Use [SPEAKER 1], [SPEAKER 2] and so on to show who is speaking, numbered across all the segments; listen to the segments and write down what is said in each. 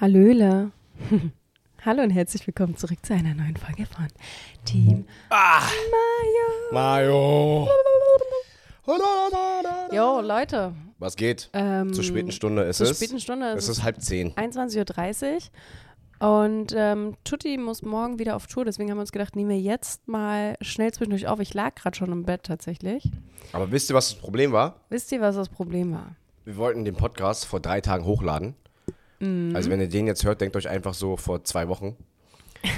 [SPEAKER 1] Hallöle. Hallo und herzlich willkommen zurück zu einer neuen Folge von Team
[SPEAKER 2] Ah. Mario.
[SPEAKER 1] Jo, Leute.
[SPEAKER 2] Was geht?
[SPEAKER 1] Ähm,
[SPEAKER 2] Zur späten Stunde ist
[SPEAKER 1] zur
[SPEAKER 2] es.
[SPEAKER 1] späten Stunde ist
[SPEAKER 2] es ist halb zehn.
[SPEAKER 1] 21.30 Uhr und ähm, Tutti muss morgen wieder auf Tour, deswegen haben wir uns gedacht, nehmen wir jetzt mal schnell zwischendurch auf. Ich lag gerade schon im Bett tatsächlich.
[SPEAKER 2] Aber wisst ihr, was das Problem war?
[SPEAKER 1] Wisst ihr, was das Problem war?
[SPEAKER 2] Wir wollten den Podcast vor drei Tagen hochladen.
[SPEAKER 1] Mhm.
[SPEAKER 2] Also wenn ihr den jetzt hört, denkt euch einfach so vor zwei Wochen.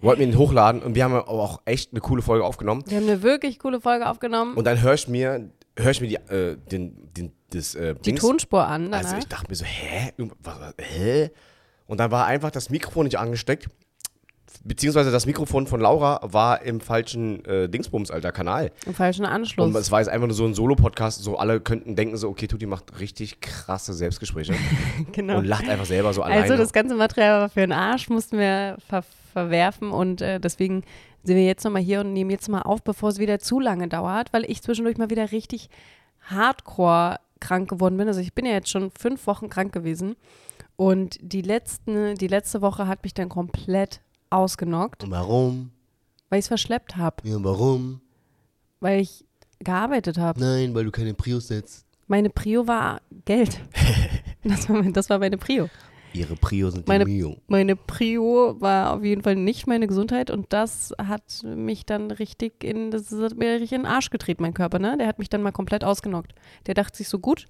[SPEAKER 2] wollten wir ihn hochladen und wir haben aber auch echt eine coole Folge aufgenommen.
[SPEAKER 1] Wir haben eine wirklich coole Folge aufgenommen.
[SPEAKER 2] Und dann hör ich mir, hör ich mir die, äh, den, den, das äh,
[SPEAKER 1] die
[SPEAKER 2] Dings-
[SPEAKER 1] Tonspur an. Danach.
[SPEAKER 2] Also ich dachte mir so, hä? Irgendwas- was- hä? Und dann war einfach das Mikrofon nicht angesteckt. Beziehungsweise das Mikrofon von Laura war im falschen äh, Dingsbums, alter Kanal.
[SPEAKER 1] Im falschen
[SPEAKER 2] Und
[SPEAKER 1] Anschluss.
[SPEAKER 2] es war jetzt einfach nur so ein Solo-Podcast, so alle könnten denken so, okay, Tuti macht richtig krasse Selbstgespräche
[SPEAKER 1] Genau.
[SPEAKER 2] und lacht einfach selber so alleine.
[SPEAKER 1] Also das ganze Material war für den Arsch, mussten wir ver verwerfen und äh, deswegen sind wir jetzt nochmal hier und nehmen jetzt mal auf, bevor es wieder zu lange dauert, weil ich zwischendurch mal wieder richtig hardcore krank geworden bin. Also ich bin ja jetzt schon fünf Wochen krank gewesen und die, letzten, die letzte Woche hat mich dann komplett ausgenockt,
[SPEAKER 2] und warum?
[SPEAKER 1] weil ich es verschleppt habe,
[SPEAKER 2] Ja, warum?
[SPEAKER 1] weil ich gearbeitet habe.
[SPEAKER 2] Nein, weil du keine Prius setzt.
[SPEAKER 1] Meine Prio war Geld. Das war, mein- das war meine Prio.
[SPEAKER 2] Ihre Prios sind
[SPEAKER 1] Meine-
[SPEAKER 2] Mio.
[SPEAKER 1] meine Prio war auf jeden Fall nicht meine Gesundheit und das hat mich dann richtig in, das hat mir richtig in den Arsch gedreht, mein Körper, ne? Der hat mich dann mal komplett ausgenockt. Der dachte sich so gut.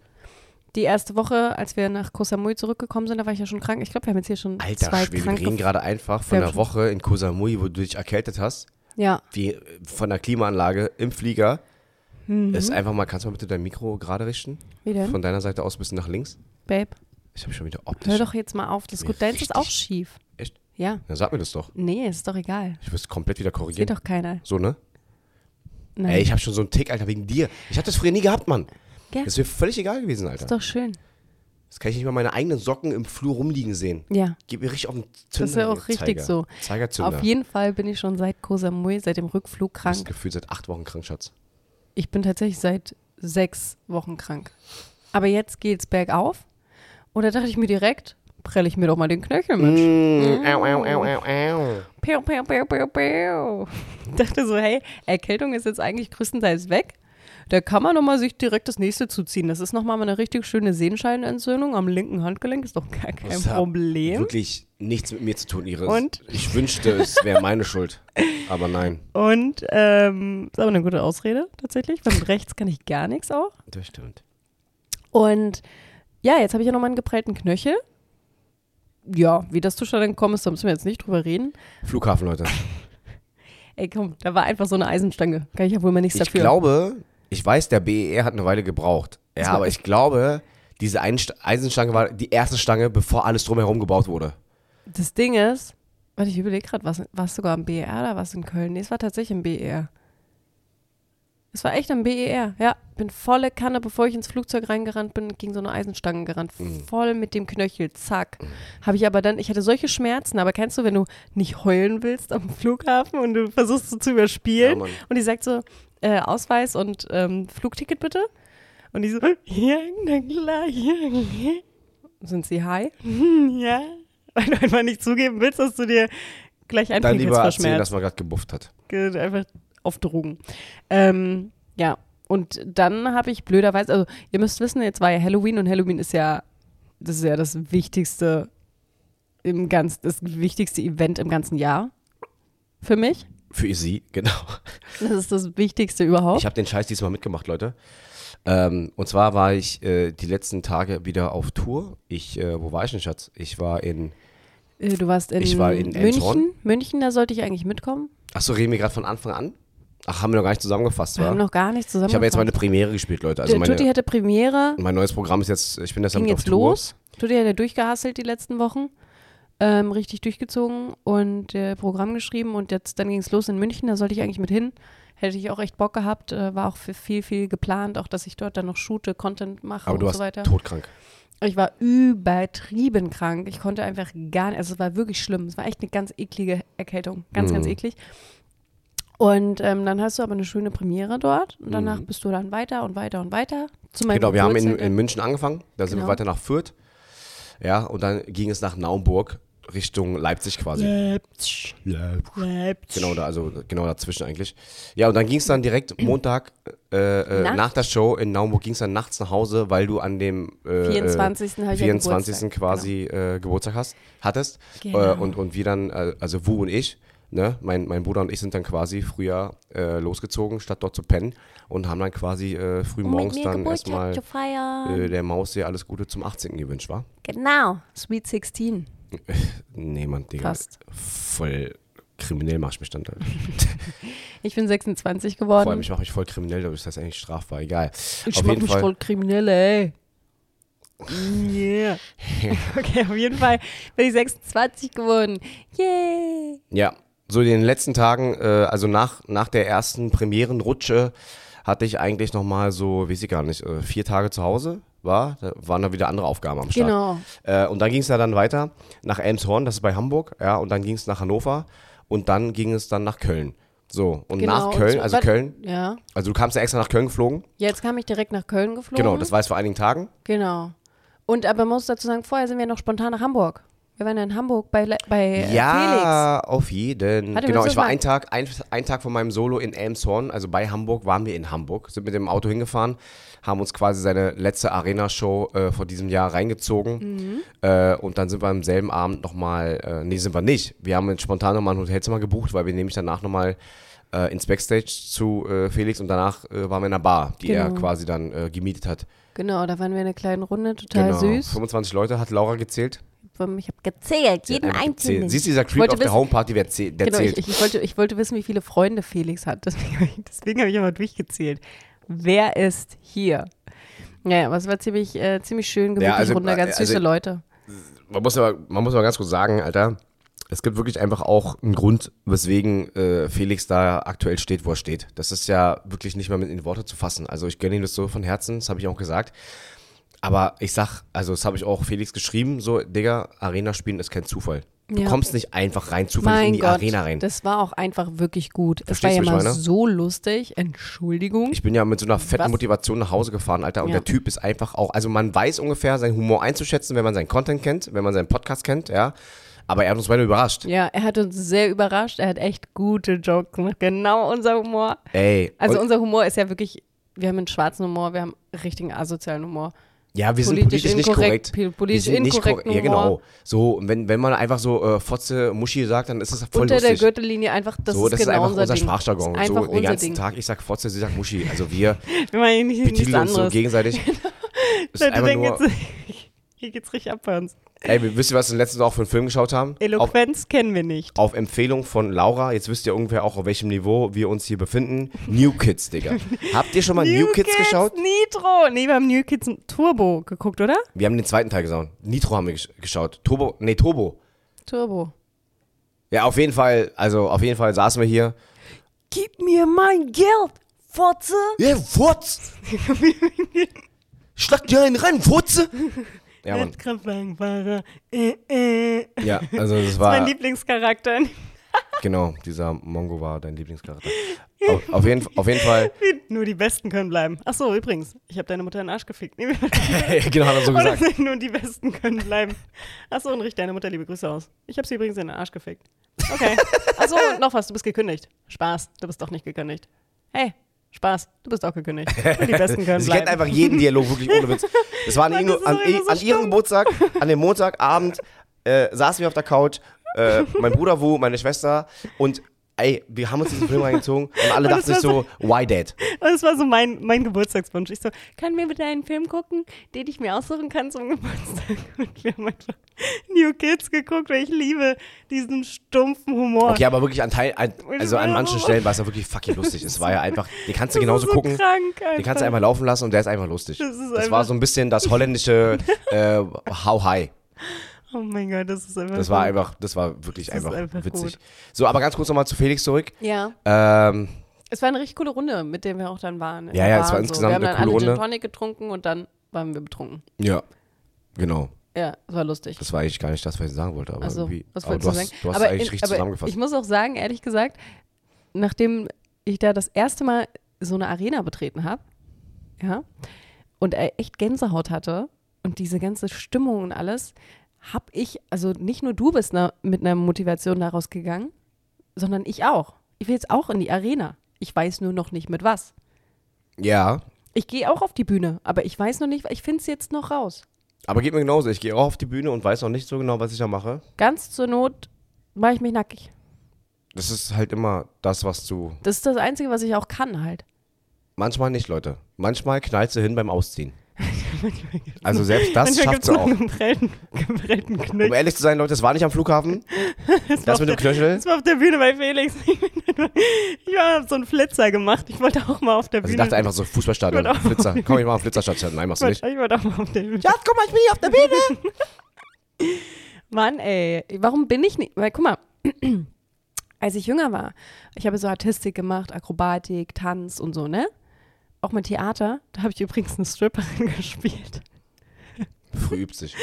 [SPEAKER 1] Die erste Woche, als wir nach Koh Samui zurückgekommen sind, da war ich ja schon krank. Ich glaube, wir haben jetzt hier schon
[SPEAKER 2] Alter
[SPEAKER 1] zwei
[SPEAKER 2] Schwede, wir
[SPEAKER 1] kranke.
[SPEAKER 2] reden gerade einfach von
[SPEAKER 1] Ja,
[SPEAKER 2] einer
[SPEAKER 1] schon.
[SPEAKER 2] Woche in Koh Samui, wo du dich erkältet hast.
[SPEAKER 1] ja,
[SPEAKER 2] wie von der Klimaanlage im Flieger. Ist einfach mal, kannst du mal bitte dein Mikro gerade richten?
[SPEAKER 1] Mhm. wie denn?
[SPEAKER 2] Von deiner Seite aus ein bisschen nach links.
[SPEAKER 1] Babe,
[SPEAKER 2] Ich habe schon wieder
[SPEAKER 1] hör
[SPEAKER 2] optisch.
[SPEAKER 1] doch jetzt mal auf. Das ist gut. Deins ist
[SPEAKER 2] richtig-
[SPEAKER 1] auch schief.
[SPEAKER 2] Echt?
[SPEAKER 1] Ja.
[SPEAKER 2] Dann sag mir das doch.
[SPEAKER 1] Nee, ist doch egal.
[SPEAKER 2] Ich wirst komplett wieder
[SPEAKER 1] Geht
[SPEAKER 2] korrigieren.
[SPEAKER 1] doch keiner.
[SPEAKER 2] So, ne?
[SPEAKER 1] Nein.
[SPEAKER 2] Ey, ich habe schon so einen Tick, Alter, wegen dir. Ich habe das früher nie gehabt, Mann.
[SPEAKER 1] Ja.
[SPEAKER 2] Das ist mir völlig egal gewesen,
[SPEAKER 1] ist
[SPEAKER 2] Alter.
[SPEAKER 1] doch schön.
[SPEAKER 2] Jetzt kann ich nicht mal meine eigenen Socken im Flur rumliegen sehen.
[SPEAKER 1] Ja.
[SPEAKER 2] Gib mir richtig auf den Zünder.
[SPEAKER 1] Das ist ja auch richtig
[SPEAKER 2] Zeiger.
[SPEAKER 1] so.
[SPEAKER 2] Zeigerzünder.
[SPEAKER 1] Auf jeden Fall bin ich schon seit Koh Samui, seit dem Rückflug
[SPEAKER 2] Du bist
[SPEAKER 1] krank.
[SPEAKER 2] gefühlt seit acht Wochen krank, Schatz.
[SPEAKER 1] Ich bin tatsächlich seit sechs Wochen krank. Aber jetzt geht's bergauf. Und da dachte ich mir direkt, prelle ich mir doch mal den Knöchel, Mensch.
[SPEAKER 2] Mhm.
[SPEAKER 1] Mhm.
[SPEAKER 2] Au, au, au, au, au.
[SPEAKER 1] Piu, piu, piu, piu, piu. Dachte so, hey, Erkältung ist jetzt eigentlich größtenteils weg. Da kann man nochmal sich direkt das nächste zuziehen. Das ist nochmal mal eine richtig schöne Sehenscheinentzündung am linken Handgelenk. Ist doch gar kein
[SPEAKER 2] Das hat
[SPEAKER 1] Problem.
[SPEAKER 2] Wirklich nichts mit mir zu tun, Iris.
[SPEAKER 1] Und?
[SPEAKER 2] Ich wünschte, es wäre meine Schuld. Aber nein.
[SPEAKER 1] Und ähm, ist aber eine gute Ausrede tatsächlich. Von rechts kann ich gar nichts auch.
[SPEAKER 2] Das stimmt.
[SPEAKER 1] Und ja, jetzt habe ich ja nochmal einen geprellten Knöchel. Ja, wie das zustande gekommen ist, da müssen wir jetzt nicht drüber reden.
[SPEAKER 2] Flughafen, Leute.
[SPEAKER 1] Ey, komm, da war einfach so eine Eisenstange. Kann ich ja wohl mal nichts
[SPEAKER 2] Ich
[SPEAKER 1] dafür.
[SPEAKER 2] glaube, ich weiß, der BER hat eine Weile gebraucht. Ja,
[SPEAKER 1] war-
[SPEAKER 2] aber ich glaube, diese Einst Eisenstange war die erste Stange, bevor alles drumherum gebaut wurde.
[SPEAKER 1] Das Ding ist, warte, ich überlege gerade, was warst du sogar am BER oder was in Köln? Nee, es war tatsächlich im BER. Es war echt am BER, ja. Bin volle Kanne, bevor ich ins Flugzeug reingerannt bin, gegen so eine Eisenstange gerannt.
[SPEAKER 2] Mhm.
[SPEAKER 1] Voll mit dem Knöchel, zack. Habe ich aber dann, ich hatte solche Schmerzen, aber kennst du, wenn du nicht heulen willst am Flughafen und du versuchst so zu
[SPEAKER 2] Ja,
[SPEAKER 1] überspielen
[SPEAKER 2] Mann.
[SPEAKER 1] und die sagt so, äh, Ausweis und ähm, Flugticket bitte? Und die so, ja, na klar, ja. Sind sie high? Hm, ja. Weil du einfach nicht zugeben willst, dass du dir gleich einen
[SPEAKER 2] Dann lieber erzählen,
[SPEAKER 1] Pinkelsverschmerz
[SPEAKER 2] dass man gerade gebufft hat.
[SPEAKER 1] ge- einfach auf Drogen. Ähm, ja, und dann habe ich blöderweise, also ihr müsst wissen, jetzt war ja Halloween und Halloween ist ja, das ist ja das wichtigste im ganz, das wichtigste Event im ganzen Jahr für mich.
[SPEAKER 2] Für sie, genau.
[SPEAKER 1] Das ist das Wichtigste überhaupt.
[SPEAKER 2] Ich habe den Scheiß diesmal mitgemacht, Leute. Ähm, und zwar war ich äh, die letzten Tage wieder auf Tour. Ich, äh, wo war ich denn, Schatz? Ich war in.
[SPEAKER 1] Äh, du warst in,
[SPEAKER 2] Ich war in Elmshorn.
[SPEAKER 1] München. München, da sollte ich eigentlich mitkommen.
[SPEAKER 2] Achso, reden wir gerade von Anfang an? Ach, haben wir noch gar nicht zusammengefasst,
[SPEAKER 1] Wir
[SPEAKER 2] wa?
[SPEAKER 1] haben noch gar nicht zusammen.
[SPEAKER 2] Ich habe jetzt meine Premiere gespielt, Leute. Also
[SPEAKER 1] Tutti
[SPEAKER 2] meine,
[SPEAKER 1] hatte Premiere.
[SPEAKER 2] mein neues Programm ist jetzt, ich bin jetzt
[SPEAKER 1] ging
[SPEAKER 2] damit auf
[SPEAKER 1] jetzt
[SPEAKER 2] Tour.
[SPEAKER 1] los. Du dir ja durchgehasselt die letzten Wochen, ähm, richtig durchgezogen und äh, Programm geschrieben und jetzt dann ging es los in München. Da sollte ich eigentlich mit hin. Hätte ich auch echt Bock gehabt, äh, war auch für viel, viel geplant, auch dass ich dort dann noch shoote, Content mache
[SPEAKER 2] Aber
[SPEAKER 1] und
[SPEAKER 2] du warst
[SPEAKER 1] so weiter.
[SPEAKER 2] todkrank.
[SPEAKER 1] Ich war übertrieben krank. Ich konnte einfach gar nicht, also es war wirklich schlimm. Es war echt eine ganz eklige Erkältung. Ganz,
[SPEAKER 2] Mhm.
[SPEAKER 1] ganz eklig. Und ähm, dann hast du aber eine schöne Premiere dort und danach bist du dann weiter und weiter und weiter. Zu meinem
[SPEAKER 2] Mhm. Genau, wir haben in,
[SPEAKER 1] Geburtstag dann-
[SPEAKER 2] in München angefangen, da sind
[SPEAKER 1] Genau.
[SPEAKER 2] wir weiter nach Fürth. Ja, und dann ging es nach Naumburg Richtung Leipzig quasi.
[SPEAKER 3] Leipzig. Leipzig.
[SPEAKER 2] Genau, da, also genau dazwischen eigentlich. Ja, und dann ging es dann direkt Montag äh, äh,
[SPEAKER 1] Nacht?
[SPEAKER 2] nach der Show in Naumburg ging es dann nachts nach Hause, weil du an dem
[SPEAKER 1] 24.
[SPEAKER 2] äh, äh,
[SPEAKER 1] habe ich ja
[SPEAKER 2] 24.
[SPEAKER 1] Geburtstag,
[SPEAKER 2] quasi äh, Geburtstag hast, hattest.
[SPEAKER 1] Genau.
[SPEAKER 2] Äh, und, und wir dann, äh, also Wu und ich, ne, mein, mein Bruder und ich sind dann quasi früher äh, losgezogen, statt dort zu pennen und haben dann quasi äh, früh
[SPEAKER 1] Um mit
[SPEAKER 2] morgens
[SPEAKER 1] mir
[SPEAKER 2] dann
[SPEAKER 1] Geburtstag
[SPEAKER 2] erstmal
[SPEAKER 1] zu feiern.
[SPEAKER 2] äh, der Maus hier alles Gute zum 18. gewünscht, war?
[SPEAKER 1] Genau. Sweet 16.
[SPEAKER 2] Nee, Mann, Digga.
[SPEAKER 1] Fast.
[SPEAKER 2] Voll kriminell mach ich mich dann. da.
[SPEAKER 1] Ich bin 26
[SPEAKER 2] Vor allem,
[SPEAKER 1] geworden.
[SPEAKER 2] ich mache mich voll kriminell, dadurch, dass das eigentlich strafbar. Egal.
[SPEAKER 3] Ich
[SPEAKER 2] Auf
[SPEAKER 3] mach
[SPEAKER 2] jeden
[SPEAKER 3] mich
[SPEAKER 2] Fall.
[SPEAKER 3] voll kriminell, ey. Yeah.
[SPEAKER 1] Okay, auf jeden Fall bin ich 26 geworden. Yay.
[SPEAKER 2] Ja, so in den letzten Tagen, äh, also nach, nach der ersten Premierenrutsche, hatte ich eigentlich nochmal so, weiß ich gar nicht, äh, vier Tage zu Hause war. Da waren da wieder andere Aufgaben am Start.
[SPEAKER 1] Genau.
[SPEAKER 2] Äh, und dann ging es ja dann weiter nach Elmshorn, das ist bei Hamburg, ja, und dann ging es nach Hannover und dann ging es dann nach Köln. So, und
[SPEAKER 1] genau.
[SPEAKER 2] nach
[SPEAKER 1] Und
[SPEAKER 2] Köln,
[SPEAKER 1] zwar-
[SPEAKER 2] also
[SPEAKER 1] warte,
[SPEAKER 2] Köln,
[SPEAKER 1] Ja.
[SPEAKER 2] also du kamst ja extra nach Köln geflogen.
[SPEAKER 1] Jetzt kam ich direkt nach Köln geflogen.
[SPEAKER 2] Genau, das war jetzt vor einigen Tagen.
[SPEAKER 1] Genau. Und aber man muss dazu sagen, vorher sind wir noch spontan nach Hamburg. Wir waren ja in Hamburg bei, Le- bei äh, Felix.
[SPEAKER 2] Ja, auf jeden.
[SPEAKER 1] Warte, willst
[SPEAKER 2] genau,
[SPEAKER 1] du
[SPEAKER 2] ich war
[SPEAKER 1] das mal-
[SPEAKER 2] einen Tag, ein, einen Tag von meinem Solo in Elmshorn, also bei Hamburg, waren wir in Hamburg, sind mit dem Auto hingefahren, haben uns quasi seine letzte Arena-Show äh, vor diesem Jahr
[SPEAKER 1] Mhm.
[SPEAKER 2] reingezogen äh, und dann sind wir am selben Abend nochmal, äh, nee, sind wir nicht, wir haben uns spontan nochmal ein Hotelzimmer gebucht, weil wir nämlich danach nochmal äh, ins Backstage zu äh, Felix und danach äh, waren wir in einer Bar, die er
[SPEAKER 1] Genau.
[SPEAKER 2] quasi dann äh, gemietet hat.
[SPEAKER 1] Genau, da waren wir in einer kleinen Runde, total
[SPEAKER 2] genau.
[SPEAKER 1] süß.
[SPEAKER 2] 25 Leute hat Laura gezählt.
[SPEAKER 1] Ich habe gezählt,
[SPEAKER 2] Sie hat
[SPEAKER 1] jeden
[SPEAKER 2] einfach gezählt.
[SPEAKER 1] einzelnen.
[SPEAKER 2] Siehst du, dieser
[SPEAKER 1] Ich
[SPEAKER 2] Creep
[SPEAKER 1] wollte
[SPEAKER 2] auf der
[SPEAKER 1] wissen-
[SPEAKER 2] Homeparty, wer zählt, der
[SPEAKER 1] Genau,
[SPEAKER 2] zählt.
[SPEAKER 1] ich, ich, wollte, ich wollte wissen, wie viele Freunde Felix hat. Deswegen habe ich, deswegen hab ich aber durchgezählt. Wer ist hier? Naja, aber es war ziemlich, äh, ziemlich schön, gemütlich
[SPEAKER 2] also,
[SPEAKER 1] runter, ganz
[SPEAKER 2] also-
[SPEAKER 1] süße Leute.
[SPEAKER 2] man muss aber, man muss aber ganz kurz sagen, Alter, es gibt wirklich einfach auch einen Grund, weswegen äh, Felix da aktuell steht, wo er steht. Das ist ja wirklich nicht mehr mit in Worte zu fassen. Also ich gönne ihm das so von Herzen, das habe ich auch gesagt. Aber ich sag, also das habe ich auch Felix geschrieben, so, Digga, Arena spielen ist kein Zufall. Du
[SPEAKER 1] Ja.
[SPEAKER 2] kommst nicht einfach rein zufällig
[SPEAKER 1] Mein
[SPEAKER 2] in die
[SPEAKER 1] Gott,
[SPEAKER 2] Arena rein.
[SPEAKER 1] das war auch einfach wirklich gut. Es war
[SPEAKER 2] Verstehst
[SPEAKER 1] ja
[SPEAKER 2] du, wie ich
[SPEAKER 1] mal
[SPEAKER 2] meine?
[SPEAKER 1] so lustig. Entschuldigung.
[SPEAKER 2] Ich bin ja mit so einer fetten
[SPEAKER 1] Was?
[SPEAKER 2] Motivation nach Hause gefahren, Alter. Und
[SPEAKER 1] Ja.
[SPEAKER 2] der Typ ist einfach auch, also man weiß ungefähr seinen Humor einzuschätzen, wenn man seinen Content kennt, wenn man seinen Podcast kennt, ja. Aber er hat uns beide überrascht.
[SPEAKER 1] Ja, er hat uns sehr überrascht. Er hat echt gute Jokes gemacht. Genau unser Humor.
[SPEAKER 2] Ey.
[SPEAKER 1] Also
[SPEAKER 2] und-
[SPEAKER 1] unser Humor ist ja wirklich, wir haben einen schwarzen Humor, wir haben einen richtigen asozialen Humor.
[SPEAKER 2] Ja, wir sind
[SPEAKER 1] Politisch
[SPEAKER 2] politisch, nicht
[SPEAKER 1] inkorrekt,
[SPEAKER 2] korrekt.
[SPEAKER 1] pil-
[SPEAKER 2] Wir
[SPEAKER 1] politisch
[SPEAKER 2] sind nicht
[SPEAKER 1] inkorrekten
[SPEAKER 2] korrekt. Ja, genau.
[SPEAKER 1] Humor.
[SPEAKER 2] So, und wenn, wenn man einfach so äh, Fotze, Muschi sagt, dann ist das voll
[SPEAKER 1] Unter
[SPEAKER 2] lustig.
[SPEAKER 1] der Gürtellinie einfach, das
[SPEAKER 2] so,
[SPEAKER 1] ist
[SPEAKER 2] das
[SPEAKER 1] genau
[SPEAKER 2] ist einfach
[SPEAKER 1] unser,
[SPEAKER 2] unser,
[SPEAKER 1] Ding.
[SPEAKER 2] Sprachjargon.
[SPEAKER 1] Das ist einfach
[SPEAKER 2] so, den
[SPEAKER 1] unser
[SPEAKER 2] ganzen
[SPEAKER 1] Ding.
[SPEAKER 2] Tag, ich sag Fotze, sie sagt Muschi. Also wir
[SPEAKER 1] Wir machen hier nicht, nichts
[SPEAKER 2] betiteln uns
[SPEAKER 1] anderes.
[SPEAKER 2] so
[SPEAKER 1] Genau.
[SPEAKER 2] gegenseitig. ist
[SPEAKER 1] Leute
[SPEAKER 2] einfach
[SPEAKER 1] denken
[SPEAKER 2] nur,
[SPEAKER 1] jetzt, hier geht's richtig ab bei uns.
[SPEAKER 2] ey, wir- wisst ihr, was wir letztens auch für einen Film geschaut haben? Auf,
[SPEAKER 1] Eloquenz kennen wir nicht.
[SPEAKER 2] auf Empfehlung von Laura. Jetzt wisst ihr ungefähr auch, auf welchem Niveau wir uns hier befinden. New Kids, Digga. Habt ihr schon mal New, Kids, geschaut?
[SPEAKER 1] Nitro. Nee, wir haben New Kids und Turbo geguckt, oder?
[SPEAKER 2] Wir haben den zweiten Teil geschaut. Nitro haben wir gesch- geschaut. Turbo, nee, Turbo.
[SPEAKER 1] Turbo.
[SPEAKER 2] Ja, auf jeden Fall, also auf jeden Fall saßen wir hier.
[SPEAKER 1] Gib mir mein Geld, Fotze.
[SPEAKER 2] Ja, Furz! Schlag dir einen rein, Furze! Ja, Mann.
[SPEAKER 3] Kraftwagenfahrer. Äh, äh.
[SPEAKER 2] Ja, also das
[SPEAKER 1] Mein
[SPEAKER 2] war,
[SPEAKER 1] Lieblingscharakter.
[SPEAKER 2] genau, dieser Mongo war dein Lieblingscharakter. Auf, auf, jeden, auf jeden Fall,
[SPEAKER 3] Nur die Besten können bleiben. Ach so, übrigens, ich habe deine Mutter in den Arsch gefickt. Nee,
[SPEAKER 2] genau, hat er so gesagt.
[SPEAKER 3] oder nur die Besten können bleiben. Ach so, und richte deine Mutter liebe Grüße aus. Ich habe sie übrigens in den Arsch gefickt.
[SPEAKER 1] Okay. Achso, noch was, du bist gekündigt. Spaß, du bist doch nicht gekündigt. Hey, Spaß, du bist auch gekündigt.
[SPEAKER 3] Nur die Besten können
[SPEAKER 2] Sie kennt
[SPEAKER 3] bleiben.
[SPEAKER 2] einfach jeden Dialog, wirklich ohne Witz. Das war an,
[SPEAKER 3] Mann, das
[SPEAKER 2] ihnen,
[SPEAKER 3] ist
[SPEAKER 2] an,
[SPEAKER 3] doch
[SPEAKER 2] eh-
[SPEAKER 3] immer so
[SPEAKER 2] an ihrem Geburtstag, an dem Montagabend, äh, saßen wir auf der Couch, äh, mein Bruder Wu, meine Schwester und ey, wir haben uns diesen Film reingezogen und alle dachten sich
[SPEAKER 3] das
[SPEAKER 2] so, why dad?
[SPEAKER 3] Und das war so mein, mein Geburtstagswunsch. Ich so, können wir bitte einen Film gucken, den ich mir aussuchen kann zum Geburtstag? Und wir haben einfach New Kids geguckt, weil ich liebe diesen stumpfen Humor.
[SPEAKER 2] Okay, aber wirklich an Teil, an,
[SPEAKER 3] Oh. Ich
[SPEAKER 2] also an
[SPEAKER 3] schwöre.
[SPEAKER 2] manchen Stellen war es ja wirklich fucking lustig. Es war ja einfach, die kannst du
[SPEAKER 3] Das
[SPEAKER 2] genauso
[SPEAKER 3] ist so
[SPEAKER 2] gucken.
[SPEAKER 3] Krank einfach.
[SPEAKER 2] Den kannst du einfach laufen lassen und der ist einfach lustig.
[SPEAKER 3] Das ist
[SPEAKER 2] das
[SPEAKER 3] einfach-
[SPEAKER 2] war so ein bisschen das holländische äh, How High.
[SPEAKER 3] oh mein Gott, das ist einfach.
[SPEAKER 2] Das war einfach, das war wirklich
[SPEAKER 3] Mhm. Das ist
[SPEAKER 2] einfach,
[SPEAKER 3] einfach
[SPEAKER 2] witzig.
[SPEAKER 3] gut.
[SPEAKER 2] So, aber ganz kurz nochmal zu Felix zurück.
[SPEAKER 1] ja.
[SPEAKER 2] Ähm,
[SPEAKER 1] Es war eine richtig coole Runde, mit der wir auch dann waren.
[SPEAKER 2] Ja, ja, es
[SPEAKER 1] Waren
[SPEAKER 2] war insgesamt
[SPEAKER 1] Wir haben
[SPEAKER 2] eine
[SPEAKER 1] dann
[SPEAKER 2] coole
[SPEAKER 1] alle Gin
[SPEAKER 2] Runde.
[SPEAKER 1] Tonic getrunken und dann waren wir betrunken.
[SPEAKER 2] ja, genau.
[SPEAKER 1] Ja, es war lustig.
[SPEAKER 2] Das war eigentlich gar nicht das, was ich sagen wollte. Aber
[SPEAKER 1] Also,
[SPEAKER 2] irgendwie,
[SPEAKER 1] was
[SPEAKER 2] aber
[SPEAKER 1] wolltest
[SPEAKER 2] du
[SPEAKER 1] du
[SPEAKER 2] hast,
[SPEAKER 1] sagen?
[SPEAKER 2] Du hast
[SPEAKER 1] aber
[SPEAKER 2] es eigentlich
[SPEAKER 1] in-
[SPEAKER 2] richtig
[SPEAKER 1] aber
[SPEAKER 2] zusammengefasst.
[SPEAKER 1] Ich muss auch sagen, ehrlich gesagt, nachdem ich da das erste Mal so eine Arena betreten habe, ja, und äh, echt Gänsehaut hatte und diese ganze Stimmung und alles, hab ich, also nicht nur du bist na, mit einer Motivation daraus gegangen, sondern ich auch. Ich will jetzt auch in die Arena. Ich weiß nur noch nicht mit was.
[SPEAKER 2] Ja,
[SPEAKER 1] Ich gehe auch auf die Bühne, aber ich weiß noch nicht, ich finde es jetzt noch raus.
[SPEAKER 2] aber geht mir genauso. Ich gehe auch auf die Bühne und weiß auch nicht so genau, was ich da mache.
[SPEAKER 1] Ganz zur Not mache ich mich nackig.
[SPEAKER 2] Das ist halt immer das, was du.
[SPEAKER 1] Das ist das Einzige, was ich auch kann halt.
[SPEAKER 2] Manchmal nicht, Leute. Manchmal knallst du hin beim Ausziehen. Also selbst das
[SPEAKER 3] Manchmal
[SPEAKER 2] schafft
[SPEAKER 3] gibt's
[SPEAKER 2] sie
[SPEAKER 3] noch
[SPEAKER 2] auch.
[SPEAKER 3] einen geprellten, geprellten Knöchel.
[SPEAKER 2] Um ehrlich zu sein, Leute, das war nicht am Flughafen. Das mit dem Knöchel.
[SPEAKER 3] Das war auf der Bühne bei Felix. Ich habe so einen Flitzer gemacht. Ich wollte auch mal auf der
[SPEAKER 2] Also
[SPEAKER 3] Bühne.
[SPEAKER 2] ich dachte einfach so,
[SPEAKER 3] Ich
[SPEAKER 2] Fußballstadion,
[SPEAKER 3] wollte auch-
[SPEAKER 2] Flitzer. Komm, ich mach einen Flitzer Nein, machst
[SPEAKER 3] ich
[SPEAKER 2] du nicht.
[SPEAKER 3] wollte, ich wollte auch mal auf der Bühne.
[SPEAKER 2] Ja, guck mal, ich bin hier auf der Bühne.
[SPEAKER 1] Mann, ey, warum bin ich nicht? Weil, guck mal, als ich jünger war, ich habe so Artistik gemacht, Akrobatik, Tanz und so, ne? Auch mit Theater, da habe ich übrigens eine Stripperin gespielt.
[SPEAKER 2] Früh übt sich.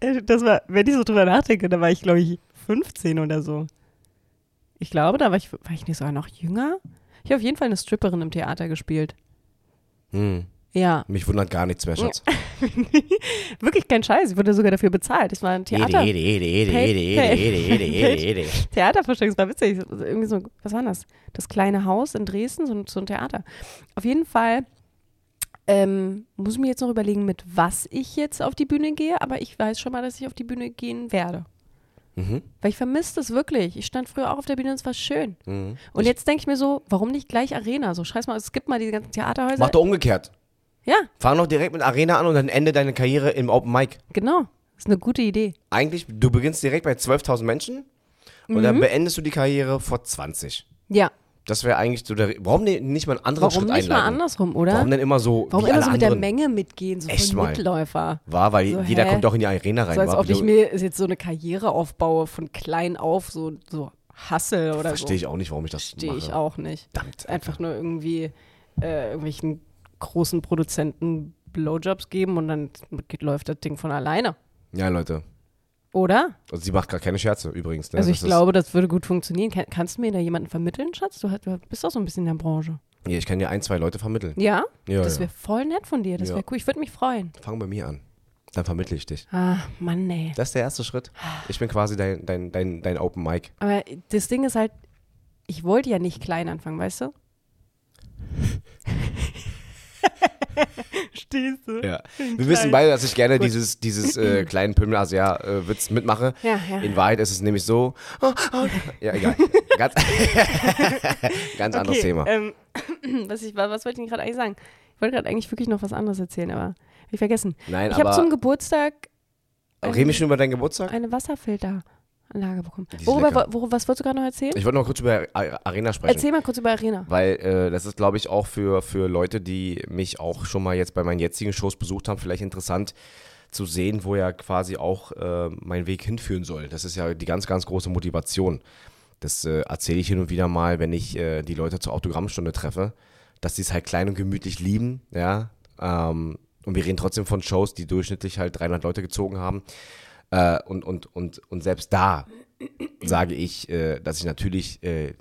[SPEAKER 3] Äh, Das war, wenn ich so drüber nachdenke, da war ich, glaube ich, 15 oder so.
[SPEAKER 1] Ich glaube, da war ich, war ich nicht sogar noch jünger? Ich habe auf jeden Fall eine Stripperin im Theater gespielt.
[SPEAKER 2] Hm.
[SPEAKER 1] Ja.
[SPEAKER 2] Mich wundert gar nichts mehr, Schatz.
[SPEAKER 1] Wirklich kein Scheiß, ich wurde sogar dafür bezahlt. Ich war ein Theater.
[SPEAKER 2] Ede, ede, ede,
[SPEAKER 1] Pay-
[SPEAKER 2] ede, ede, ede, ede, ede, ede.
[SPEAKER 1] Theatervorstellung, das war witzig. Also Irgendwie so, was war das? Das kleine Haus in Dresden, so ein, so ein Theater. Auf jeden Fall ähm, muss ich mir jetzt noch überlegen, mit was ich jetzt auf die Bühne gehe, aber ich weiß schon mal, dass ich auf die Bühne gehen werde.
[SPEAKER 2] Mhm.
[SPEAKER 1] Weil ich vermisse das wirklich. Ich stand früher auch auf der Bühne und es war schön.
[SPEAKER 2] Mhm.
[SPEAKER 1] Und jetzt denke ich mir so, warum nicht gleich Arena? So, scheiß mal, es gibt mal diese ganzen Theaterhäuser.
[SPEAKER 2] Mach doch umgekehrt.
[SPEAKER 1] ja,
[SPEAKER 2] Fang doch direkt mit Arena an und dann ende deine Karriere im Open Mic.
[SPEAKER 1] genau. Ist eine gute Idee.
[SPEAKER 2] Eigentlich, du beginnst direkt bei 12.000 Menschen und
[SPEAKER 3] Mhm.
[SPEAKER 2] dann beendest du die Karriere vor 20.
[SPEAKER 1] Ja.
[SPEAKER 2] Das wäre eigentlich so der. Warum ne- nicht mal einen anderen
[SPEAKER 1] Warum
[SPEAKER 2] Schritt
[SPEAKER 1] nicht mal
[SPEAKER 2] einleiten?
[SPEAKER 1] andersrum, oder?
[SPEAKER 2] Warum denn immer so
[SPEAKER 1] Ne? Warum
[SPEAKER 2] wie
[SPEAKER 1] immer
[SPEAKER 2] alle
[SPEAKER 1] so mit der
[SPEAKER 2] anderen?
[SPEAKER 1] Menge mitgehen, so
[SPEAKER 2] Echt
[SPEAKER 1] voll
[SPEAKER 2] mal.
[SPEAKER 1] Mitläufer?
[SPEAKER 2] War, weil
[SPEAKER 1] So,
[SPEAKER 2] jeder
[SPEAKER 1] hä?
[SPEAKER 2] kommt doch in die Arena rein.
[SPEAKER 1] So als
[SPEAKER 2] wa?
[SPEAKER 1] ob ich
[SPEAKER 2] Wieso-
[SPEAKER 1] mir jetzt so eine Karriere aufbaue von klein auf, so, so Hassel oder so.
[SPEAKER 2] Verstehe ich auch nicht, warum ich das
[SPEAKER 1] Verstehe
[SPEAKER 2] mache.
[SPEAKER 1] ich auch nicht.
[SPEAKER 2] Verdammt,
[SPEAKER 1] Einfach nur irgendwie äh, irgendwelchen großen Produzenten Blowjobs geben und dann geht, läuft das Ding von alleine.
[SPEAKER 2] Ja, Leute.
[SPEAKER 1] Oder?
[SPEAKER 2] Und sie macht gar keine Scherze übrigens. Ne?
[SPEAKER 1] also
[SPEAKER 2] Das
[SPEAKER 1] ich
[SPEAKER 2] ist-
[SPEAKER 1] glaube, das würde gut funktionieren. Kann, kannst du mir da jemanden vermitteln, Schatz? Du, hat- du bist doch so ein bisschen in der Branche.
[SPEAKER 2] Ja, ich kann dir ein, zwei Leute vermitteln.
[SPEAKER 1] Ja?
[SPEAKER 2] Ja,
[SPEAKER 1] das
[SPEAKER 2] ja.
[SPEAKER 1] wäre voll nett von dir. Das
[SPEAKER 2] Ja.
[SPEAKER 1] wäre cool. Ich würde mich freuen.
[SPEAKER 2] Fang bei mir an. Dann vermittle ich dich.
[SPEAKER 1] Ah, Mann, ey.
[SPEAKER 2] Das ist der erste Schritt. Ich bin quasi dein, dein, dein, dein Open Mic.
[SPEAKER 1] Aber das Ding ist halt, ich wollte ja nicht klein anfangen, weißt du?
[SPEAKER 3] Stehst du?
[SPEAKER 2] Ja. Wir wissen beide, dass ich gerne dieses, dieses äh, kleinen pimmel asia äh, witz mitmache.
[SPEAKER 1] Ja, ja.
[SPEAKER 2] In Wahrheit ist es nämlich so. Oh, Ja, egal. Ganz, ganz anderes Thema.
[SPEAKER 3] Ähm,
[SPEAKER 1] Was, ich, was wollte ich denn gerade eigentlich sagen? Ich wollte gerade eigentlich wirklich noch was anderes erzählen, aber hab ich vergessen.
[SPEAKER 2] Nein,
[SPEAKER 1] ich habe zum
[SPEAKER 2] aber
[SPEAKER 1] Geburtstag
[SPEAKER 2] reden wir schon über deinen Geburtstag?
[SPEAKER 1] eine Wasserfilteranlage bekommen.
[SPEAKER 2] Die ist lecker.
[SPEAKER 1] Worüber, worüber, was wolltest du gerade noch erzählen?
[SPEAKER 2] Ich wollte noch kurz über Ar- Arena sprechen.
[SPEAKER 1] Erzähl mal kurz über Arena.
[SPEAKER 2] Weil äh, das ist, glaube ich, auch für, für Leute, die mich auch schon mal jetzt bei meinen jetzigen Shows besucht haben, vielleicht interessant zu sehen, wo ja quasi auch äh, mein Weg hinführen soll. Das ist ja die ganz, ganz große Motivation. Das äh, erzähle ich hin und wieder mal, wenn ich äh, die Leute zur Autogrammstunde treffe, dass die es halt klein und gemütlich lieben, ja. Ähm, und wir reden trotzdem von Shows, die durchschnittlich halt 300 Leute gezogen haben. Äh, und, und, und, und selbst da sage ich, äh, dass ich natürlich äh,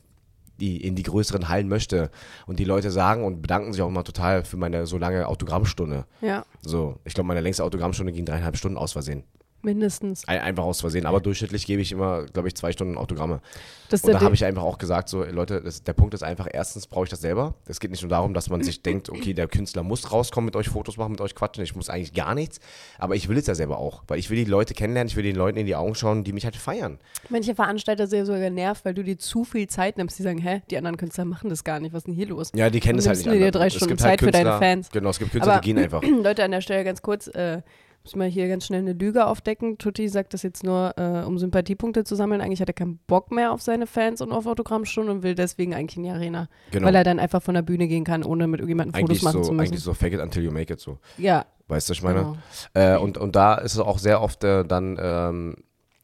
[SPEAKER 2] die in die größeren Hallen möchte. Und die Leute sagen und bedanken sich auch immer total für meine so lange Autogrammstunde.
[SPEAKER 1] Ja,
[SPEAKER 2] So, ich glaube, meine längste Autogrammstunde ging dreieinhalb Stunden aus Versehen.
[SPEAKER 1] mindestens.
[SPEAKER 2] Ein, einfach aus Versehen. Aber durchschnittlich gebe ich immer, glaube ich, zwei Stunden Autogramme.
[SPEAKER 1] Das ist
[SPEAKER 2] Und
[SPEAKER 1] der
[SPEAKER 2] da habe
[SPEAKER 1] Ding.
[SPEAKER 2] ich einfach auch gesagt, so, Leute, das, der Punkt ist einfach, erstens brauche ich das selber. Es geht nicht nur darum, dass man sich denkt, okay, der Künstler muss rauskommen, mit euch Fotos machen, mit euch quatschen. Ich muss eigentlich gar nichts. Aber ich will es ja selber auch. Weil ich will die Leute kennenlernen, ich will den Leuten in die Augen schauen, die mich halt feiern.
[SPEAKER 1] Manche Veranstalter sind ja sogar genervt, weil du dir zu viel Zeit nimmst. Die sagen, hä, die anderen Künstler machen das gar nicht. Was ist denn hier los?
[SPEAKER 2] Ja, die kennen
[SPEAKER 1] Und
[SPEAKER 2] es halt
[SPEAKER 1] nimmst
[SPEAKER 2] nicht
[SPEAKER 1] du dir
[SPEAKER 2] anders.
[SPEAKER 1] drei
[SPEAKER 2] es
[SPEAKER 1] Stunden
[SPEAKER 2] gibt
[SPEAKER 1] Zeit
[SPEAKER 2] halt
[SPEAKER 1] für deine
[SPEAKER 2] Künstler-
[SPEAKER 1] Fans.
[SPEAKER 2] Genau, es gibt Künstler, die gehen einfach.
[SPEAKER 1] Leute, an der Stelle ganz kurz, äh, muss man hier ganz schnell eine Lüge aufdecken. Tutti sagt das jetzt nur, äh, um Sympathiepunkte zu sammeln. Eigentlich hat er keinen Bock mehr auf seine Fans und auf Autogrammstunden und will deswegen eigentlich in die Arena.
[SPEAKER 2] Genau.
[SPEAKER 1] Weil er dann einfach von der Bühne gehen kann, ohne mit irgendjemandem Fotos
[SPEAKER 2] eigentlich
[SPEAKER 1] machen
[SPEAKER 2] so,
[SPEAKER 1] zu
[SPEAKER 2] eigentlich
[SPEAKER 1] müssen.
[SPEAKER 2] so fake it until you make it so.
[SPEAKER 1] Ja,
[SPEAKER 2] Weißt du, was ich meine?
[SPEAKER 1] Genau.
[SPEAKER 2] Äh, und, und da ist es auch sehr oft äh, dann, ähm,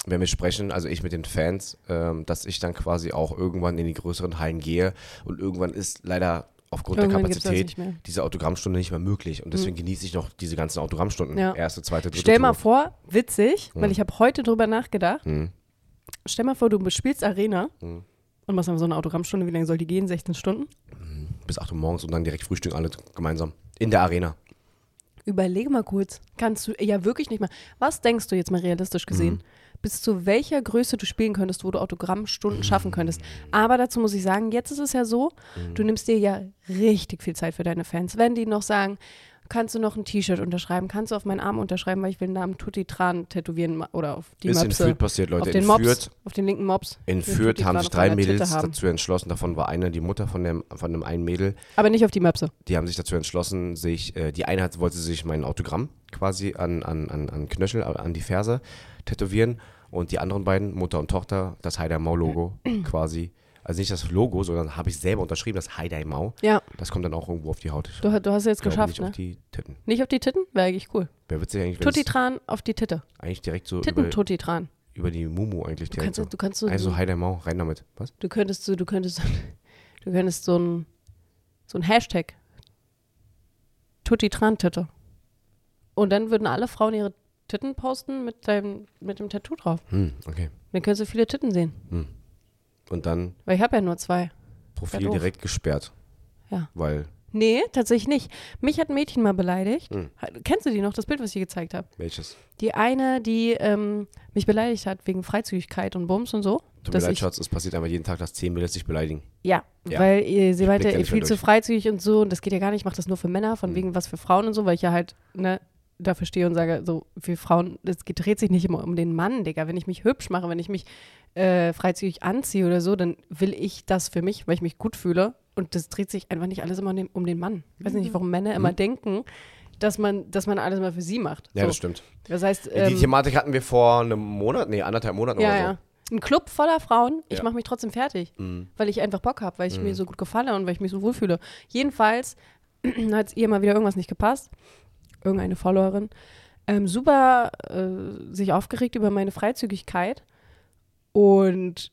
[SPEAKER 2] wenn wir sprechen, also ich mit den Fans, ähm, dass ich dann quasi auch irgendwann in die größeren Hallen gehe und irgendwann ist leider aufgrund
[SPEAKER 1] Irgendwann
[SPEAKER 2] der
[SPEAKER 1] gibt's das
[SPEAKER 2] Kapazität
[SPEAKER 1] nicht mehr. Hm.
[SPEAKER 2] diese Autogrammstunde nicht mehr möglich. Und deswegen genieße ich noch diese ganzen Autogrammstunden.
[SPEAKER 1] Ja.
[SPEAKER 2] Erste, zweite, dritte.
[SPEAKER 1] Stell mal
[SPEAKER 2] Tour.
[SPEAKER 1] vor, witzig,
[SPEAKER 2] Hm.
[SPEAKER 1] weil ich habe heute drüber nachgedacht. Stell mal vor, du spielst Arena
[SPEAKER 2] Hm.
[SPEAKER 1] und machst dann so eine Autogrammstunde. Wie lange soll die gehen? 16 Stunden?
[SPEAKER 2] Bis 8 Uhr morgens und dann direkt frühstücken alle gemeinsam in der Arena.
[SPEAKER 1] Überlege mal kurz. Kannst du ja wirklich nicht mehr. Was denkst du jetzt mal realistisch gesehen?
[SPEAKER 2] Mhm.
[SPEAKER 1] Bis zu welcher Größe du spielen könntest, wo du Autogrammstunden
[SPEAKER 2] Mhm.
[SPEAKER 1] schaffen könntest. Aber dazu muss ich sagen, jetzt ist es ja so, du nimmst dir ja richtig viel Zeit für deine Fans. Wenn die noch sagen, kannst du noch ein T-Shirt unterschreiben, kannst du auf meinen Arm unterschreiben, weil ich will den Namen Tutti Tran tätowieren ma- oder auf die
[SPEAKER 2] Ist in
[SPEAKER 1] Möpse.
[SPEAKER 2] Fürth passiert, Leute.
[SPEAKER 1] Auf den
[SPEAKER 2] In
[SPEAKER 1] Mops,
[SPEAKER 2] Fürth-
[SPEAKER 1] auf den linken Mops.
[SPEAKER 2] In
[SPEAKER 1] Ich will
[SPEAKER 2] Fürth
[SPEAKER 1] Tutti
[SPEAKER 2] haben
[SPEAKER 1] Tran
[SPEAKER 2] sich
[SPEAKER 1] auf
[SPEAKER 2] drei
[SPEAKER 1] meiner Tüte
[SPEAKER 2] Mädels
[SPEAKER 1] haben.
[SPEAKER 2] dazu entschlossen, davon war eine die Mutter von dem, von dem einen Mädel,
[SPEAKER 1] Aber nicht auf die Möpse.
[SPEAKER 2] die haben sich dazu entschlossen, sich, äh, die eine hat, wollte sich mein Autogramm quasi an, an, an, an Knöchel, äh, an die Ferse tätowieren und die anderen beiden, Mutter und Tochter, das Heidaimau-Logo quasi. Also nicht das Logo, sondern habe ich selber unterschrieben, das Heidaimau.
[SPEAKER 1] Ja,
[SPEAKER 2] Das kommt dann auch irgendwo auf die Haut. Genau,
[SPEAKER 1] du,
[SPEAKER 2] Ich
[SPEAKER 1] du hast es jetzt
[SPEAKER 2] glaube
[SPEAKER 1] geschafft,
[SPEAKER 2] nicht
[SPEAKER 1] ne?
[SPEAKER 2] auf die Titten.
[SPEAKER 1] Nicht auf die Titten? Wäre eigentlich cool.
[SPEAKER 2] Wer wird sich eigentlich, wenn
[SPEAKER 1] Tutti
[SPEAKER 2] es
[SPEAKER 1] Tran auf die Titte.
[SPEAKER 2] eigentlich direkt so über,
[SPEAKER 1] Titten Tutti Tran.
[SPEAKER 2] über die Mumu eigentlich
[SPEAKER 1] Du
[SPEAKER 2] direkt
[SPEAKER 1] kannst,
[SPEAKER 2] so.
[SPEAKER 1] du kannst so,
[SPEAKER 2] Also halt Heidaimau, rein damit. Was?
[SPEAKER 1] du könntest so, du könntest, du könntest so ein, so ein Hashtag. Tutti Tran Titte. Und dann würden alle Frauen ihre Titten posten mit deinem, mit dem Tattoo drauf.
[SPEAKER 2] Hm, okay.
[SPEAKER 1] Dann könntest du viele Titten sehen.
[SPEAKER 2] Und dann
[SPEAKER 1] Weil ich habe ja nur zwei.
[SPEAKER 2] Profil
[SPEAKER 1] Ja, doof.
[SPEAKER 2] direkt gesperrt.
[SPEAKER 1] Ja.
[SPEAKER 2] Weil,
[SPEAKER 1] Nee, tatsächlich nicht. Mich hat ein Mädchen mal beleidigt.
[SPEAKER 2] Hm.
[SPEAKER 1] Kennst du die noch, das Bild, was ich dir gezeigt habe?
[SPEAKER 2] welches?
[SPEAKER 1] Die eine, die ähm, mich beleidigt hat wegen Freizügigkeit und Bums und so.
[SPEAKER 2] Tut mir
[SPEAKER 1] dass
[SPEAKER 2] leid,
[SPEAKER 1] ich-
[SPEAKER 2] Schatz, es passiert einfach jeden Tag, dass zehn Mädels dich beleidigen.
[SPEAKER 1] Ja,
[SPEAKER 2] Ja.
[SPEAKER 1] weil ihr, sie meinte,
[SPEAKER 2] blick da
[SPEAKER 1] ihr
[SPEAKER 2] nicht
[SPEAKER 1] viel
[SPEAKER 2] mehr
[SPEAKER 1] zu
[SPEAKER 2] durch. Mhm.
[SPEAKER 1] freizügig und so und das geht ja gar nicht, ich mache das nur für Männer, von wegen was für Frauen und so, weil ich ja halt ne, dafür stehe und sage, so für Frauen, das geht- dreht sich nicht immer um den Mann, Digga. Wenn ich mich hübsch mache, wenn ich mich äh, freizügig anziehe oder so, dann will ich das für mich, weil ich mich gut fühle und das dreht sich einfach nicht alles immer um den, um den Mann. Ich weiß
[SPEAKER 2] Mhm.
[SPEAKER 1] nicht, warum Männer immer denken, dass man, dass man alles mal für sie macht.
[SPEAKER 2] Ja,
[SPEAKER 1] so.
[SPEAKER 2] das stimmt.
[SPEAKER 1] Das heißt,
[SPEAKER 2] Ja, die
[SPEAKER 1] ähm,
[SPEAKER 2] Thematik hatten wir vor einem Monat, nee, anderthalb Monaten
[SPEAKER 1] ja,
[SPEAKER 2] oder so.
[SPEAKER 1] ja. Ein Club voller Frauen, ich
[SPEAKER 2] Ja. Mhm.
[SPEAKER 1] mache mich trotzdem fertig, weil ich einfach Bock habe, weil ich mir so gut gefalle und weil ich mich so wohlfühle. Jedenfalls hat es ihr mal wieder irgendwas nicht gepasst. Irgendeine Followerin. Ähm, super äh, sich aufgeregt über meine Freizügigkeit. Und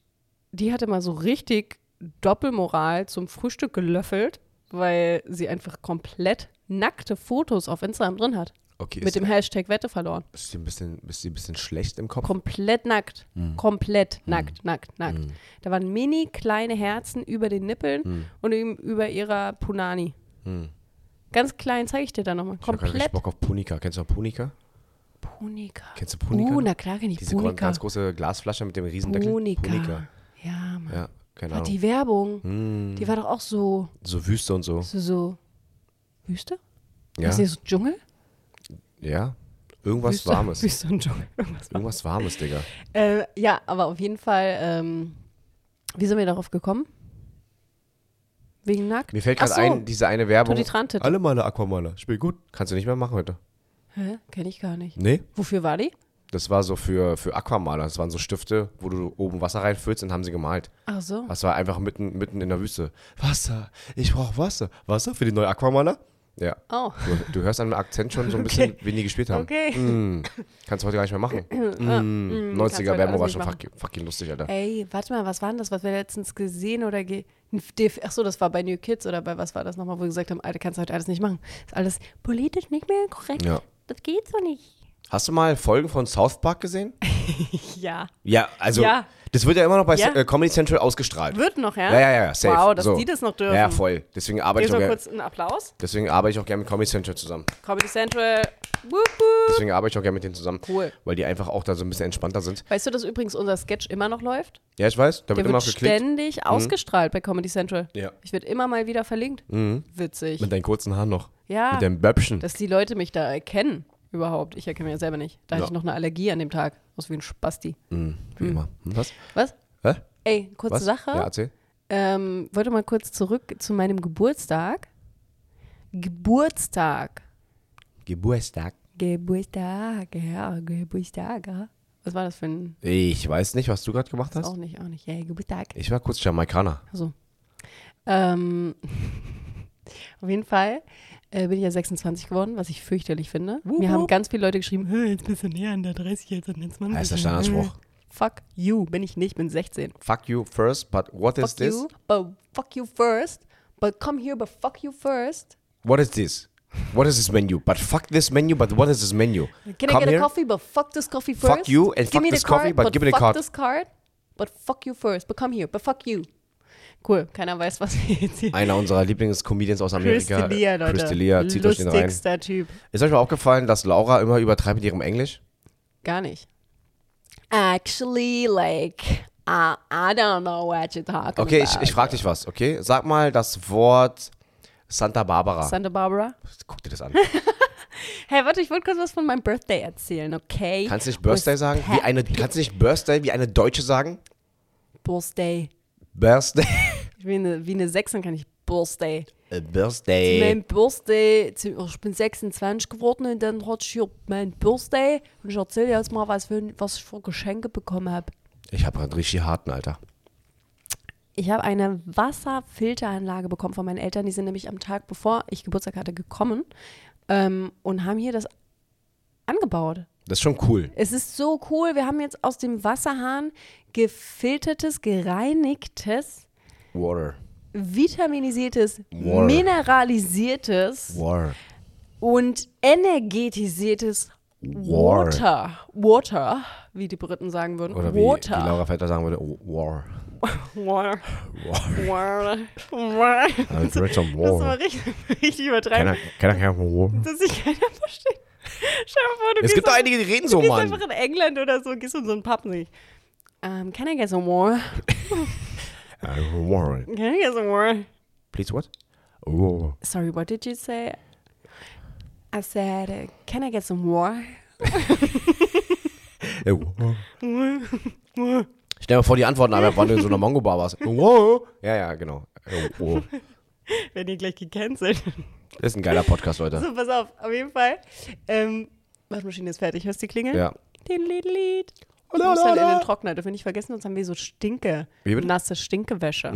[SPEAKER 1] die hatte mal so richtig Doppelmoral zum Frühstück gelöffelt, weil sie einfach komplett nackte Fotos auf Instagram drin hat.
[SPEAKER 2] Okay,
[SPEAKER 1] mit
[SPEAKER 2] ist,
[SPEAKER 1] dem Hashtag Wette verloren
[SPEAKER 2] ist, die ein bisschen, ist die ein bisschen schlecht im Kopf?
[SPEAKER 1] komplett nackt.
[SPEAKER 2] Mhm.
[SPEAKER 1] Komplett nackt, nackt, nackt. Da waren mini kleine Herzen über den Nippeln
[SPEAKER 2] Mhm.
[SPEAKER 1] und eben über ihrer Punani. Ganz klein zeige ich dir da nochmal.
[SPEAKER 2] ich hab grad richtig
[SPEAKER 1] Komplett
[SPEAKER 2] Bock auf Punika. Kennst du noch Punika?
[SPEAKER 1] Punika.
[SPEAKER 2] Kennst du Punika?
[SPEAKER 1] Uh, na klar kenne ich
[SPEAKER 2] Diese gro-
[SPEAKER 1] Punika.
[SPEAKER 2] ganz große Glasflasche mit dem Riesendeckel.
[SPEAKER 1] Punika. Ja, Mann.
[SPEAKER 2] Ja, genau. Mhm. keine
[SPEAKER 1] Boah,
[SPEAKER 2] Ahnung.
[SPEAKER 1] die Werbung, die war doch auch so,
[SPEAKER 2] So Wüste und so.
[SPEAKER 1] so, so Wüste?
[SPEAKER 2] Ja,
[SPEAKER 1] Ist hier so Dschungel?
[SPEAKER 2] ja. Irgendwas
[SPEAKER 1] Wüste,
[SPEAKER 2] Warmes.
[SPEAKER 1] Wüste und Dschungel. Irgendwas
[SPEAKER 2] Irgendwas Warmes, Digga.
[SPEAKER 1] Äh, ja, aber auf jeden Fall, ähm, wie sind wir darauf gekommen? Wegen nackt?
[SPEAKER 2] Mir fällt gerade
[SPEAKER 1] Ach so.
[SPEAKER 2] ein, diese eine Werbung.
[SPEAKER 1] Tutti Trantit.
[SPEAKER 2] Alle Maler, Aquamaler. Spiel gut. Kannst du nicht mehr machen heute.
[SPEAKER 1] Hä? Kenne ich gar nicht.
[SPEAKER 2] Nee?
[SPEAKER 1] Wofür war die?
[SPEAKER 2] Das war so für, für Aquamaler. Das waren so Stifte, wo du oben Wasser reinfüllst und haben sie gemalt.
[SPEAKER 1] Ach so.
[SPEAKER 2] Das war einfach mitten, mitten in der Wüste. Wasser, ich brauche Wasser. Wasser für die neue Aquamaler? Ja.
[SPEAKER 1] Oh.
[SPEAKER 2] Du, du hörst an dem Akzent schon so ein bisschen, wen die gespielt haben.
[SPEAKER 1] Okay.
[SPEAKER 2] Mm, kannst du heute gar nicht mehr machen. Mm,
[SPEAKER 1] kannst du heute
[SPEAKER 2] 90er Werbung war
[SPEAKER 1] alles
[SPEAKER 2] schon
[SPEAKER 1] nicht machen.
[SPEAKER 2] fucking, fucking lustig, Alter.
[SPEAKER 1] Ey, warte mal, was war denn das, was wir letztens gesehen oder ge Ach so, das war bei New Kids oder bei was war das nochmal, wo wir gesagt haben, Alter, kannst du heute alles nicht machen. Ist alles politisch nicht mehr korrekt.
[SPEAKER 2] Ja.
[SPEAKER 1] Das geht so nicht.
[SPEAKER 2] Hast du mal Folgen von South Park gesehen?
[SPEAKER 1] Ja.
[SPEAKER 2] Ja, also
[SPEAKER 1] Ja.
[SPEAKER 2] das wird ja immer noch bei
[SPEAKER 1] Ja.
[SPEAKER 2] äh, Comedy Central ausgestrahlt.
[SPEAKER 1] Wird noch, ja?
[SPEAKER 2] Ja, ja, ja, ja, safe.
[SPEAKER 1] Wow, dass
[SPEAKER 2] so.
[SPEAKER 1] die das noch dürfen.
[SPEAKER 2] Ja, voll. Deswegen
[SPEAKER 1] Hier
[SPEAKER 2] arbeite, ich auch
[SPEAKER 1] so
[SPEAKER 2] gerne,
[SPEAKER 1] kurz einen Applaus.
[SPEAKER 2] deswegen arbeite ich auch gerne mit Comedy Central zusammen.
[SPEAKER 1] Comedy Central. Wup, wup.
[SPEAKER 2] Deswegen arbeite ich auch gerne mit denen zusammen.
[SPEAKER 1] Cool.
[SPEAKER 2] Weil die einfach auch da so ein bisschen entspannter sind.
[SPEAKER 1] Weißt du, dass übrigens unser Sketch immer noch läuft?
[SPEAKER 2] Ja, ich weiß, da wird
[SPEAKER 1] Der
[SPEAKER 2] immer
[SPEAKER 1] wird
[SPEAKER 2] noch geklickt. Mhm.
[SPEAKER 1] ständig ausgestrahlt bei Comedy Central.
[SPEAKER 2] Ja. Mhm.
[SPEAKER 1] Ich werde immer mal wieder verlinkt. Witzig.
[SPEAKER 2] Mit deinen kurzen Haaren noch.
[SPEAKER 1] Ja.
[SPEAKER 2] Mit deinem Böppchen.
[SPEAKER 1] dass die Leute mich da erkennen überhaupt. Ich erkenne mich ja selber nicht. Da hatte
[SPEAKER 2] Ja.
[SPEAKER 1] ich noch eine Allergie an dem Tag. Aus wie ein Spasti.
[SPEAKER 2] Wie immer. Hm, Was?
[SPEAKER 1] Was?
[SPEAKER 2] Hä?
[SPEAKER 1] Ey, kurze
[SPEAKER 2] Was?
[SPEAKER 1] Sache.
[SPEAKER 2] Ja, erzähl.
[SPEAKER 1] Ähm, wollte mal kurz zurück zu meinem Geburtstag. Geburtstag.
[SPEAKER 2] Geburtstag.
[SPEAKER 1] Geburtstag, ja, Geburtstag. ja. Was war das für ein.
[SPEAKER 2] Ich weiß nicht, was du gerade gemacht hast.
[SPEAKER 1] Auch nicht, auch nicht. Ja, Geburtstag.
[SPEAKER 2] Ich war kurz Jamaikaner.
[SPEAKER 1] Also. Ähm, auf jeden Fall äh, bin ich ja 26 geworden, was ich fürchterlich finde. Mir haben ganz viele Leute geschrieben, "Hä, jetzt bist du näher an der 30, jetzt Hm. an den 20.
[SPEAKER 2] Das ist der Standardspruch.
[SPEAKER 1] Mhm. Fuck you, bin ich nicht, bin 16.
[SPEAKER 2] Fuck you first, but what is
[SPEAKER 1] fuck
[SPEAKER 2] this?
[SPEAKER 1] you, but fuck you first. But come here, but fuck you first.
[SPEAKER 2] What is this? What is this menu? But fuck this menu, but what is this menu?
[SPEAKER 1] Can I
[SPEAKER 2] Come
[SPEAKER 1] get
[SPEAKER 2] here.
[SPEAKER 1] a coffee, but fuck this coffee first.
[SPEAKER 2] Fuck you and
[SPEAKER 1] give
[SPEAKER 2] fuck
[SPEAKER 1] me
[SPEAKER 2] this
[SPEAKER 1] the card,
[SPEAKER 2] coffee, but give me the
[SPEAKER 1] fuck
[SPEAKER 2] card.
[SPEAKER 1] this card. But fuck you first, but come here, but fuck you. Cool, keiner weiß, was wir jetzt hier.
[SPEAKER 2] Einer unserer Lieblingscomedians aus Amerika.
[SPEAKER 1] Christelia, Leute.
[SPEAKER 2] Christelia, zieht euch den rein.
[SPEAKER 1] Lustigster Typ.
[SPEAKER 2] Ist euch mal aufgefallen, dass Laura immer übertreibt mit ihrem Englisch?
[SPEAKER 4] Gar nicht.
[SPEAKER 1] Actually, like, uh, I don't know what you're talking
[SPEAKER 2] Okay, ich,
[SPEAKER 1] about.
[SPEAKER 2] ich frage dich was, okay? Sag mal das Wort Santa Barbara.
[SPEAKER 4] Santa Barbara?
[SPEAKER 2] Guck dir das an.
[SPEAKER 1] Hey, warte, ich wollte kurz was von meinem Birthday erzählen, okay?
[SPEAKER 2] Kannst du nicht Birthday sagen? Wie eine, kannst du nicht Birthday wie eine Deutsche sagen?
[SPEAKER 1] Birthday.
[SPEAKER 2] Birthday.
[SPEAKER 1] Wie eine, wie eine Sechsen kann ich Birthday.
[SPEAKER 2] Äh, Birthday.
[SPEAKER 1] Mein Birthday, zu- ich bin 26 geworden und dann hatte ich hier mein Birthday und ich erzähle jetzt mal, was, für, was ich für Geschenke bekommen habe.
[SPEAKER 2] Ich habe gerade richtig harten, Alter.
[SPEAKER 1] Ich habe eine Wasserfilteranlage bekommen von meinen Eltern. Die sind nämlich am Tag, bevor ich Geburtstag hatte, gekommen ähm, und haben hier das angebaut.
[SPEAKER 2] Das ist schon cool.
[SPEAKER 1] Es ist so cool. Wir haben jetzt aus dem Wasserhahn gefiltertes, gereinigtes,
[SPEAKER 2] Water.
[SPEAKER 1] vitaminisiertes,
[SPEAKER 2] Wow.
[SPEAKER 1] mineralisiertes
[SPEAKER 2] Water.
[SPEAKER 1] und energetisiertes
[SPEAKER 2] Wow.
[SPEAKER 1] Water. Water, wie die Briten sagen würden.
[SPEAKER 2] Oder wie, wie
[SPEAKER 1] Water.
[SPEAKER 2] Laura Vetter sagen würde, oh, War.
[SPEAKER 1] Water.
[SPEAKER 2] War.
[SPEAKER 1] Water. Water.
[SPEAKER 2] Das
[SPEAKER 1] Das war
[SPEAKER 2] Äh, war
[SPEAKER 1] richtig, richtig übertreiben,
[SPEAKER 2] keiner, keiner kann War.
[SPEAKER 1] dass sich keiner versteht. Schau mal vor, du
[SPEAKER 2] Es
[SPEAKER 1] gehst
[SPEAKER 2] gibt doch
[SPEAKER 1] auf-
[SPEAKER 2] einige, die reden
[SPEAKER 1] Du
[SPEAKER 2] so,
[SPEAKER 1] gehst
[SPEAKER 2] Mann.
[SPEAKER 1] einfach in England oder so, gehst in so einen Pub und sagst, um, can I get some more?
[SPEAKER 2] Äh, War.
[SPEAKER 1] Can I get some more?
[SPEAKER 2] Please what? War.
[SPEAKER 1] Sorry, what did you say? I said, uh, can I get some more?
[SPEAKER 2] Äh, War. Stell dir mal vor, die Antworten alle, wann du in so einer Mongo-Bar warst. War. Ja, ja, genau. Äh, War.
[SPEAKER 1] Werden ihr gleich gecancelt.
[SPEAKER 2] Das ist ein geiler Podcast, Leute.
[SPEAKER 1] So, pass auf, auf jeden Fall. Ähm, Waschmaschine ist fertig. Hörst du die Klingel?
[SPEAKER 2] Ja.
[SPEAKER 1] Den Lied, Lied. Du musst dann halt in den Trockner. Dürfen wir nicht vergessen, sonst haben wir so Stinke,
[SPEAKER 2] Wie bitte?
[SPEAKER 1] nasse Stinkewäsche.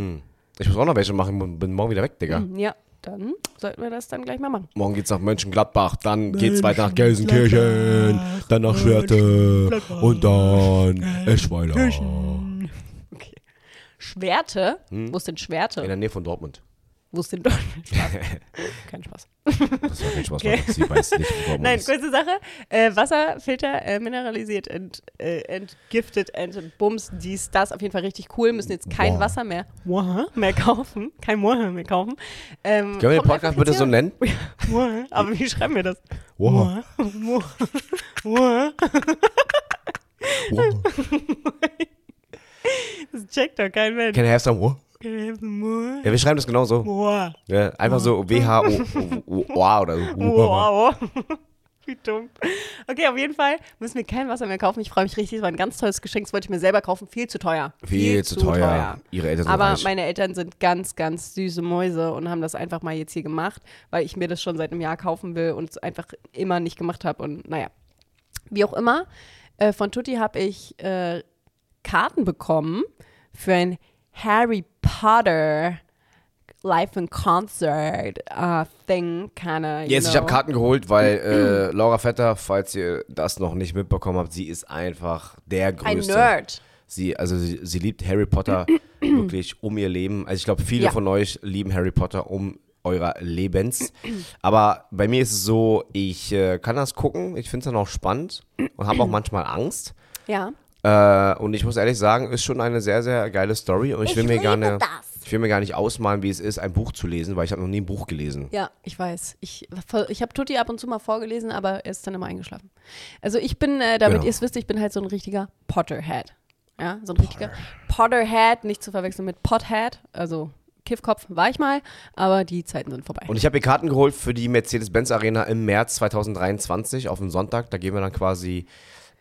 [SPEAKER 2] Ich muss auch noch welche machen, bin morgen wieder weg, Digga.
[SPEAKER 1] Ja, dann sollten wir das dann gleich mal machen.
[SPEAKER 2] Morgen geht's nach Mönchengladbach, dann geht's weiter nach Gelsenkirchen, dann nach Schwerte und dann Eschweiler. In
[SPEAKER 1] Okay. Schwerte?
[SPEAKER 2] Hm.
[SPEAKER 1] Wo ist denn Schwerte?
[SPEAKER 2] der Nähe von Dortmund.
[SPEAKER 1] Wo ist denn Dortmund? Spaß. Kein Spaß.
[SPEAKER 2] Das war kein Spaß, Leute. Sie weiß nicht, wo Dortmund
[SPEAKER 1] Nein,
[SPEAKER 2] ist.
[SPEAKER 1] kurze Sache. Äh, Wasserfilter äh, mineralisiert, ent, äh, entgiftet, ent, bums, dies, das. Auf jeden Fall richtig cool. Müssen jetzt kein
[SPEAKER 2] Wow.
[SPEAKER 1] Wasser mehr, Waha mehr kaufen. Kein Moha mehr kaufen. Ähm,
[SPEAKER 2] Können wir den
[SPEAKER 1] kommt
[SPEAKER 2] Podcast
[SPEAKER 1] einfach
[SPEAKER 2] bitte
[SPEAKER 1] jetzt
[SPEAKER 2] so
[SPEAKER 1] her.
[SPEAKER 2] nennen?
[SPEAKER 1] Waha. Aber wie schreiben wir das?
[SPEAKER 2] Wow.
[SPEAKER 1] Waha. Waha. Waha.
[SPEAKER 2] wow.
[SPEAKER 1] Das checkt doch kein Mensch.
[SPEAKER 2] Can I have some wow?
[SPEAKER 1] Can I have some more?
[SPEAKER 2] Ja, wir schreiben das genau so.
[SPEAKER 1] Waha.
[SPEAKER 2] Ja, einfach so W-H-O-A oder so.
[SPEAKER 1] Wow. Wie dumm. Okay, auf jeden Fall müssen wir kein Wasser mehr kaufen. Ich freue mich richtig. Es war ein ganz tolles Geschenk. Das wollte ich mir selber kaufen. Viel zu teuer.
[SPEAKER 2] Viel zu teuer. Ihre Eltern sind
[SPEAKER 1] Aber
[SPEAKER 2] reich.
[SPEAKER 1] meine Eltern sind ganz, ganz süße Mäuse und haben das einfach mal jetzt hier gemacht, weil ich mir das schon seit einem Jahr kaufen will und es einfach immer nicht gemacht habe. Und naja, wie auch immer, äh, von Tutti habe ich äh, Karten bekommen für ein Harry Potter Live in Concert uh, Thing, keine.
[SPEAKER 2] Yes, ich habe Karten geholt, weil äh, Laura Vetter, falls ihr das noch nicht mitbekommen habt, sie ist einfach der
[SPEAKER 1] Ein
[SPEAKER 2] größte.
[SPEAKER 1] Nerd.
[SPEAKER 2] Sie, also sie, sie liebt Harry Potter wirklich um ihr Leben. Also ich glaube, viele
[SPEAKER 1] Ja.
[SPEAKER 2] von euch lieben Harry Potter um eurer Lebens. Aber bei mir ist es so, ich äh, kann das gucken, ich finde es dann auch spannend und habe auch manchmal Angst.
[SPEAKER 1] Ja.
[SPEAKER 2] Äh, und ich muss ehrlich sagen, ist schon eine sehr, sehr geile Story. Und ich, will mir gar nicht, ich will mir gar nicht ausmalen, wie es ist, ein Buch zu lesen, weil ich habe noch nie ein Buch gelesen.
[SPEAKER 1] Ja, ich weiß. Ich, ich habe Tutti ab und zu mal vorgelesen, aber er ist dann immer eingeschlafen. Also ich bin, äh, damit
[SPEAKER 2] Genau.
[SPEAKER 1] ihr es wisst, ich bin halt so ein richtiger Potterhead. Ja, so ein richtiger Potterhead, nicht zu verwechseln mit Pothead. Also Kiffkopf war ich mal, aber die Zeiten sind vorbei.
[SPEAKER 2] Und ich habe mir Karten geholt für die Mercedes-Benz Arena im März 2023 auf den Sonntag. Da gehen wir dann quasi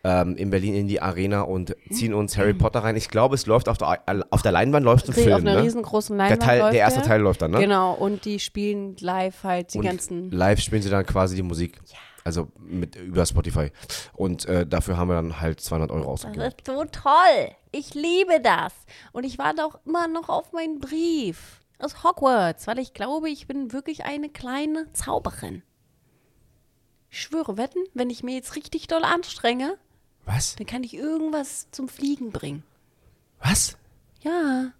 [SPEAKER 2] ähm, in Berlin in die Arena und ziehen uns Harry Potter rein. Ich glaube, es läuft auf der, auf der Leinwand läuft ein
[SPEAKER 1] Richtig,
[SPEAKER 2] Film,
[SPEAKER 1] auf einer
[SPEAKER 2] ne?
[SPEAKER 1] riesengroßen
[SPEAKER 2] Der,
[SPEAKER 1] Leinwand
[SPEAKER 2] Teil,
[SPEAKER 1] läuft
[SPEAKER 2] der erste Teil läuft dann, ne?
[SPEAKER 1] Genau, und die spielen live halt die
[SPEAKER 2] und
[SPEAKER 1] ganzen.
[SPEAKER 2] live spielen sie dann quasi die Musik. Also mit, über Spotify. Und äh, dafür haben wir dann halt 200 Euro
[SPEAKER 1] Das
[SPEAKER 2] ausgegeben.
[SPEAKER 1] ist so toll. Ich liebe das. Und ich warte auch immer noch auf meinen Brief aus Hogwarts, weil ich glaube, ich bin wirklich eine kleine Zauberin. Ich schwöre, wetten, wenn ich mir jetzt richtig doll anstrenge,
[SPEAKER 2] Was?
[SPEAKER 1] dann kann ich irgendwas zum Fliegen bringen.
[SPEAKER 2] Was?
[SPEAKER 1] Ja.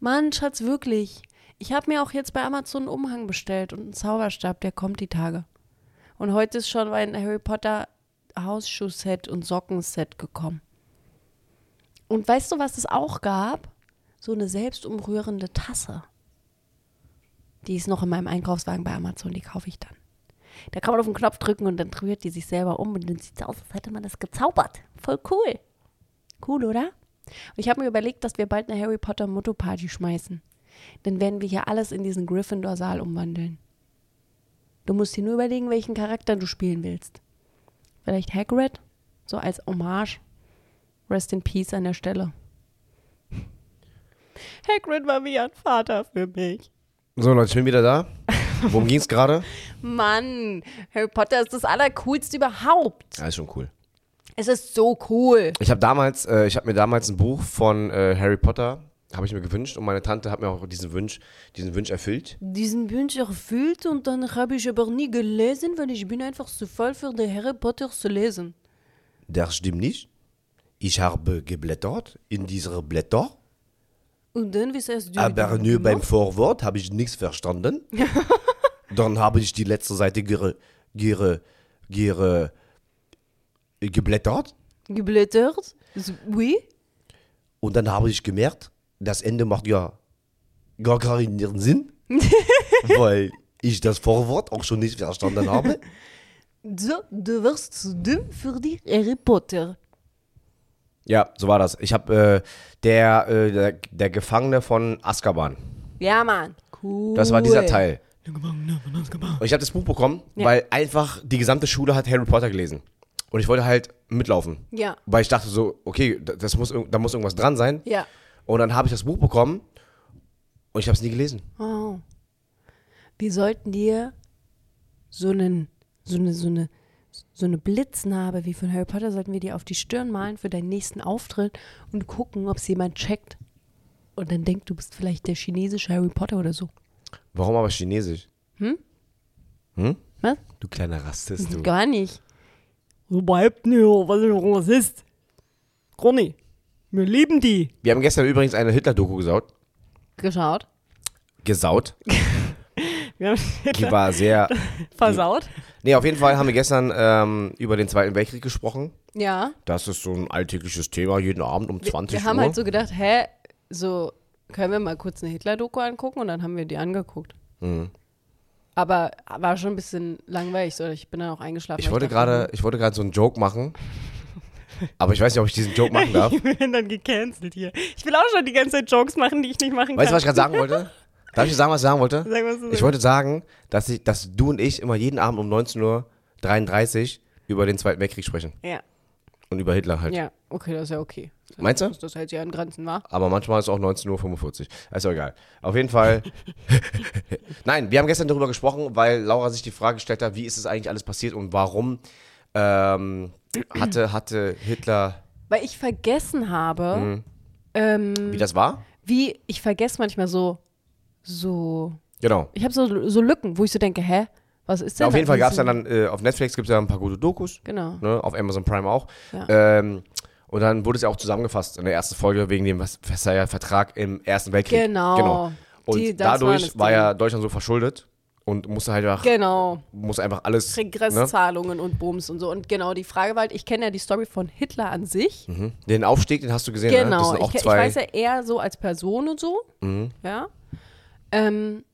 [SPEAKER 1] Mann, Schatz, wirklich. Ich habe mir auch jetzt bei Amazon einen Umhang bestellt und einen Zauberstab, der kommt die Tage. Und heute ist schon mein Harry Potter Hausschuhset und Sockenset gekommen. Und weißt du, was es auch gab? so eine selbstumrührende Tasse. Die ist noch in meinem Einkaufswagen bei Amazon, die kaufe ich dann. Da kann man auf den Knopf drücken und dann rührt die sich selber um und dann sieht es aus, als hätte man das gezaubert. Voll cool. Cool, oder? Und ich habe mir überlegt, dass wir bald eine Harry Potter Motto-Party schmeißen. Dann werden wir hier alles in diesen Gryffindor-Saal umwandeln. Du musst dir nur überlegen, welchen Charakter du spielen willst. Vielleicht Hagrid, so als Hommage. Rest in Peace an der Stelle. Hagrid war wie ein Vater für mich.
[SPEAKER 2] So, Leute, ich bin wieder da. Worum ging es gerade?
[SPEAKER 1] Mann, Harry Potter ist das Allercoolste überhaupt.
[SPEAKER 2] Ja, ist schon cool.
[SPEAKER 1] Es ist so cool.
[SPEAKER 2] Ich habe damals, äh, ich habe mir damals ein Buch von äh, Harry Potter, habe ich mir gewünscht und meine Tante hat mir auch diesen Wunsch, diesen Wunsch erfüllt.
[SPEAKER 1] Diesen Wunsch erfüllt und dann habe ich aber nie gelesen, weil ich bin einfach zu voll für die Harry Potter zu lesen.
[SPEAKER 2] Das stimmt nicht. Ich habe geblättert in dieser Blätter,
[SPEAKER 1] Und dann, wie sagst du?
[SPEAKER 2] aber nur Ah, beim Vorwort habe ich nichts verstanden. Dann habe ich die letzte Seite gere, gere, gere, äh, geblättert
[SPEAKER 1] Geblättert? So, Oui?
[SPEAKER 2] und dann habe ich gemerkt, das Ende macht ja gar keinen Sinn, weil ich das Vorwort auch schon nicht verstanden habe.
[SPEAKER 1] So, du wirst zu dumm für die Harry Potter.
[SPEAKER 2] Ja, so war das. Ich habe äh, der, äh, der der Gefangene von Azkaban.
[SPEAKER 1] Ja, Mann. Cool.
[SPEAKER 2] Das war dieser Teil. Und ich habe das Buch bekommen, weil einfach die gesamte Schule hat Harry Potter gelesen. Und ich wollte halt mitlaufen.
[SPEAKER 1] Ja.
[SPEAKER 2] Weil ich dachte so, okay, da- das muss, irg- da muss irgendwas dran sein.
[SPEAKER 1] Ja.
[SPEAKER 2] Und dann habe ich das Buch bekommen und ich habe es nie gelesen.
[SPEAKER 1] Oh. Wir sollten dir so einen, so eine, so eine, so eine Blitznarbe wie von Harry Potter sollten wir dir auf die Stirn malen für deinen nächsten Auftritt und gucken, ob es jemand checkt. Und dann denkt, du bist vielleicht der chinesische Harry Potter oder so.
[SPEAKER 2] Warum aber Chinesisch?
[SPEAKER 1] Was?
[SPEAKER 2] Du kleiner Rassist, du.
[SPEAKER 1] Ne? Gar nicht.
[SPEAKER 5] Überhaupt nicht, was ich auch was ist. Conny, wir lieben die.
[SPEAKER 2] Wir haben gestern übrigens eine Hitler-Doku gesaut.
[SPEAKER 1] Geschaut.
[SPEAKER 2] Gesaut.
[SPEAKER 5] Wir haben
[SPEAKER 2] Die war sehr.
[SPEAKER 5] versaut.
[SPEAKER 2] Nee, auf jeden Fall haben wir gestern ähm, über den Zweiten Weltkrieg gesprochen.
[SPEAKER 1] Ja.
[SPEAKER 2] Das ist so ein alltägliches Thema jeden Abend um 20
[SPEAKER 1] Wir
[SPEAKER 2] Uhr.
[SPEAKER 1] haben halt so gedacht, hä, so können wir mal kurz eine Hitler-Doku angucken und dann haben wir die angeguckt.
[SPEAKER 2] Mhm.
[SPEAKER 1] Aber war schon ein bisschen langweilig, so ich bin dann auch eingeschlafen.
[SPEAKER 2] ich
[SPEAKER 1] weil
[SPEAKER 2] wollte
[SPEAKER 1] dachte,
[SPEAKER 2] gerade, ich wollte gerade so einen Joke machen, aber ich weiß nicht, ob ich diesen Joke machen darf.
[SPEAKER 5] Ich bin dann gecancelt hier. Ich will auch schon die ganze Zeit Jokes machen, die ich nicht machen
[SPEAKER 2] Weißt
[SPEAKER 5] kann.
[SPEAKER 2] du, was ich gerade sagen wollte? Darf ich sagen, was ich sagen wollte?
[SPEAKER 5] Sag, was du
[SPEAKER 2] ich
[SPEAKER 5] sagst.
[SPEAKER 2] wollte sagen, dass ich, dass du und ich immer jeden Abend um 19.33 Uhr über den Zweiten Weltkrieg sprechen
[SPEAKER 5] Ja.
[SPEAKER 2] und über Hitler halt.
[SPEAKER 1] Ja, okay, das ist ja okay.
[SPEAKER 2] Meinst du?
[SPEAKER 1] Dass das halt ja an Grenzen war.
[SPEAKER 2] Aber manchmal ist es auch 19.45 Uhr. Ist auch egal. Auf jeden Fall. Nein, wir haben gestern darüber gesprochen, weil Laura sich die Frage gestellt hat, wie ist es eigentlich alles passiert und warum ähm, hatte, hatte Hitler,
[SPEAKER 1] Weil ich vergessen habe,
[SPEAKER 2] Mhm.
[SPEAKER 1] ähm,
[SPEAKER 2] wie das war?
[SPEAKER 1] wie ich vergesse manchmal so, so,
[SPEAKER 2] Genau.
[SPEAKER 1] ich habe so, so Lücken, wo ich so denke, hä, was ist denn
[SPEAKER 2] Ja, auf
[SPEAKER 1] da
[SPEAKER 2] jeden Fall gab es
[SPEAKER 1] gewesen?
[SPEAKER 2] dann, dann äh, auf Netflix gibt es ja ein paar gute Dokus,
[SPEAKER 1] Genau.
[SPEAKER 2] ne, auf Amazon Prime auch.
[SPEAKER 1] Ja.
[SPEAKER 2] Ähm, und dann wurde es ja auch zusammengefasst in der ersten Folge wegen dem Vers- Versailler Vertrag im Ersten Weltkrieg.
[SPEAKER 1] Genau.
[SPEAKER 2] Und
[SPEAKER 1] Die- das war
[SPEAKER 2] dadurch
[SPEAKER 1] das
[SPEAKER 2] war
[SPEAKER 1] Ding.
[SPEAKER 2] ja Deutschland so verschuldet und musste halt einfach,
[SPEAKER 1] Genau.
[SPEAKER 2] muss einfach alles. ne?
[SPEAKER 1] Regresszahlungen und Bums und so. Und genau, die Frage war halt, ich kenne ja die Story von Hitler an sich.
[SPEAKER 2] Mhm. Den Aufstieg, den hast du gesehen, ne? Das
[SPEAKER 1] Genau,
[SPEAKER 2] sind auch
[SPEAKER 1] ich, ke- ich
[SPEAKER 2] zwei. Mhm.
[SPEAKER 1] weiß ja eher so als Person und so. Ja. Ähm,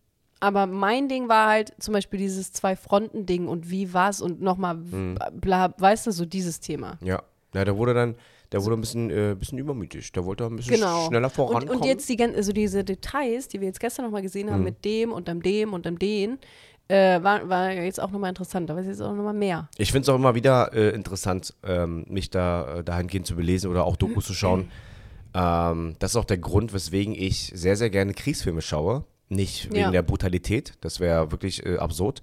[SPEAKER 1] aber mein Ding war halt zum Beispiel dieses Zwei-Fronten-Ding und wie war's und nochmal,
[SPEAKER 2] Mhm.
[SPEAKER 1] bla, weißt du, so dieses Thema.
[SPEAKER 2] ja. ja, der wurde dann, der wurde ein bisschen, äh, bisschen übermütig. Der wollte ein bisschen
[SPEAKER 1] Genau.
[SPEAKER 2] schneller vorankommen. Mhm.
[SPEAKER 1] Und, und jetzt die ganzen, also diese Details, die wir jetzt gestern nochmal gesehen haben mit dem und dann dem und dann den, äh, war, war jetzt auch nochmal interessant. Da weiß ich jetzt auch nochmal mehr.
[SPEAKER 2] Ich finde es auch immer wieder äh, interessant, ähm, mich da äh, dahingehend zu belesen oder auch Dokus zu schauen. Ähm, das ist auch der Grund, weswegen ich sehr, sehr gerne Kriegsfilme schaue. Nicht wegen
[SPEAKER 1] Ja.
[SPEAKER 2] der Brutalität, das wäre wirklich äh, absurd,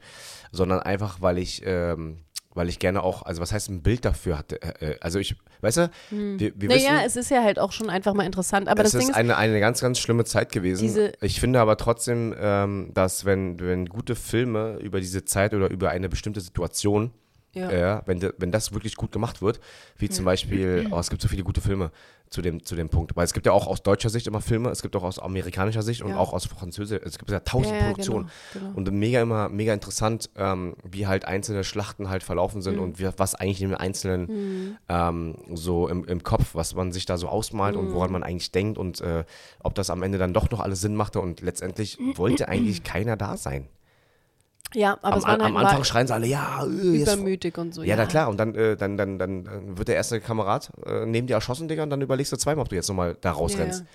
[SPEAKER 2] sondern einfach, weil ich, ähm, weil ich gerne auch, also was heißt ein Bild dafür hatte. Äh, äh, also ich, weißt du, wir, wir wissen,
[SPEAKER 1] Naja, es ist Hm. ja halt auch schon einfach mal interessant. Aber
[SPEAKER 2] es
[SPEAKER 1] das Ding
[SPEAKER 2] ist
[SPEAKER 1] ist,
[SPEAKER 2] eine, eine ganz, ganz schlimme Zeit gewesen.
[SPEAKER 1] Diese-
[SPEAKER 2] ich finde aber trotzdem, ähm, dass wenn, wenn gute Filme über diese Zeit oder über eine bestimmte Situation
[SPEAKER 1] Ja.
[SPEAKER 2] Ja, wenn, de- wenn das wirklich gut gemacht wird, wie zum Beispiel, oh, es gibt so viele gute Filme zu dem, zu dem Punkt. Weil es gibt ja auch aus deutscher Sicht immer Filme, es gibt auch aus amerikanischer Sicht und
[SPEAKER 1] Ja.
[SPEAKER 2] auch aus französischer, es gibt ja tausend
[SPEAKER 1] Ja, ja,
[SPEAKER 2] Produktionen.
[SPEAKER 1] genau, genau.
[SPEAKER 2] Und mega immer, mega interessant, ähm, wie halt einzelne Schlachten halt verlaufen
[SPEAKER 1] Mhm.
[SPEAKER 2] sind und wie, was eigentlich im Einzelnen ähm, so im, im Kopf, was man sich da so ausmalt und
[SPEAKER 1] Mhm.
[SPEAKER 2] woran man eigentlich denkt und äh, ob das am Ende dann doch noch alles Sinn machte. Und letztendlich wollte eigentlich keiner da sein.
[SPEAKER 1] Ja, aber
[SPEAKER 2] Am,
[SPEAKER 1] es waren
[SPEAKER 2] am
[SPEAKER 1] halt
[SPEAKER 2] Anfang schreien sie alle, ja, äh, jetzt
[SPEAKER 1] übermütig und so.
[SPEAKER 2] ja, na klar. Und dann, äh, dann, dann, dann, dann wird der erste Kamerad äh, neben dir erschossen, Digga, und dann überlegst du zweimal, ob du jetzt nochmal da rausrennst.
[SPEAKER 1] Ja,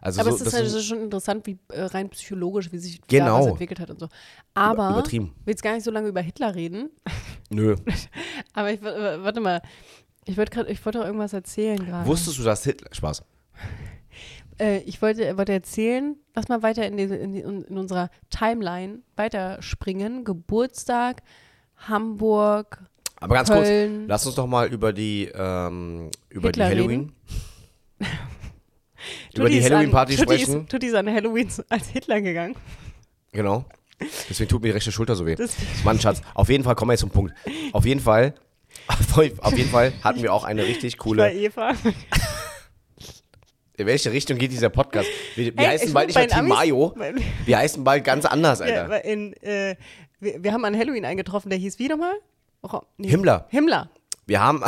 [SPEAKER 2] Also
[SPEAKER 1] Aber
[SPEAKER 2] so,
[SPEAKER 1] es ist
[SPEAKER 2] das
[SPEAKER 1] halt
[SPEAKER 2] ist
[SPEAKER 1] so schon interessant, wie äh, rein psychologisch, wie sich
[SPEAKER 2] Genau.
[SPEAKER 1] da was entwickelt hat und so. Aber
[SPEAKER 2] übertrieben.
[SPEAKER 1] willst gar nicht so lange über Hitler reden.
[SPEAKER 2] Nö.
[SPEAKER 1] Aber ich w- w- warte mal, ich wollte gerade, ich wollte doch irgendwas erzählen gerade.
[SPEAKER 2] Wusstest du, dass Hitler. Spaß.
[SPEAKER 1] Äh, ich wollte, wollte erzählen, lass mal weiter in, diese- in, die- in unserer Timeline weiterspringen. Geburtstag, Hamburg,
[SPEAKER 2] Aber ganz
[SPEAKER 1] Köln.
[SPEAKER 2] kurz, lass uns doch mal über die, ähm, über
[SPEAKER 1] Hitler
[SPEAKER 2] die
[SPEAKER 1] reden?
[SPEAKER 2] Halloween. über die
[SPEAKER 1] Tutti ist
[SPEAKER 2] Halloween-Party
[SPEAKER 1] an- Tutti
[SPEAKER 2] sprechen.
[SPEAKER 1] Ist, Tutti ist an Halloween zu- als Hitler gegangen.
[SPEAKER 2] Genau. Deswegen tut mir die rechte Schulter so weh.
[SPEAKER 1] Das-
[SPEAKER 2] Mann, Schatz, auf jeden Fall kommen wir jetzt zum Punkt. Auf jeden Fall, auf jeden Fall hatten wir auch eine richtig
[SPEAKER 1] Bei
[SPEAKER 2] coole. Genau.
[SPEAKER 1] Eva.
[SPEAKER 2] In welche Richtung geht dieser Podcast? Wir, wir
[SPEAKER 1] Ey,
[SPEAKER 2] heißen
[SPEAKER 1] ich
[SPEAKER 2] bald nicht mehr
[SPEAKER 1] muss bei
[SPEAKER 2] Team
[SPEAKER 1] den
[SPEAKER 2] Mayo,
[SPEAKER 1] Amis-
[SPEAKER 2] wir heißen bald ganz anders, Alter.
[SPEAKER 1] Ja, in, äh, wir, wir haben an Halloween eingetroffen, der hieß wie nochmal? Ro- nee.
[SPEAKER 2] Himmler.
[SPEAKER 1] Himmler.
[SPEAKER 2] Wir haben,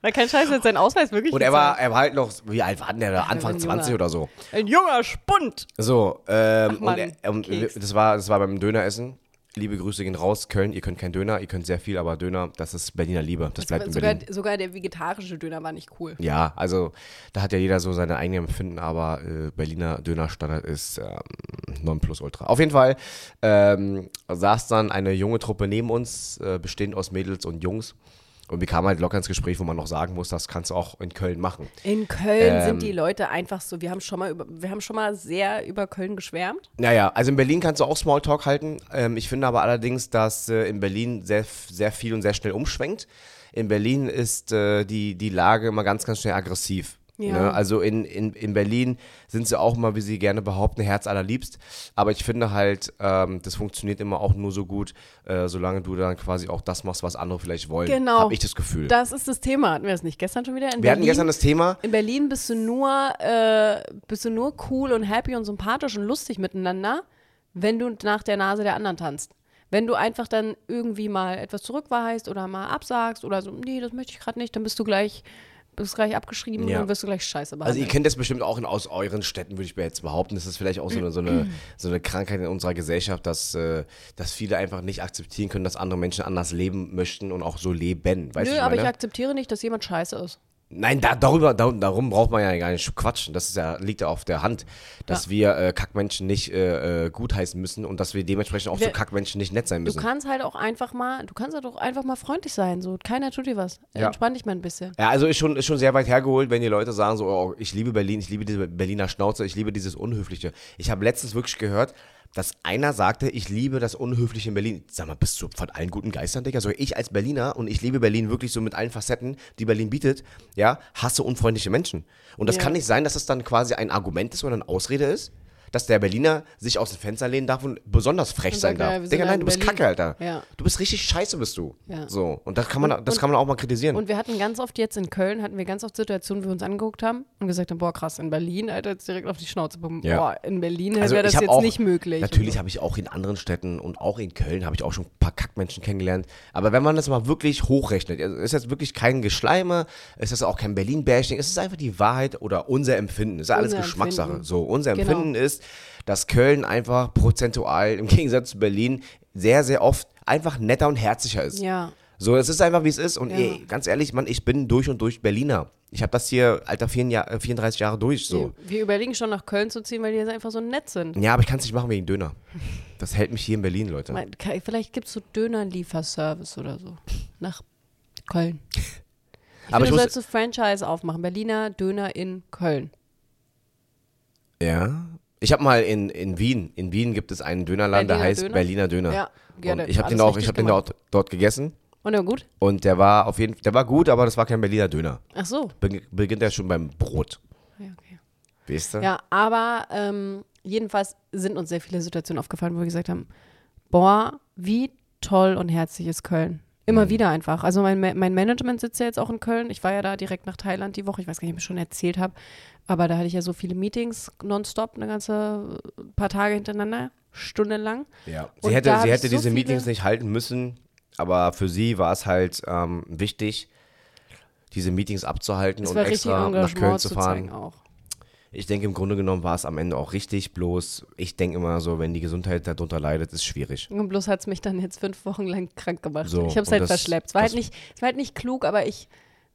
[SPEAKER 1] Weil kein Scheiß hat seinen Ausweis wirklich
[SPEAKER 2] und er
[SPEAKER 1] gezeigt.
[SPEAKER 2] war, er war halt noch, wie alt war denn der da? Anfang
[SPEAKER 1] ein
[SPEAKER 2] 20
[SPEAKER 1] junger-
[SPEAKER 2] oder so.
[SPEAKER 1] Ein junger Spund.
[SPEAKER 2] So, ähm,
[SPEAKER 1] Mann,
[SPEAKER 2] und, er, und wir-
[SPEAKER 1] Keks.
[SPEAKER 2] das, war, das war beim Döneressen. Liebe Grüße gehen raus, Köln, ihr könnt kein Döner, ihr könnt sehr viel, aber Döner, das ist Berliner Liebe, das bleibt in
[SPEAKER 1] Sogar,
[SPEAKER 2] Berlin.
[SPEAKER 1] sogar der vegetarische Döner war nicht cool.
[SPEAKER 2] Ja, also da hat ja jeder so seine eigenen Empfinden, aber äh, Berliner Dönerstandard ist ähm, Nonplusultra. Auf jeden Fall ähm, saß dann eine junge Truppe neben uns, äh, bestehend aus Mädels und Jungs. Und wir kamen halt locker ins Gespräch, wo man noch sagen muss, das kannst du auch in Köln machen.
[SPEAKER 1] In Köln
[SPEAKER 2] Ähm.
[SPEAKER 1] sind die Leute einfach so, wir haben schon mal über, wir haben schon mal sehr über Köln geschwärmt.
[SPEAKER 2] Naja, also in Berlin kannst du auch Smalltalk halten. Ähm, ich finde aber allerdings, dass äh, in Berlin sehr, f- sehr viel und sehr schnell umschwenkt. In Berlin ist äh, die, die Lage immer ganz, ganz schnell aggressiv.
[SPEAKER 1] Ja.
[SPEAKER 2] Ne? Also in, in, in Berlin sind sie auch mal, wie sie gerne behaupten, Herz allerliebst. Aber ich finde halt, ähm, das funktioniert immer auch nur so gut, äh, solange du dann quasi auch das machst, was andere vielleicht wollen.
[SPEAKER 1] Genau.
[SPEAKER 2] Habe ich das Gefühl.
[SPEAKER 1] Das ist das Thema. Hatten wir das nicht gestern schon wieder? In
[SPEAKER 2] Wir hatten
[SPEAKER 1] Berlin-
[SPEAKER 2] gestern das Thema,
[SPEAKER 1] in Berlin bist du nur, äh, bist du nur cool und happy und sympathisch und lustig miteinander, wenn du nach der Nase der anderen tanzt. Wenn du einfach dann irgendwie mal etwas zurückweist oder mal absagst oder so, nee, das möchte ich gerade nicht, dann bist du gleich, bist gleich abgeschrieben
[SPEAKER 2] Ja.
[SPEAKER 1] und wirst du gleich scheiße
[SPEAKER 2] Also ihr
[SPEAKER 1] behandelt.
[SPEAKER 2] kennt das bestimmt auch in, aus euren Städten, würde ich mir jetzt behaupten. Das ist vielleicht auch so eine, so eine, so eine Krankheit in unserer Gesellschaft, dass, äh, dass viele einfach nicht akzeptieren können, dass andere Menschen anders leben möchten und auch so leben.
[SPEAKER 1] Nö,
[SPEAKER 2] Weißt du, was ich
[SPEAKER 1] aber ich
[SPEAKER 2] meine?
[SPEAKER 1] akzeptiere nicht, dass jemand scheiße ist.
[SPEAKER 2] Nein, da, darüber, da, darum braucht man ja gar nicht quatschen. Das ist ja, liegt ja auf der Hand, dass wir äh, Kackmenschen nicht äh, äh, gutheißen müssen und dass wir dementsprechend auch
[SPEAKER 1] Wir-
[SPEAKER 2] zu Kackmenschen nicht nett sein
[SPEAKER 1] Du
[SPEAKER 2] müssen.
[SPEAKER 1] kannst halt auch einfach mal, du kannst halt auch einfach mal freundlich sein. So, keiner tut dir was.
[SPEAKER 2] Ja.
[SPEAKER 1] Entspann dich mal ein bisschen.
[SPEAKER 2] Ja, also ist schon, ist schon sehr weit hergeholt, wenn die Leute sagen so, oh, ich liebe Berlin, ich liebe diese Berliner Schnauze, ich liebe dieses Unhöfliche. Ich habe letztens wirklich gehört, dass einer sagte, ich liebe das Unhöfliche in Berlin. Sag mal, bist du von allen guten Geistern, Digga? So ich als Berliner und ich liebe Berlin wirklich so mit allen Facetten, die Berlin bietet, ja, hasse unfreundliche Menschen. Und das kann nicht sein, dass das dann quasi ein Argument ist oder eine Ausrede ist, dass der Berliner sich aus dem Fenster lehnen darf und besonders frech
[SPEAKER 1] Und
[SPEAKER 2] sein
[SPEAKER 1] sagt, ja, wir
[SPEAKER 2] darf.
[SPEAKER 1] sind
[SPEAKER 2] Digga,
[SPEAKER 1] ja
[SPEAKER 2] nein,
[SPEAKER 1] in
[SPEAKER 2] du bist
[SPEAKER 1] Berlin.
[SPEAKER 2] Kacke, Alter.
[SPEAKER 1] Ja.
[SPEAKER 2] Du bist richtig scheiße, bist du.
[SPEAKER 1] Ja.
[SPEAKER 2] So. Und das kann man, das
[SPEAKER 1] und-
[SPEAKER 2] kann man auch mal kritisieren.
[SPEAKER 1] Und wir hatten ganz oft jetzt in Köln, hatten wir ganz oft Situationen, wo wir uns angeguckt haben und gesagt haben, boah krass, in Berlin, Alter, jetzt direkt auf die Schnauze pumpen.
[SPEAKER 2] Ja.
[SPEAKER 1] Boah, in Berlin
[SPEAKER 2] Also
[SPEAKER 1] wäre
[SPEAKER 2] ich
[SPEAKER 1] das
[SPEAKER 2] hab
[SPEAKER 1] jetzt
[SPEAKER 2] auch,
[SPEAKER 1] nicht möglich.
[SPEAKER 2] Natürlich habe ich auch in anderen Städten und auch in Köln habe ich auch schon ein paar Kackmenschen kennengelernt. Aber wenn man das mal wirklich hochrechnet, also ist jetzt wirklich kein Geschleime, ist das auch kein Berlin-Bashing, es ist einfach die Wahrheit oder unser Empfinden. Es ist ja alles
[SPEAKER 1] Unser
[SPEAKER 2] Geschmackssache.
[SPEAKER 1] Empfinden.
[SPEAKER 2] So, unser
[SPEAKER 1] Genau.
[SPEAKER 2] Empfinden ist, dass Köln einfach prozentual im Gegensatz zu Berlin sehr, sehr oft einfach netter und herzlicher ist.
[SPEAKER 1] Ja.
[SPEAKER 2] So, es ist einfach, wie es ist. Und
[SPEAKER 1] Ja.
[SPEAKER 2] ey, ganz ehrlich, Mann, ich bin durch und durch Berliner. Ich habe das hier, Alter, 34 Jahre durch. So.
[SPEAKER 1] Wir, wir überlegen schon nach Köln zu ziehen, weil die jetzt einfach so nett sind.
[SPEAKER 2] Ja, aber ich kann es nicht machen wegen Döner. Das hält mich hier in Berlin, Leute.
[SPEAKER 1] Mein- ke- Vielleicht gibt es so Dönerlieferservice oder so. Nach Köln. Ich finde,
[SPEAKER 2] aber ich
[SPEAKER 1] du
[SPEAKER 2] muss.
[SPEAKER 1] sollst ein Franchise aufmachen. Berliner Döner in Köln.
[SPEAKER 2] Ja. Ich habe mal in, in Wien, in Wien gibt es einen Dönerladen, der
[SPEAKER 1] Berliner
[SPEAKER 2] heißt
[SPEAKER 1] Döner?
[SPEAKER 2] Berliner Döner.
[SPEAKER 1] Ja,
[SPEAKER 2] und
[SPEAKER 1] gerne.
[SPEAKER 2] ich habe den
[SPEAKER 1] Alles
[SPEAKER 2] auch, ich
[SPEAKER 1] richtig
[SPEAKER 2] habe den
[SPEAKER 1] gemacht.
[SPEAKER 2] dort, dort gegessen
[SPEAKER 1] Und ja, gut.
[SPEAKER 2] und der war auf jeden der war gut, aber das war kein Berliner Döner.
[SPEAKER 1] Ach so.
[SPEAKER 2] Be beginnt ja schon beim Brot,
[SPEAKER 1] Ja, okay.
[SPEAKER 2] weißt du?
[SPEAKER 1] Ja, aber ähm, jedenfalls sind uns sehr viele Situationen aufgefallen, wo wir gesagt haben, boah, wie toll und herzlich ist Köln.
[SPEAKER 2] Mhm.
[SPEAKER 1] Immer wieder einfach. Also mein, Ma- mein Management sitzt ja jetzt auch in Köln. Ich war ja da direkt nach Thailand die Woche. Ich weiß gar nicht, ob ich schon erzählt habe. Aber da hatte ich ja so viele Meetings nonstop, eine ganze äh, paar Tage hintereinander, stundenlang.
[SPEAKER 2] Ja.
[SPEAKER 1] Und
[SPEAKER 2] Sie
[SPEAKER 1] da
[SPEAKER 2] hätte,
[SPEAKER 1] hab
[SPEAKER 2] sie
[SPEAKER 1] ich so
[SPEAKER 2] hätte diese
[SPEAKER 1] viele-
[SPEAKER 2] Meetings nicht halten müssen, aber für sie war es halt ähm, wichtig, diese Meetings abzuhalten
[SPEAKER 1] Es
[SPEAKER 2] und
[SPEAKER 1] war richtig
[SPEAKER 2] extra nach
[SPEAKER 1] Engagement
[SPEAKER 2] Köln zu
[SPEAKER 1] zu
[SPEAKER 2] fahren.
[SPEAKER 1] zeigen auch.
[SPEAKER 2] Ich denke, im Grunde genommen war es am Ende auch richtig, bloß ich denke immer so, wenn die Gesundheit darunter leidet, ist schwierig.
[SPEAKER 1] Und bloß hat es mich dann jetzt fünf Wochen lang krank gemacht.
[SPEAKER 2] So,
[SPEAKER 1] ich habe es
[SPEAKER 2] und
[SPEAKER 1] halt
[SPEAKER 2] das-
[SPEAKER 1] verschleppt. Es war halt,
[SPEAKER 2] das-
[SPEAKER 1] nicht, es war halt nicht klug, aber ich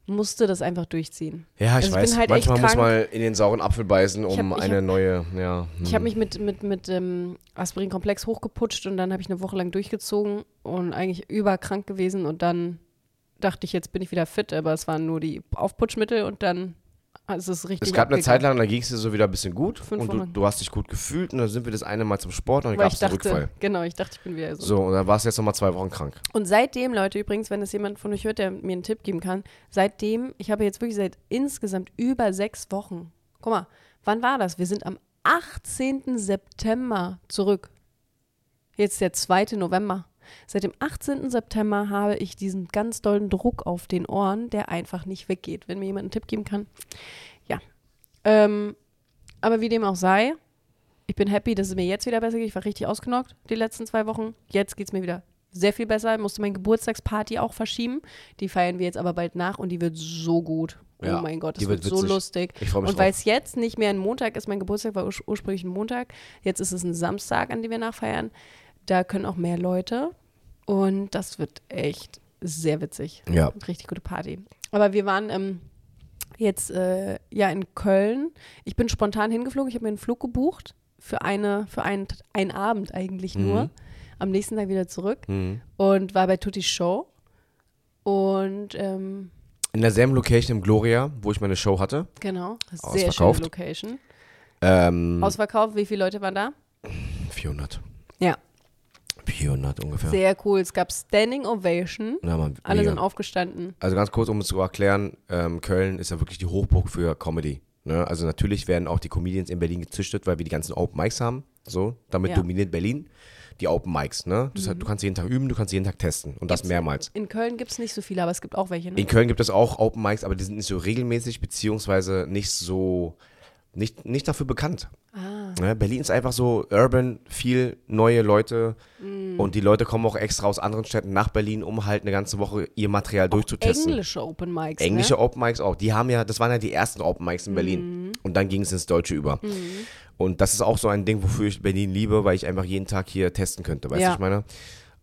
[SPEAKER 1] musste das einfach durchziehen.
[SPEAKER 2] Ja, ich
[SPEAKER 1] Also ich
[SPEAKER 2] weiß,
[SPEAKER 1] bin halt echt
[SPEAKER 2] manchmal muss
[SPEAKER 1] krank.
[SPEAKER 2] man in den sauren Apfel beißen, um
[SPEAKER 1] Ich hab- ich
[SPEAKER 2] eine
[SPEAKER 1] hab-
[SPEAKER 2] neue, ja. hm.
[SPEAKER 1] Ich habe mich mit, mit, mit ähm, Aspirin-Komplex hochgeputscht und dann habe ich eine Woche lang durchgezogen und eigentlich überkrank gewesen und dann dachte ich, jetzt bin ich wieder fit, aber es waren nur die Aufputschmittel und dann ist es richtig
[SPEAKER 2] es gab eine
[SPEAKER 1] abgegangen.
[SPEAKER 2] Zeit lang, da ging es dir so wieder ein bisschen gut
[SPEAKER 1] Fünf
[SPEAKER 2] und du,
[SPEAKER 1] Wochen.
[SPEAKER 2] du hast dich gut gefühlt und dann sind wir das eine Mal zum Sport und dann
[SPEAKER 1] weil
[SPEAKER 2] gab
[SPEAKER 1] ich
[SPEAKER 2] es einen Rückfall.
[SPEAKER 1] dachte, genau, ich dachte, ich bin wieder so.
[SPEAKER 2] So, und dann warst du jetzt nochmal zwei Wochen krank.
[SPEAKER 1] Und seitdem, Leute, übrigens, wenn es jemand von euch hört, der mir einen Tipp geben kann, seitdem, ich habe jetzt wirklich seit insgesamt über sechs Wochen, guck mal, wann war das? Wir sind am 18. September zurück. Jetzt der 2. November. Seit dem 18. September habe ich diesen ganz dollen Druck auf den Ohren, der einfach nicht weggeht. Wenn mir jemand einen Tipp geben kann. Ja. Ähm, aber wie dem auch sei, ich bin happy, dass es mir jetzt wieder besser geht. Ich war richtig ausgenockt die letzten zwei Wochen. Jetzt geht es mir wieder sehr viel besser. Ich musste meine Geburtstagsparty auch verschieben. Die feiern wir jetzt aber bald nach und die wird so gut. Oh
[SPEAKER 2] Ja,
[SPEAKER 1] mein Gott, das
[SPEAKER 2] die
[SPEAKER 1] wird,
[SPEAKER 2] wird
[SPEAKER 1] so
[SPEAKER 2] witzig.
[SPEAKER 1] lustig.
[SPEAKER 2] Ich freu mich
[SPEAKER 1] Und
[SPEAKER 2] drauf.
[SPEAKER 1] weil es jetzt nicht mehr ein Montag ist, mein Geburtstag war urs ursprünglich ein Montag, jetzt ist es ein Samstag, an dem wir nachfeiern. Da können auch mehr Leute und das wird echt sehr witzig.
[SPEAKER 2] Ja.
[SPEAKER 1] Richtig gute Party. Aber wir waren ähm, jetzt äh, ja in Köln. Ich bin spontan hingeflogen. Ich habe mir einen Flug gebucht für eine für einen, einen Abend eigentlich nur. Am nächsten Tag wieder zurück
[SPEAKER 2] Mhm.
[SPEAKER 1] und war bei Tutti Show und ähm,
[SPEAKER 2] In derselben Location im Gloria, wo ich meine Show hatte.
[SPEAKER 1] genau sehr schöne
[SPEAKER 2] Ausverkauft.
[SPEAKER 1] Location.
[SPEAKER 2] Ähm,
[SPEAKER 1] Ausverkauft. Wie viele Leute waren da?
[SPEAKER 2] 400.
[SPEAKER 1] Ja.
[SPEAKER 2] 400 ungefähr.
[SPEAKER 1] Sehr cool. Es gab Standing Ovation.
[SPEAKER 2] ja, man,
[SPEAKER 1] Alle
[SPEAKER 2] mega.
[SPEAKER 1] sind aufgestanden.
[SPEAKER 2] Also ganz kurz, um es zu erklären, ähm, Köln ist ja wirklich die Hochburg für Comedy. Ne? Also natürlich werden auch die Comedians in Berlin gezüchtet, weil wir die ganzen Open Mics haben. So, damit
[SPEAKER 1] Ja.
[SPEAKER 2] dominiert Berlin die Open Mics. Ne? Das heißt, du kannst jeden Tag üben, du kannst jeden Tag testen und das mehrmals.
[SPEAKER 1] In Köln gibt es nicht so viele, aber es gibt auch welche. Ne?
[SPEAKER 2] In Köln gibt es auch Open Mics, aber die sind nicht so regelmäßig beziehungsweise nicht so nicht, nicht dafür bekannt. Ne? Berlin ist einfach so urban, viel neue Leute und die Leute kommen auch extra aus anderen Städten nach Berlin, um halt eine ganze Woche ihr Material durchzutesten.
[SPEAKER 1] Englische Open Mics.
[SPEAKER 2] Englische
[SPEAKER 1] ne?
[SPEAKER 2] Open Mics auch. Die haben ja, das waren ja die ersten Open Mics in Berlin.
[SPEAKER 1] Mhm.
[SPEAKER 2] Und dann ging es ins Deutsche über. Und das ist auch so ein Ding, wofür ich Berlin liebe, weil ich einfach jeden Tag hier testen könnte. Weißt du,
[SPEAKER 1] Ja.
[SPEAKER 2] was ich meine?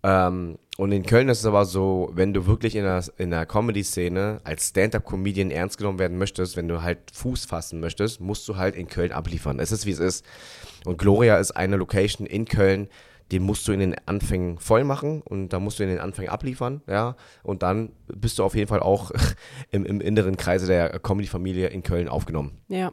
[SPEAKER 2] Ähm, und in Köln ist es aber so, wenn du wirklich in der, in der Comedy-Szene als Stand-Up-Comedian ernst genommen werden möchtest, wenn du halt Fuß fassen möchtest, musst du halt in Köln abliefern. Es ist, wie es ist. Und Gloria ist eine Location in Köln, die musst du in den Anfängen voll machen und da musst du in den Anfängen abliefern, ja. Und dann bist du auf jeden Fall auch im, im inneren Kreise der Comedy-Familie in Köln aufgenommen.
[SPEAKER 1] ne? Ja.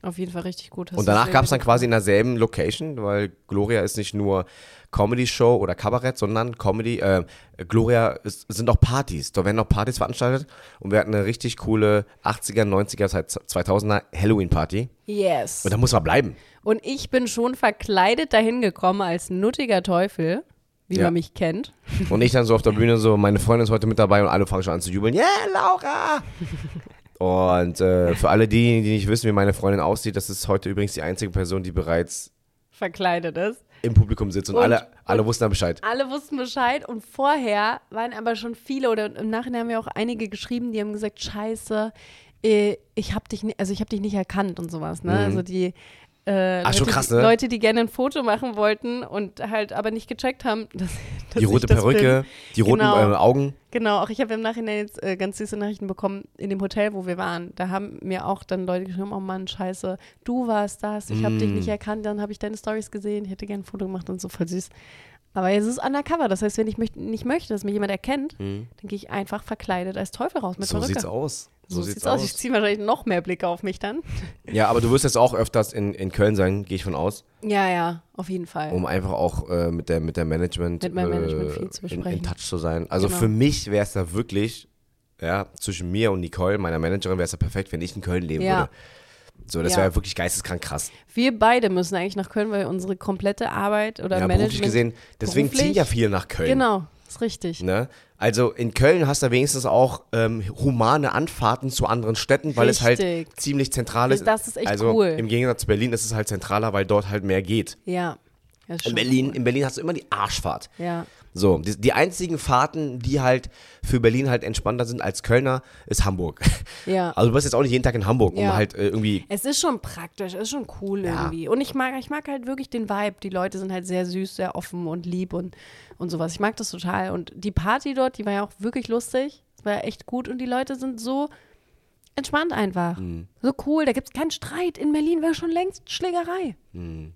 [SPEAKER 1] Auf jeden Fall richtig gut. Hast
[SPEAKER 2] und
[SPEAKER 1] du
[SPEAKER 2] danach
[SPEAKER 1] sehr
[SPEAKER 2] gab es dann
[SPEAKER 1] gut-
[SPEAKER 2] quasi in derselben Location, weil Gloria ist nicht nur Comedy-Show oder Kabarett, sondern Comedy, äh, Gloria ist, sind auch Partys. Da werden auch Partys veranstaltet und wir hatten eine richtig coole 80er, 90er, seit 2000er Halloween-Party.
[SPEAKER 1] Yes.
[SPEAKER 2] Und da muss man bleiben.
[SPEAKER 1] Und ich bin schon verkleidet dahin gekommen als nuttiger Teufel, wie
[SPEAKER 2] Ja.
[SPEAKER 1] man mich kennt.
[SPEAKER 2] Und ich dann so auf der Bühne so, meine Freundin ist heute mit dabei und alle fangen schon an zu jubeln. Yeah, Laura! Und äh, für alle diejenigen, die nicht wissen, wie meine Freundin aussieht, das ist heute übrigens die einzige Person, die bereits
[SPEAKER 1] Verkleidet ist.
[SPEAKER 2] im Publikum sitzt und,
[SPEAKER 1] Und-
[SPEAKER 2] alle, alle wussten dann Bescheid.
[SPEAKER 1] Alle wussten Bescheid und vorher waren aber schon viele oder im Nachhinein haben wir auch einige geschrieben, die haben gesagt, scheiße, äh, ich habe dich, ni- also ich habe dich nicht erkannt und sowas. Ne? Also die äh,
[SPEAKER 2] Mhm. Ach, schon
[SPEAKER 1] Leute,
[SPEAKER 2] krass,
[SPEAKER 1] die-
[SPEAKER 2] ne?
[SPEAKER 1] Leute, die gerne ein Foto machen wollten und halt aber nicht gecheckt haben, dass, dass
[SPEAKER 2] Die rote
[SPEAKER 1] ich das
[SPEAKER 2] Perücke,
[SPEAKER 1] bin.
[SPEAKER 2] die roten
[SPEAKER 1] Genau.
[SPEAKER 2] äh, Augen.
[SPEAKER 1] Genau, auch ich habe im Nachhinein jetzt äh, ganz süße Nachrichten bekommen in dem Hotel, wo wir waren. Da haben mir auch dann Leute geschrieben, oh Mann, scheiße, du warst das, ich habe dich
[SPEAKER 2] Mm.
[SPEAKER 1] nicht erkannt, dann habe ich deine Stories gesehen, ich hätte gerne ein Foto gemacht und so, voll süß. Aber jetzt ist es undercover, das heißt, wenn ich möcht nicht möchte, dass mich jemand erkennt, dann gehe ich einfach verkleidet als Teufel raus mit
[SPEAKER 2] Mm. So
[SPEAKER 1] Perücke.
[SPEAKER 2] sieht's aus.
[SPEAKER 1] So, sieht's aus. Ich ziehe wahrscheinlich noch mehr Blicke auf mich dann.
[SPEAKER 2] Ja, aber du wirst jetzt auch öfters in, in Köln sein, gehe ich von aus,
[SPEAKER 1] Ja, ja, auf jeden Fall.
[SPEAKER 2] um einfach auch äh, mit, der, mit der Management,
[SPEAKER 1] Mit meinem
[SPEAKER 2] äh,
[SPEAKER 1] Management viel zu
[SPEAKER 2] in, in
[SPEAKER 1] besprechen.
[SPEAKER 2] Touch zu sein. Also
[SPEAKER 1] Genau.
[SPEAKER 2] für mich wäre es da wirklich, ja, zwischen mir und Nicole, meiner Managerin, wäre es ja perfekt, wenn ich in Köln leben
[SPEAKER 1] Ja.
[SPEAKER 2] würde. So, das
[SPEAKER 1] Ja.
[SPEAKER 2] wäre ja wirklich geisteskrank krass.
[SPEAKER 1] Wir beide müssen eigentlich nach Köln, weil unsere komplette Arbeit oder
[SPEAKER 2] Ja, beruflich
[SPEAKER 1] Management.
[SPEAKER 2] gesehen. Deswegen
[SPEAKER 1] beruflich?
[SPEAKER 2] ziehen ja viele nach Köln.
[SPEAKER 1] Genau, ist richtig.
[SPEAKER 2] Ne? Also in Köln hast du wenigstens auch ähm, humane Anfahrten zu anderen Städten, weil es halt
[SPEAKER 1] Richtig.
[SPEAKER 2] ziemlich zentral ist.
[SPEAKER 1] Das ist echt
[SPEAKER 2] also
[SPEAKER 1] cool.
[SPEAKER 2] im Gegensatz zu Berlin ist es halt zentraler, weil dort halt mehr geht.
[SPEAKER 1] Ja. ja ist
[SPEAKER 2] In
[SPEAKER 1] schon
[SPEAKER 2] Berlin,
[SPEAKER 1] cool.
[SPEAKER 2] in Berlin hast du immer die Arschfahrt.
[SPEAKER 1] Ja.
[SPEAKER 2] So, die, die einzigen Fahrten, die halt für Berlin halt entspannter sind als Kölner, ist Hamburg.
[SPEAKER 1] Ja.
[SPEAKER 2] Also du bist jetzt auch nicht jeden Tag in Hamburg, um
[SPEAKER 1] Ja.
[SPEAKER 2] halt äh, irgendwie
[SPEAKER 1] Es ist schon praktisch, es ist schon cool
[SPEAKER 2] Ja.
[SPEAKER 1] irgendwie. Und ich mag, ich mag halt wirklich den Vibe. Die Leute sind halt sehr süß, sehr offen und lieb und, und sowas. Ich mag das total. Und die Party dort, die war ja auch wirklich lustig. Es war ja echt gut und die Leute sind so entspannt einfach.
[SPEAKER 2] Mhm.
[SPEAKER 1] So cool, da gibt es keinen Streit. In Berlin war schon längst Schlägerei.
[SPEAKER 2] Mhm.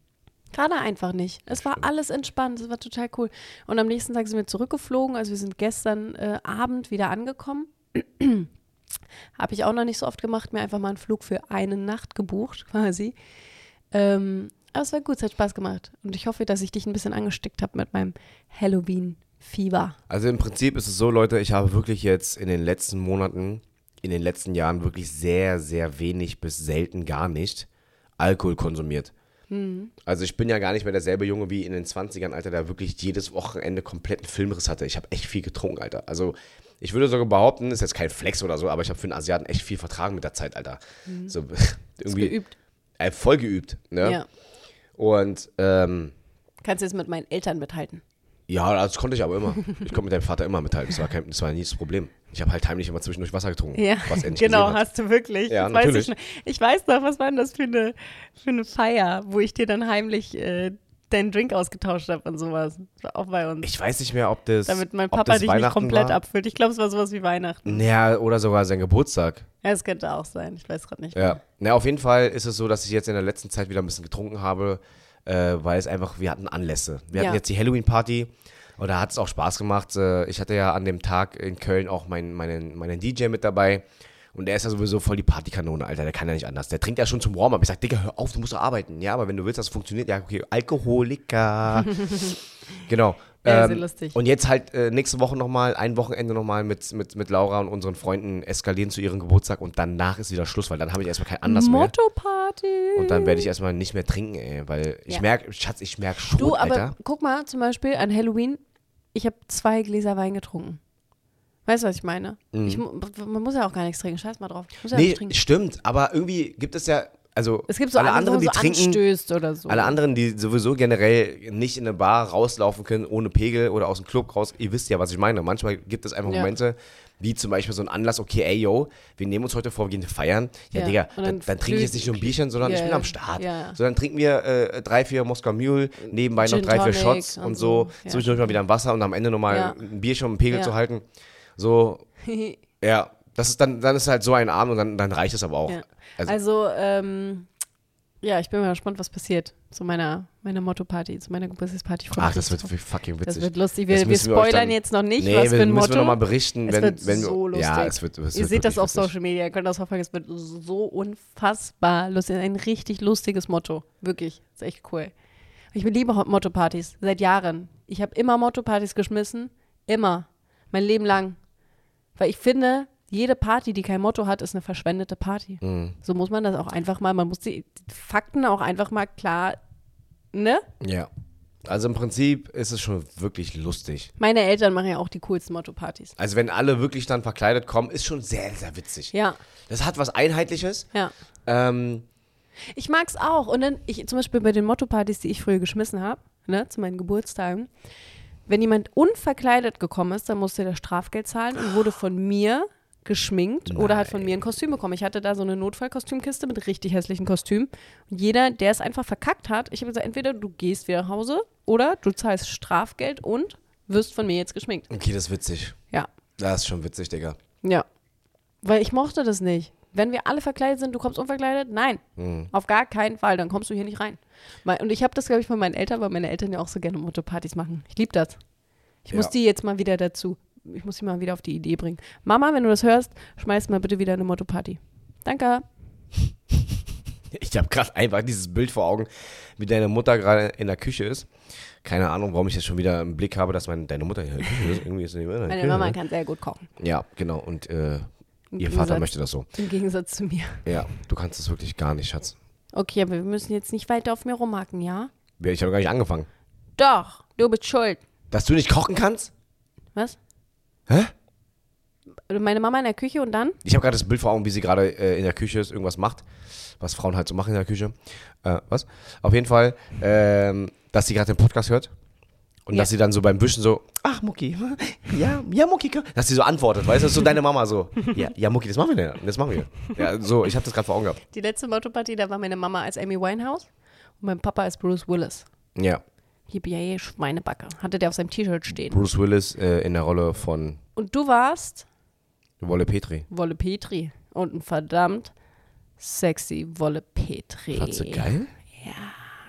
[SPEAKER 1] Gerade einfach nicht. Es war alles entspannt, es war total cool. Und am nächsten Tag sind wir zurückgeflogen, also wir sind gestern äh, Abend wieder angekommen. Habe ich auch noch nicht so oft gemacht, mir einfach mal einen Flug für eine Nacht gebucht, quasi. Ähm, aber es war gut, es hat Spaß gemacht. Und ich hoffe, dass ich dich ein bisschen angesteckt habe mit meinem Halloween-Fieber.
[SPEAKER 2] Also im Prinzip ist es so, Leute, ich habe wirklich jetzt in den letzten Monaten, in den letzten Jahren wirklich sehr, sehr wenig bis selten gar nicht Alkohol konsumiert.
[SPEAKER 1] Hm.
[SPEAKER 2] Also ich bin ja gar nicht mehr derselbe Junge wie in den 20ern, Alter, der wirklich jedes Wochenende kompletten Filmriss hatte. Ich habe echt viel getrunken, Alter. Also ich würde sogar behaupten, ist jetzt kein Flex oder so, aber ich habe für einen Asiaten echt viel vertragen mit der Zeit, Alter. So irgendwie
[SPEAKER 1] Hm. geübt.
[SPEAKER 2] Äh, voll geübt, ne?
[SPEAKER 1] Ja.
[SPEAKER 2] Und ähm,
[SPEAKER 1] Kannst jetzt mit meinen Eltern mithalten.
[SPEAKER 2] ja, also das konnte ich aber immer. Ich konnte mit deinem Vater immer mithalten. Das war, kein, das war nie das Problem. Ich habe halt heimlich immer zwischendurch Wasser getrunken.
[SPEAKER 1] Ja,
[SPEAKER 2] was er nicht
[SPEAKER 3] Genau,
[SPEAKER 2] gesehen hat.
[SPEAKER 3] hast du wirklich.
[SPEAKER 2] Ja,
[SPEAKER 3] Das weiß
[SPEAKER 2] natürlich.
[SPEAKER 3] ich, noch. ich weiß noch, was war denn das für eine, für eine Feier, wo ich dir dann heimlich äh, deinen Drink ausgetauscht habe und sowas. Das war auch bei uns.
[SPEAKER 2] Ich weiß nicht mehr, ob das.
[SPEAKER 3] Damit mein
[SPEAKER 2] ob
[SPEAKER 3] Papa
[SPEAKER 2] das
[SPEAKER 3] dich nicht
[SPEAKER 2] Weihnachten
[SPEAKER 3] komplett
[SPEAKER 2] war.
[SPEAKER 3] abfüllt. Ich glaube, es war sowas wie Weihnachten.
[SPEAKER 2] Naja, oder sogar sein Geburtstag.
[SPEAKER 3] Ja, es könnte auch sein. Ich weiß gerade nicht.
[SPEAKER 2] Ja. Na, auf jeden Fall ist es so, dass ich jetzt in der letzten Zeit wieder ein bisschen getrunken habe, äh, weil es einfach, wir hatten Anlässe. Wir hatten
[SPEAKER 1] Ja.
[SPEAKER 2] jetzt die Halloween-Party und da hat es auch Spaß gemacht. Äh, Ich hatte ja an dem Tag in Köln auch meinen, meinen, meinen DJ mit dabei. Und der ist ja sowieso voll die Partykanone, Alter. Der kann ja nicht anders. Der trinkt ja schon zum Warm-up. Ich sag, Digga, hör auf, du musst doch arbeiten. Ja, aber wenn du willst, dass es funktioniert, ja, okay, Alkoholiker. genau.
[SPEAKER 3] Ja, sehr lustig.
[SPEAKER 2] Und jetzt halt äh, nächste Woche nochmal, ein Wochenende nochmal mit, mit, mit Laura und unseren Freunden eskalieren zu ihrem Geburtstag und danach ist wieder Schluss, weil dann habe ich erstmal keinen Anlass mehr.
[SPEAKER 1] Motto-Party!
[SPEAKER 2] Und dann werde ich erstmal nicht mehr trinken, ey, weil ich
[SPEAKER 1] Ja.
[SPEAKER 2] merke, Schatz, ich merke schon,
[SPEAKER 1] Du, aber
[SPEAKER 2] Alter.
[SPEAKER 1] guck mal, zum Beispiel an Halloween, ich habe zwei Gläser Wein getrunken. Weißt du, was ich meine? Ich, mu- man muss ja auch gar nichts trinken. Scheiß mal drauf. Ich muss ja
[SPEAKER 2] Mhm. Nee,
[SPEAKER 1] nicht trinken.
[SPEAKER 2] stimmt, aber irgendwie gibt es ja, also
[SPEAKER 1] Es gibt so
[SPEAKER 2] alle
[SPEAKER 1] andere,
[SPEAKER 2] anderen, die
[SPEAKER 1] so
[SPEAKER 2] trinken,
[SPEAKER 1] anstößt oder so.
[SPEAKER 2] alle anderen, die sowieso generell nicht in eine Bar rauslaufen können, ohne Pegel oder aus dem Club raus, ihr wisst ja, was ich meine. Manchmal gibt es einfach
[SPEAKER 1] Ja.
[SPEAKER 2] Momente, wie zum Beispiel so ein Anlass, okay, ey, yo, wir nehmen uns heute vor, wir gehen feiern. Ja,
[SPEAKER 1] Ja,
[SPEAKER 2] Digga,
[SPEAKER 1] und
[SPEAKER 2] dann,
[SPEAKER 1] dann
[SPEAKER 2] dann trinke ich jetzt nicht nur ein Bierchen, sondern ich
[SPEAKER 1] Ja,
[SPEAKER 2] bin am Start.
[SPEAKER 1] ja, ja.
[SPEAKER 2] So, dann trinken wir äh, drei, vier Moskau Mule, nebenbei noch
[SPEAKER 1] Gin
[SPEAKER 2] drei, vier
[SPEAKER 1] Tonic
[SPEAKER 2] Shots und
[SPEAKER 1] und
[SPEAKER 2] so,
[SPEAKER 1] so, ja.
[SPEAKER 2] zwischendurch mal wieder ein Wasser und am Ende nochmal
[SPEAKER 1] Ja.
[SPEAKER 2] ein Bierchen, um den Pegel
[SPEAKER 1] Ja.
[SPEAKER 2] zu halten. So, ja, das ist dann, dann ist halt so ein Abend und dann, dann reicht es aber auch.
[SPEAKER 1] Ja.
[SPEAKER 2] Also,
[SPEAKER 1] Also, ähm, ja, ich bin mal gespannt, was passiert zu meiner, meiner Motto-Party, zu meiner Geburtstagsparty. Ich freu
[SPEAKER 2] ach,
[SPEAKER 1] mich
[SPEAKER 2] das wird
[SPEAKER 1] drauf.
[SPEAKER 2] fucking witzig.
[SPEAKER 1] das wird lustig. Wir,
[SPEAKER 2] Das
[SPEAKER 1] wir
[SPEAKER 2] müssen wir euch
[SPEAKER 1] spoilern
[SPEAKER 2] dann-
[SPEAKER 1] jetzt noch nicht,
[SPEAKER 2] nee,
[SPEAKER 1] was
[SPEAKER 2] wir,
[SPEAKER 1] für ein
[SPEAKER 2] müssen
[SPEAKER 1] Motto.
[SPEAKER 2] wir nochmal berichten,
[SPEAKER 1] Es
[SPEAKER 2] wenn,
[SPEAKER 1] wird
[SPEAKER 2] wenn
[SPEAKER 1] so
[SPEAKER 2] wir, Ja,
[SPEAKER 1] lustig.
[SPEAKER 2] es wird, es
[SPEAKER 1] Ihr
[SPEAKER 2] wird
[SPEAKER 1] seht das
[SPEAKER 2] wirklich
[SPEAKER 1] auf
[SPEAKER 2] witzig.
[SPEAKER 1] Social Media, ihr könnt das verfolgen. Es wird so unfassbar lustig. Ein richtig lustiges Motto. Wirklich. Ist echt cool. Ich liebe Ho- Motto-Partys. Seit Jahren. Ich habe immer Motto-Partys geschmissen. Immer. Mein Leben lang. Weil ich finde, jede Party, die kein Motto hat, ist eine verschwendete Party.
[SPEAKER 2] Mhm.
[SPEAKER 1] So muss man das auch einfach mal, man muss die die Fakten auch einfach mal klar, ne?
[SPEAKER 2] Ja. Also im Prinzip ist es schon wirklich lustig.
[SPEAKER 1] Meine Eltern machen ja auch die coolsten Motto-Partys.
[SPEAKER 2] Also wenn alle wirklich dann verkleidet kommen, ist schon sehr, sehr witzig.
[SPEAKER 1] Ja,
[SPEAKER 2] Das hat was Einheitliches.
[SPEAKER 1] ja.
[SPEAKER 2] Ähm,
[SPEAKER 1] Ich mag's auch. Und dann, ich, zum Beispiel bei den Motto-Partys, die ich früher geschmissen habe, ne, zu meinen Geburtstagen, wenn jemand unverkleidet gekommen ist, dann musste der Strafgeld zahlen und wurde von mir geschminkt oder hat von mir ein Kostüm bekommen. Ich hatte da so eine Notfallkostümkiste mit richtig hässlichen Kostümen. Und jeder, der es einfach verkackt hat, ich habe gesagt, entweder du gehst wieder nach Hause oder du zahlst Strafgeld und wirst von mir jetzt geschminkt.
[SPEAKER 2] okay, das ist witzig.
[SPEAKER 1] Ja.
[SPEAKER 2] Das ist schon witzig, Digga.
[SPEAKER 1] Ja. Weil ich mochte das nicht. Wenn wir alle verkleidet sind, du kommst unverkleidet? Nein.
[SPEAKER 2] Hm.
[SPEAKER 1] Auf gar keinen Fall. Dann kommst du hier nicht rein. Mein- Und ich habe das, glaube ich, von meinen Eltern, weil meine Eltern ja auch so gerne Motto-Partys machen. Ich liebe das. Ich muss
[SPEAKER 2] Ja.
[SPEAKER 1] die jetzt mal wieder dazu. Ich muss die mal wieder auf die Idee bringen. Mama, wenn du das hörst, schmeiß mal bitte wieder eine Motto-Party. Danke.
[SPEAKER 2] Ich habe gerade einfach dieses Bild vor Augen, wie deine Mutter gerade in der Küche ist. Keine Ahnung, warum ich jetzt schon wieder im Blick habe, dass meine, deine Mutter in der Küche ist. Irgendwie ist sie nicht mehr in der
[SPEAKER 1] Meine
[SPEAKER 2] Küche.
[SPEAKER 1] Mama kann sehr gut kochen.
[SPEAKER 2] Ja, genau. Und äh, Ihr Vater möchte das so.
[SPEAKER 1] Im Gegensatz zu mir.
[SPEAKER 2] Ja, du kannst das wirklich gar nicht, Schatz.
[SPEAKER 1] Okay, aber wir müssen jetzt nicht weiter auf mir rumhacken, ja?
[SPEAKER 2] Ich habe gar nicht angefangen.
[SPEAKER 1] Doch, du bist schuld.
[SPEAKER 2] Dass du nicht kochen kannst?
[SPEAKER 1] Was?
[SPEAKER 2] Hä?
[SPEAKER 1] Meine Mama in der Küche und dann?
[SPEAKER 2] Ich habe gerade das Bild vor Augen, wie sie gerade äh, in der Küche ist, irgendwas macht, was Frauen halt so machen in der Küche. Äh, was? Auf jeden Fall, ähm, dass sie gerade den Podcast hört und dass sie dann so beim Wischen so, ach Mucki, ja, ja Mucki, komm." dass sie so antwortet, weißt du, so deine Mama so, ja, ja Mucki, das machen wir denn, das machen wir. Ja, so, ich habe das gerade vor Augen gehabt.
[SPEAKER 1] Die letzte Motto-Party, da war meine Mama als Amy Winehouse und mein Papa als Bruce Willis.
[SPEAKER 2] Ja,
[SPEAKER 1] Yippie, Schweinebacke. Hatte der auf seinem T-Shirt stehen.
[SPEAKER 2] Bruce Willis äh, in der Rolle von
[SPEAKER 1] Und du warst
[SPEAKER 2] Wolle Petri.
[SPEAKER 1] Wolle Petri und ein verdammt sexy Wolle Petri.
[SPEAKER 2] Fandst du geil?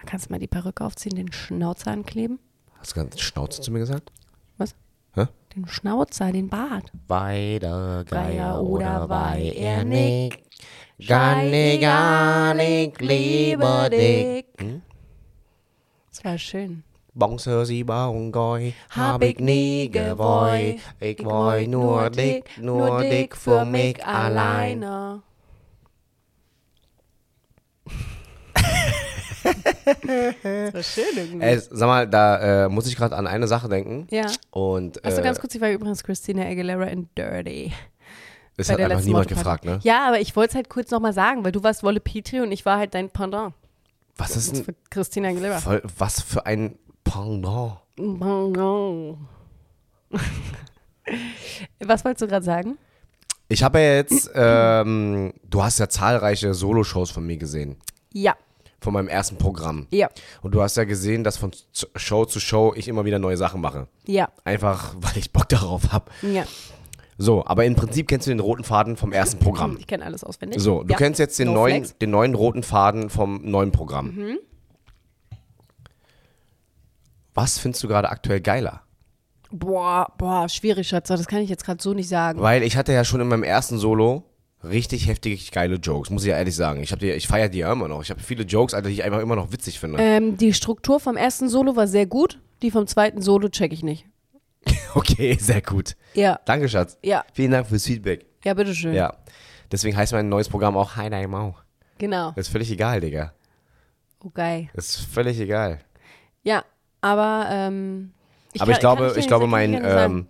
[SPEAKER 1] Kannst du mal die Perücke aufziehen, den Schnauzer ankleben?
[SPEAKER 2] Hast du ganz Schnauze zu mir gesagt?
[SPEAKER 1] Was?
[SPEAKER 2] Hä?
[SPEAKER 1] Den Schnauzer, den Bart.
[SPEAKER 2] Weiter,
[SPEAKER 1] Geier oder wei, er
[SPEAKER 2] nicht.
[SPEAKER 1] Hm? Das war schön.
[SPEAKER 2] Bonse sie Baungoi, hab
[SPEAKER 1] Hab
[SPEAKER 2] ich
[SPEAKER 1] ich
[SPEAKER 2] nie gewollt. Ich wollt nur dick, nur dick für mich allein.
[SPEAKER 1] das war schön irgendwie.
[SPEAKER 2] Ey, sag mal, da äh, muss ich gerade an eine Sache denken.
[SPEAKER 1] ja.
[SPEAKER 2] Und äh,
[SPEAKER 1] Achso, ganz kurz, ich war übrigens Christina Aguilera in Dirty.
[SPEAKER 2] es
[SPEAKER 1] bei
[SPEAKER 2] hat
[SPEAKER 1] der
[SPEAKER 2] halt einfach
[SPEAKER 1] letzten
[SPEAKER 2] niemand
[SPEAKER 1] Motto-Party.
[SPEAKER 2] gefragt, ne?
[SPEAKER 1] Ja, aber ich wollte es halt kurz nochmal sagen, weil du warst Wolle Petri und ich war halt dein Pendant.
[SPEAKER 2] Was ist denn
[SPEAKER 1] Für Christina Aguilera.
[SPEAKER 2] voll, was für ein Pendant?
[SPEAKER 1] Pendant. Was wolltest du gerade sagen?
[SPEAKER 2] Ich habe ja jetzt, ähm, du hast ja zahlreiche Soloshows von mir gesehen,
[SPEAKER 1] Ja,
[SPEAKER 2] von meinem ersten Programm.
[SPEAKER 1] ja,
[SPEAKER 2] Und du hast ja gesehen, dass von Z- Show zu Show ich immer wieder neue Sachen mache.
[SPEAKER 1] ja,
[SPEAKER 2] Einfach, weil ich Bock darauf habe.
[SPEAKER 1] ja.
[SPEAKER 2] So, aber im Prinzip kennst du den roten Faden vom ersten Programm.
[SPEAKER 1] Ich kenne alles auswendig.
[SPEAKER 2] So, du
[SPEAKER 1] ja.
[SPEAKER 2] kennst jetzt den,
[SPEAKER 1] No
[SPEAKER 2] neuen,
[SPEAKER 1] flex. Mhm.
[SPEAKER 2] den neuen roten Faden vom neuen Programm. Was findest du gerade aktuell geiler?
[SPEAKER 1] Boah, boah, schwierig, Schatz. Das kann ich jetzt gerade so nicht sagen.
[SPEAKER 2] Weil ich hatte ja schon in meinem ersten Solo richtig heftig geile Jokes, muss ich ja ehrlich sagen. Ich, hab die- ich feiere die ja immer noch. Ich habe viele Jokes, Alter, die ich einfach immer noch witzig finde.
[SPEAKER 1] Ähm, die Struktur vom ersten Solo war sehr gut. Die vom zweiten Solo check ich nicht.
[SPEAKER 2] Okay, sehr gut.
[SPEAKER 1] Ja,
[SPEAKER 2] Danke, Schatz.
[SPEAKER 1] ja,
[SPEAKER 2] Vielen Dank fürs Feedback.
[SPEAKER 1] ja, bitteschön.
[SPEAKER 2] Ja. Deswegen heißt mein neues Programm auch Hi Nai Mau.
[SPEAKER 1] Genau.
[SPEAKER 2] Ist völlig egal, Digga.
[SPEAKER 1] Okay.
[SPEAKER 2] Ist völlig egal.
[SPEAKER 1] Ja, aber ähm,
[SPEAKER 2] Aber
[SPEAKER 1] kann-
[SPEAKER 2] ich glaube,
[SPEAKER 1] kann
[SPEAKER 2] ich,
[SPEAKER 1] dir nicht
[SPEAKER 2] glaube,
[SPEAKER 1] sagen, kann
[SPEAKER 2] mein,
[SPEAKER 1] ich dir nicht sagen.
[SPEAKER 2] ähm,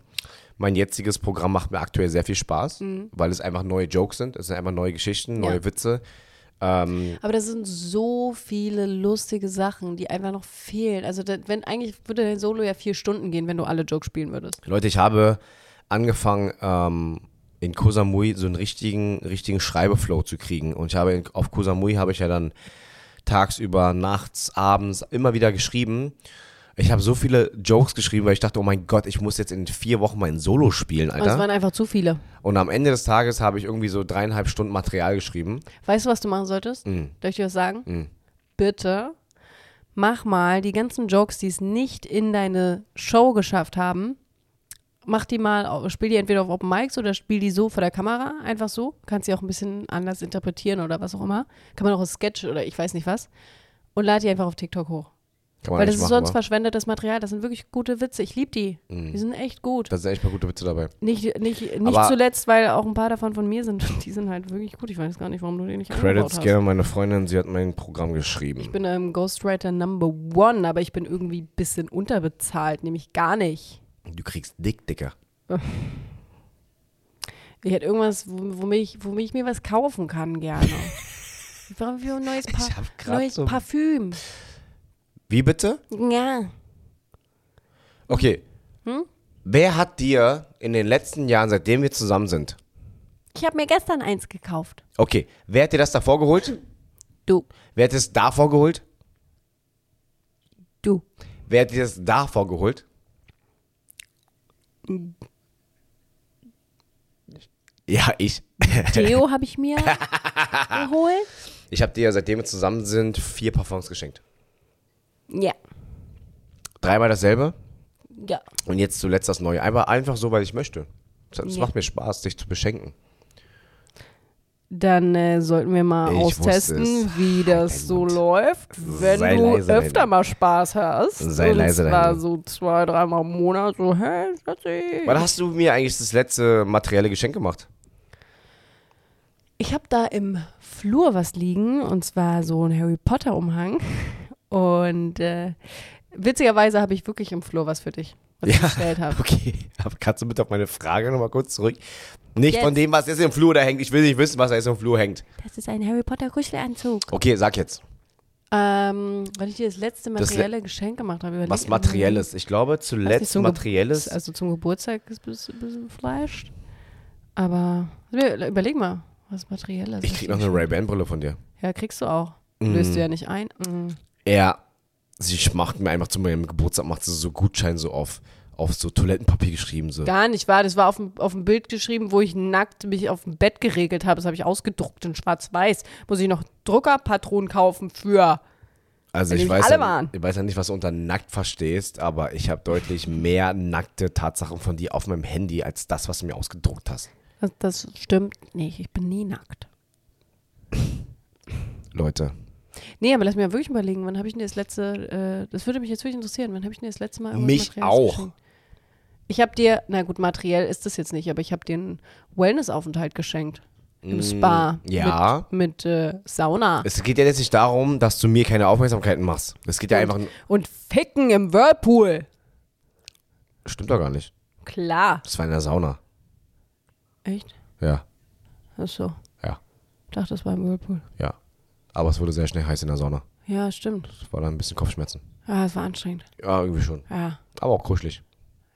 [SPEAKER 2] mein jetziges Programm macht mir aktuell sehr viel Spaß, weil es einfach neue Jokes sind. Es sind einfach neue Geschichten, neue
[SPEAKER 1] Mhm. Ja.
[SPEAKER 2] Witze. Ähm,
[SPEAKER 1] Aber da sind so viele lustige Sachen, die einfach noch fehlen. Also da, wenn eigentlich würde dein Solo ja vier Stunden gehen, wenn du alle Jokes spielen würdest.
[SPEAKER 2] Leute, ich habe angefangen, ähm, in Kosamui so einen richtigen, richtigen Schreibeflow zu kriegen. Und ich habe in, auf Kosamui habe ich ja dann tagsüber, nachts, abends immer wieder geschrieben. Ich habe so viele Jokes geschrieben, weil ich dachte, oh mein Gott, ich muss jetzt in vier Wochen mein Solo spielen,
[SPEAKER 1] Und es
[SPEAKER 2] Alter.
[SPEAKER 1] waren einfach zu viele.
[SPEAKER 2] Und am Ende des Tages habe ich irgendwie so dreieinhalb Stunden Material geschrieben.
[SPEAKER 1] Weißt du, was du machen solltest?
[SPEAKER 2] Mhm.
[SPEAKER 1] Darf ich dir was sagen? Bitte mach mal die ganzen Jokes, die es nicht in deine Show geschafft haben, mach die mal, au- spiel die entweder auf Open Mics oder spiel die so vor der Kamera, einfach so. Kannst die auch ein bisschen anders interpretieren oder was auch immer. Kann man auch ein Sketch oder ich weiß nicht was. Und lad die einfach auf TikTok hoch.
[SPEAKER 2] Kann man
[SPEAKER 1] Weil das
[SPEAKER 2] nicht
[SPEAKER 1] ist
[SPEAKER 2] machen,
[SPEAKER 1] sonst
[SPEAKER 2] wa?
[SPEAKER 1] verschwendetes Material. Das sind wirklich gute Witze. Ich liebe die. Die sind echt gut.
[SPEAKER 2] Mhm. Da sind echt mal gute Witze dabei.
[SPEAKER 1] Nicht, nicht,
[SPEAKER 2] Aber-
[SPEAKER 1] nicht zuletzt, weil auch ein paar davon von mir sind. Die sind halt wirklich gut. Ich weiß gar nicht, warum du die nicht eingebaut
[SPEAKER 2] Credits
[SPEAKER 1] hast.
[SPEAKER 2] gerne meine Freundin, sie hat mein Programm
[SPEAKER 1] Ich
[SPEAKER 2] geschrieben.
[SPEAKER 1] bin ähm, Ghostwriter Number One, aber ich bin irgendwie ein bisschen unterbezahlt, nämlich gar nicht.
[SPEAKER 2] Du kriegst dick, Dicker.
[SPEAKER 1] Ich hätte irgendwas, wo- womit ich, womit ich mir was kaufen kann gerne. ich brauche für ein neues,
[SPEAKER 2] Ich
[SPEAKER 1] pa
[SPEAKER 2] hab grad
[SPEAKER 1] neues
[SPEAKER 2] so-
[SPEAKER 1] Parfüm.
[SPEAKER 2] Wie bitte?
[SPEAKER 1] Ja.
[SPEAKER 2] Okay.
[SPEAKER 1] Hm?
[SPEAKER 2] Wer hat dir in den letzten Jahren, seitdem wir zusammen sind,
[SPEAKER 1] Ich habe mir gestern eins gekauft.
[SPEAKER 2] okay, wer hat dir das davor geholt?
[SPEAKER 1] Du,
[SPEAKER 2] Wer hat es davor geholt?
[SPEAKER 1] du,
[SPEAKER 2] Wer hat dir das davor geholt? Ja, ich.
[SPEAKER 1] Theo habe ich mir geholt.
[SPEAKER 2] Ich habe dir, seitdem wir zusammen sind, vier Parfums geschenkt.
[SPEAKER 1] Ja,
[SPEAKER 2] Dreimal dasselbe
[SPEAKER 1] ja.
[SPEAKER 2] und jetzt zuletzt das neue. Einfach, einfach so, weil ich möchte. Es
[SPEAKER 1] Ja.
[SPEAKER 2] macht mir Spaß, dich zu beschenken.
[SPEAKER 1] Dann äh, sollten wir mal
[SPEAKER 2] Ich wusste
[SPEAKER 1] austesten,
[SPEAKER 2] es.
[SPEAKER 1] wie das
[SPEAKER 2] deinen
[SPEAKER 1] so
[SPEAKER 2] Mund.
[SPEAKER 1] läuft, wenn
[SPEAKER 2] Sei
[SPEAKER 1] du
[SPEAKER 2] leise, dein
[SPEAKER 1] öfter
[SPEAKER 2] Mund.
[SPEAKER 1] mal Spaß hast.
[SPEAKER 2] Sei
[SPEAKER 1] Und
[SPEAKER 2] leise, dein
[SPEAKER 1] zwar
[SPEAKER 2] Mund.
[SPEAKER 1] so zwei, dreimal im Monat, so, hey, Schatzi.
[SPEAKER 2] Wann hast du mir eigentlich das letzte materielle Geschenk gemacht?
[SPEAKER 1] Ich habe da im Flur was liegen und zwar so ein Harry Potter Umhang und äh, witzigerweise habe ich wirklich im Flur was für dich, was ich bestellt habe.
[SPEAKER 2] Okay, aber kannst du bitte auf meine Frage nochmal kurz zurück? Nicht
[SPEAKER 1] Jetzt.
[SPEAKER 2] von dem, was jetzt im Flur da hängt. Ich will nicht wissen, was da jetzt im Flur hängt.
[SPEAKER 1] Das ist ein Harry Potter Kuschelanzug.
[SPEAKER 2] Okay, sag jetzt.
[SPEAKER 1] Ähm, weil ich dir das letzte
[SPEAKER 2] Das le-
[SPEAKER 1] materielle Geschenk gemacht habe. überleg
[SPEAKER 2] Was
[SPEAKER 1] mal.
[SPEAKER 2] Materielles. Ich glaube,
[SPEAKER 1] Nicht
[SPEAKER 2] zuletzt
[SPEAKER 1] zum Ge-
[SPEAKER 2] Materielles.
[SPEAKER 1] Also zum Geburtstag ist es ein bisschen fleischt. Aber wir- überleg mal, was Materielles
[SPEAKER 2] Ich
[SPEAKER 1] ist.
[SPEAKER 2] krieg noch eine Ray-Ban-Brille von dir.
[SPEAKER 1] Ja, kriegst du auch. Löst du ja nicht ein. Mhm.
[SPEAKER 2] Er, sie macht mir einfach zu meinem Geburtstag, macht sie so Gutschein so auf, auf so Toilettenpapier geschrieben. So.
[SPEAKER 1] Gar nicht wahr. Das war auf dem, auf dem Bild geschrieben, wo ich nackt mich auf dem Bett geregelt habe. Das habe ich ausgedruckt in schwarz-weiß. Muss ich noch Druckerpatronen kaufen für.
[SPEAKER 2] Also
[SPEAKER 1] Wenn
[SPEAKER 2] ich
[SPEAKER 1] nämlich
[SPEAKER 2] weiß,
[SPEAKER 1] alle
[SPEAKER 2] ja,
[SPEAKER 1] waren.
[SPEAKER 2] ich weiß ja nicht, was du unter nackt verstehst, aber ich habe deutlich mehr nackte Tatsachen von dir auf meinem Handy, als das, was du mir ausgedruckt hast.
[SPEAKER 1] Das, das stimmt nicht. Ich bin nie nackt.
[SPEAKER 2] Leute,
[SPEAKER 1] Nee, aber lass mir wirklich überlegen, wann habe ich denn das letzte, äh, das würde mich jetzt wirklich interessieren, wann habe ich denn das letzte Mal irgendwas
[SPEAKER 2] Mich
[SPEAKER 1] Materielles
[SPEAKER 2] auch.
[SPEAKER 1] geschenkt? Ich habe dir, na gut, materiell ist das jetzt nicht, aber ich habe dir einen Wellnessaufenthalt geschenkt. Im Spa.
[SPEAKER 2] Mm, ja.
[SPEAKER 1] Mit, mit äh, Sauna.
[SPEAKER 2] es geht ja letztlich darum, dass du mir keine Aufmerksamkeiten machst. Es geht ja einfach.
[SPEAKER 1] Und Ficken im Whirlpool.
[SPEAKER 2] Stimmt doch gar nicht.
[SPEAKER 1] Klar.
[SPEAKER 2] Das war in der Sauna.
[SPEAKER 1] Echt?
[SPEAKER 2] Ja,
[SPEAKER 1] Ach so.
[SPEAKER 2] ja,
[SPEAKER 1] Ich dachte, das war im Whirlpool.
[SPEAKER 2] ja. Aber es wurde sehr schnell heiß in der Sauna.
[SPEAKER 1] Ja, stimmt.
[SPEAKER 2] Es war dann ein bisschen Kopfschmerzen.
[SPEAKER 1] Ah, es war anstrengend.
[SPEAKER 2] Ja, irgendwie schon.
[SPEAKER 1] Ja,
[SPEAKER 2] Aber auch kuschelig.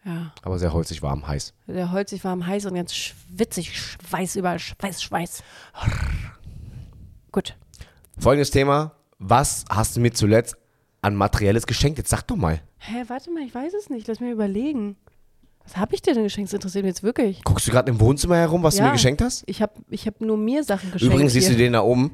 [SPEAKER 1] ja.
[SPEAKER 2] Aber sehr holzig, warm, heiß.
[SPEAKER 1] Der Holzig war am heiß und ganz schwitzig. Schweiß überall. Schweiß, Schweiß. Gut.
[SPEAKER 2] Folgendes Thema. Was hast du mir zuletzt an materielles geschenkt? Jetzt sag doch mal.
[SPEAKER 1] Hä, warte mal, ich weiß es nicht. Lass mir überlegen. Was habe ich dir denn geschenkt? Das interessiert mich jetzt wirklich.
[SPEAKER 2] Guckst du gerade im Wohnzimmer herum, was du
[SPEAKER 1] Ja.
[SPEAKER 2] mir geschenkt hast?
[SPEAKER 1] Ich habe ich hab nur mir Sachen geschenkt.
[SPEAKER 2] Übrigens siehst du
[SPEAKER 1] hier.
[SPEAKER 2] den da oben.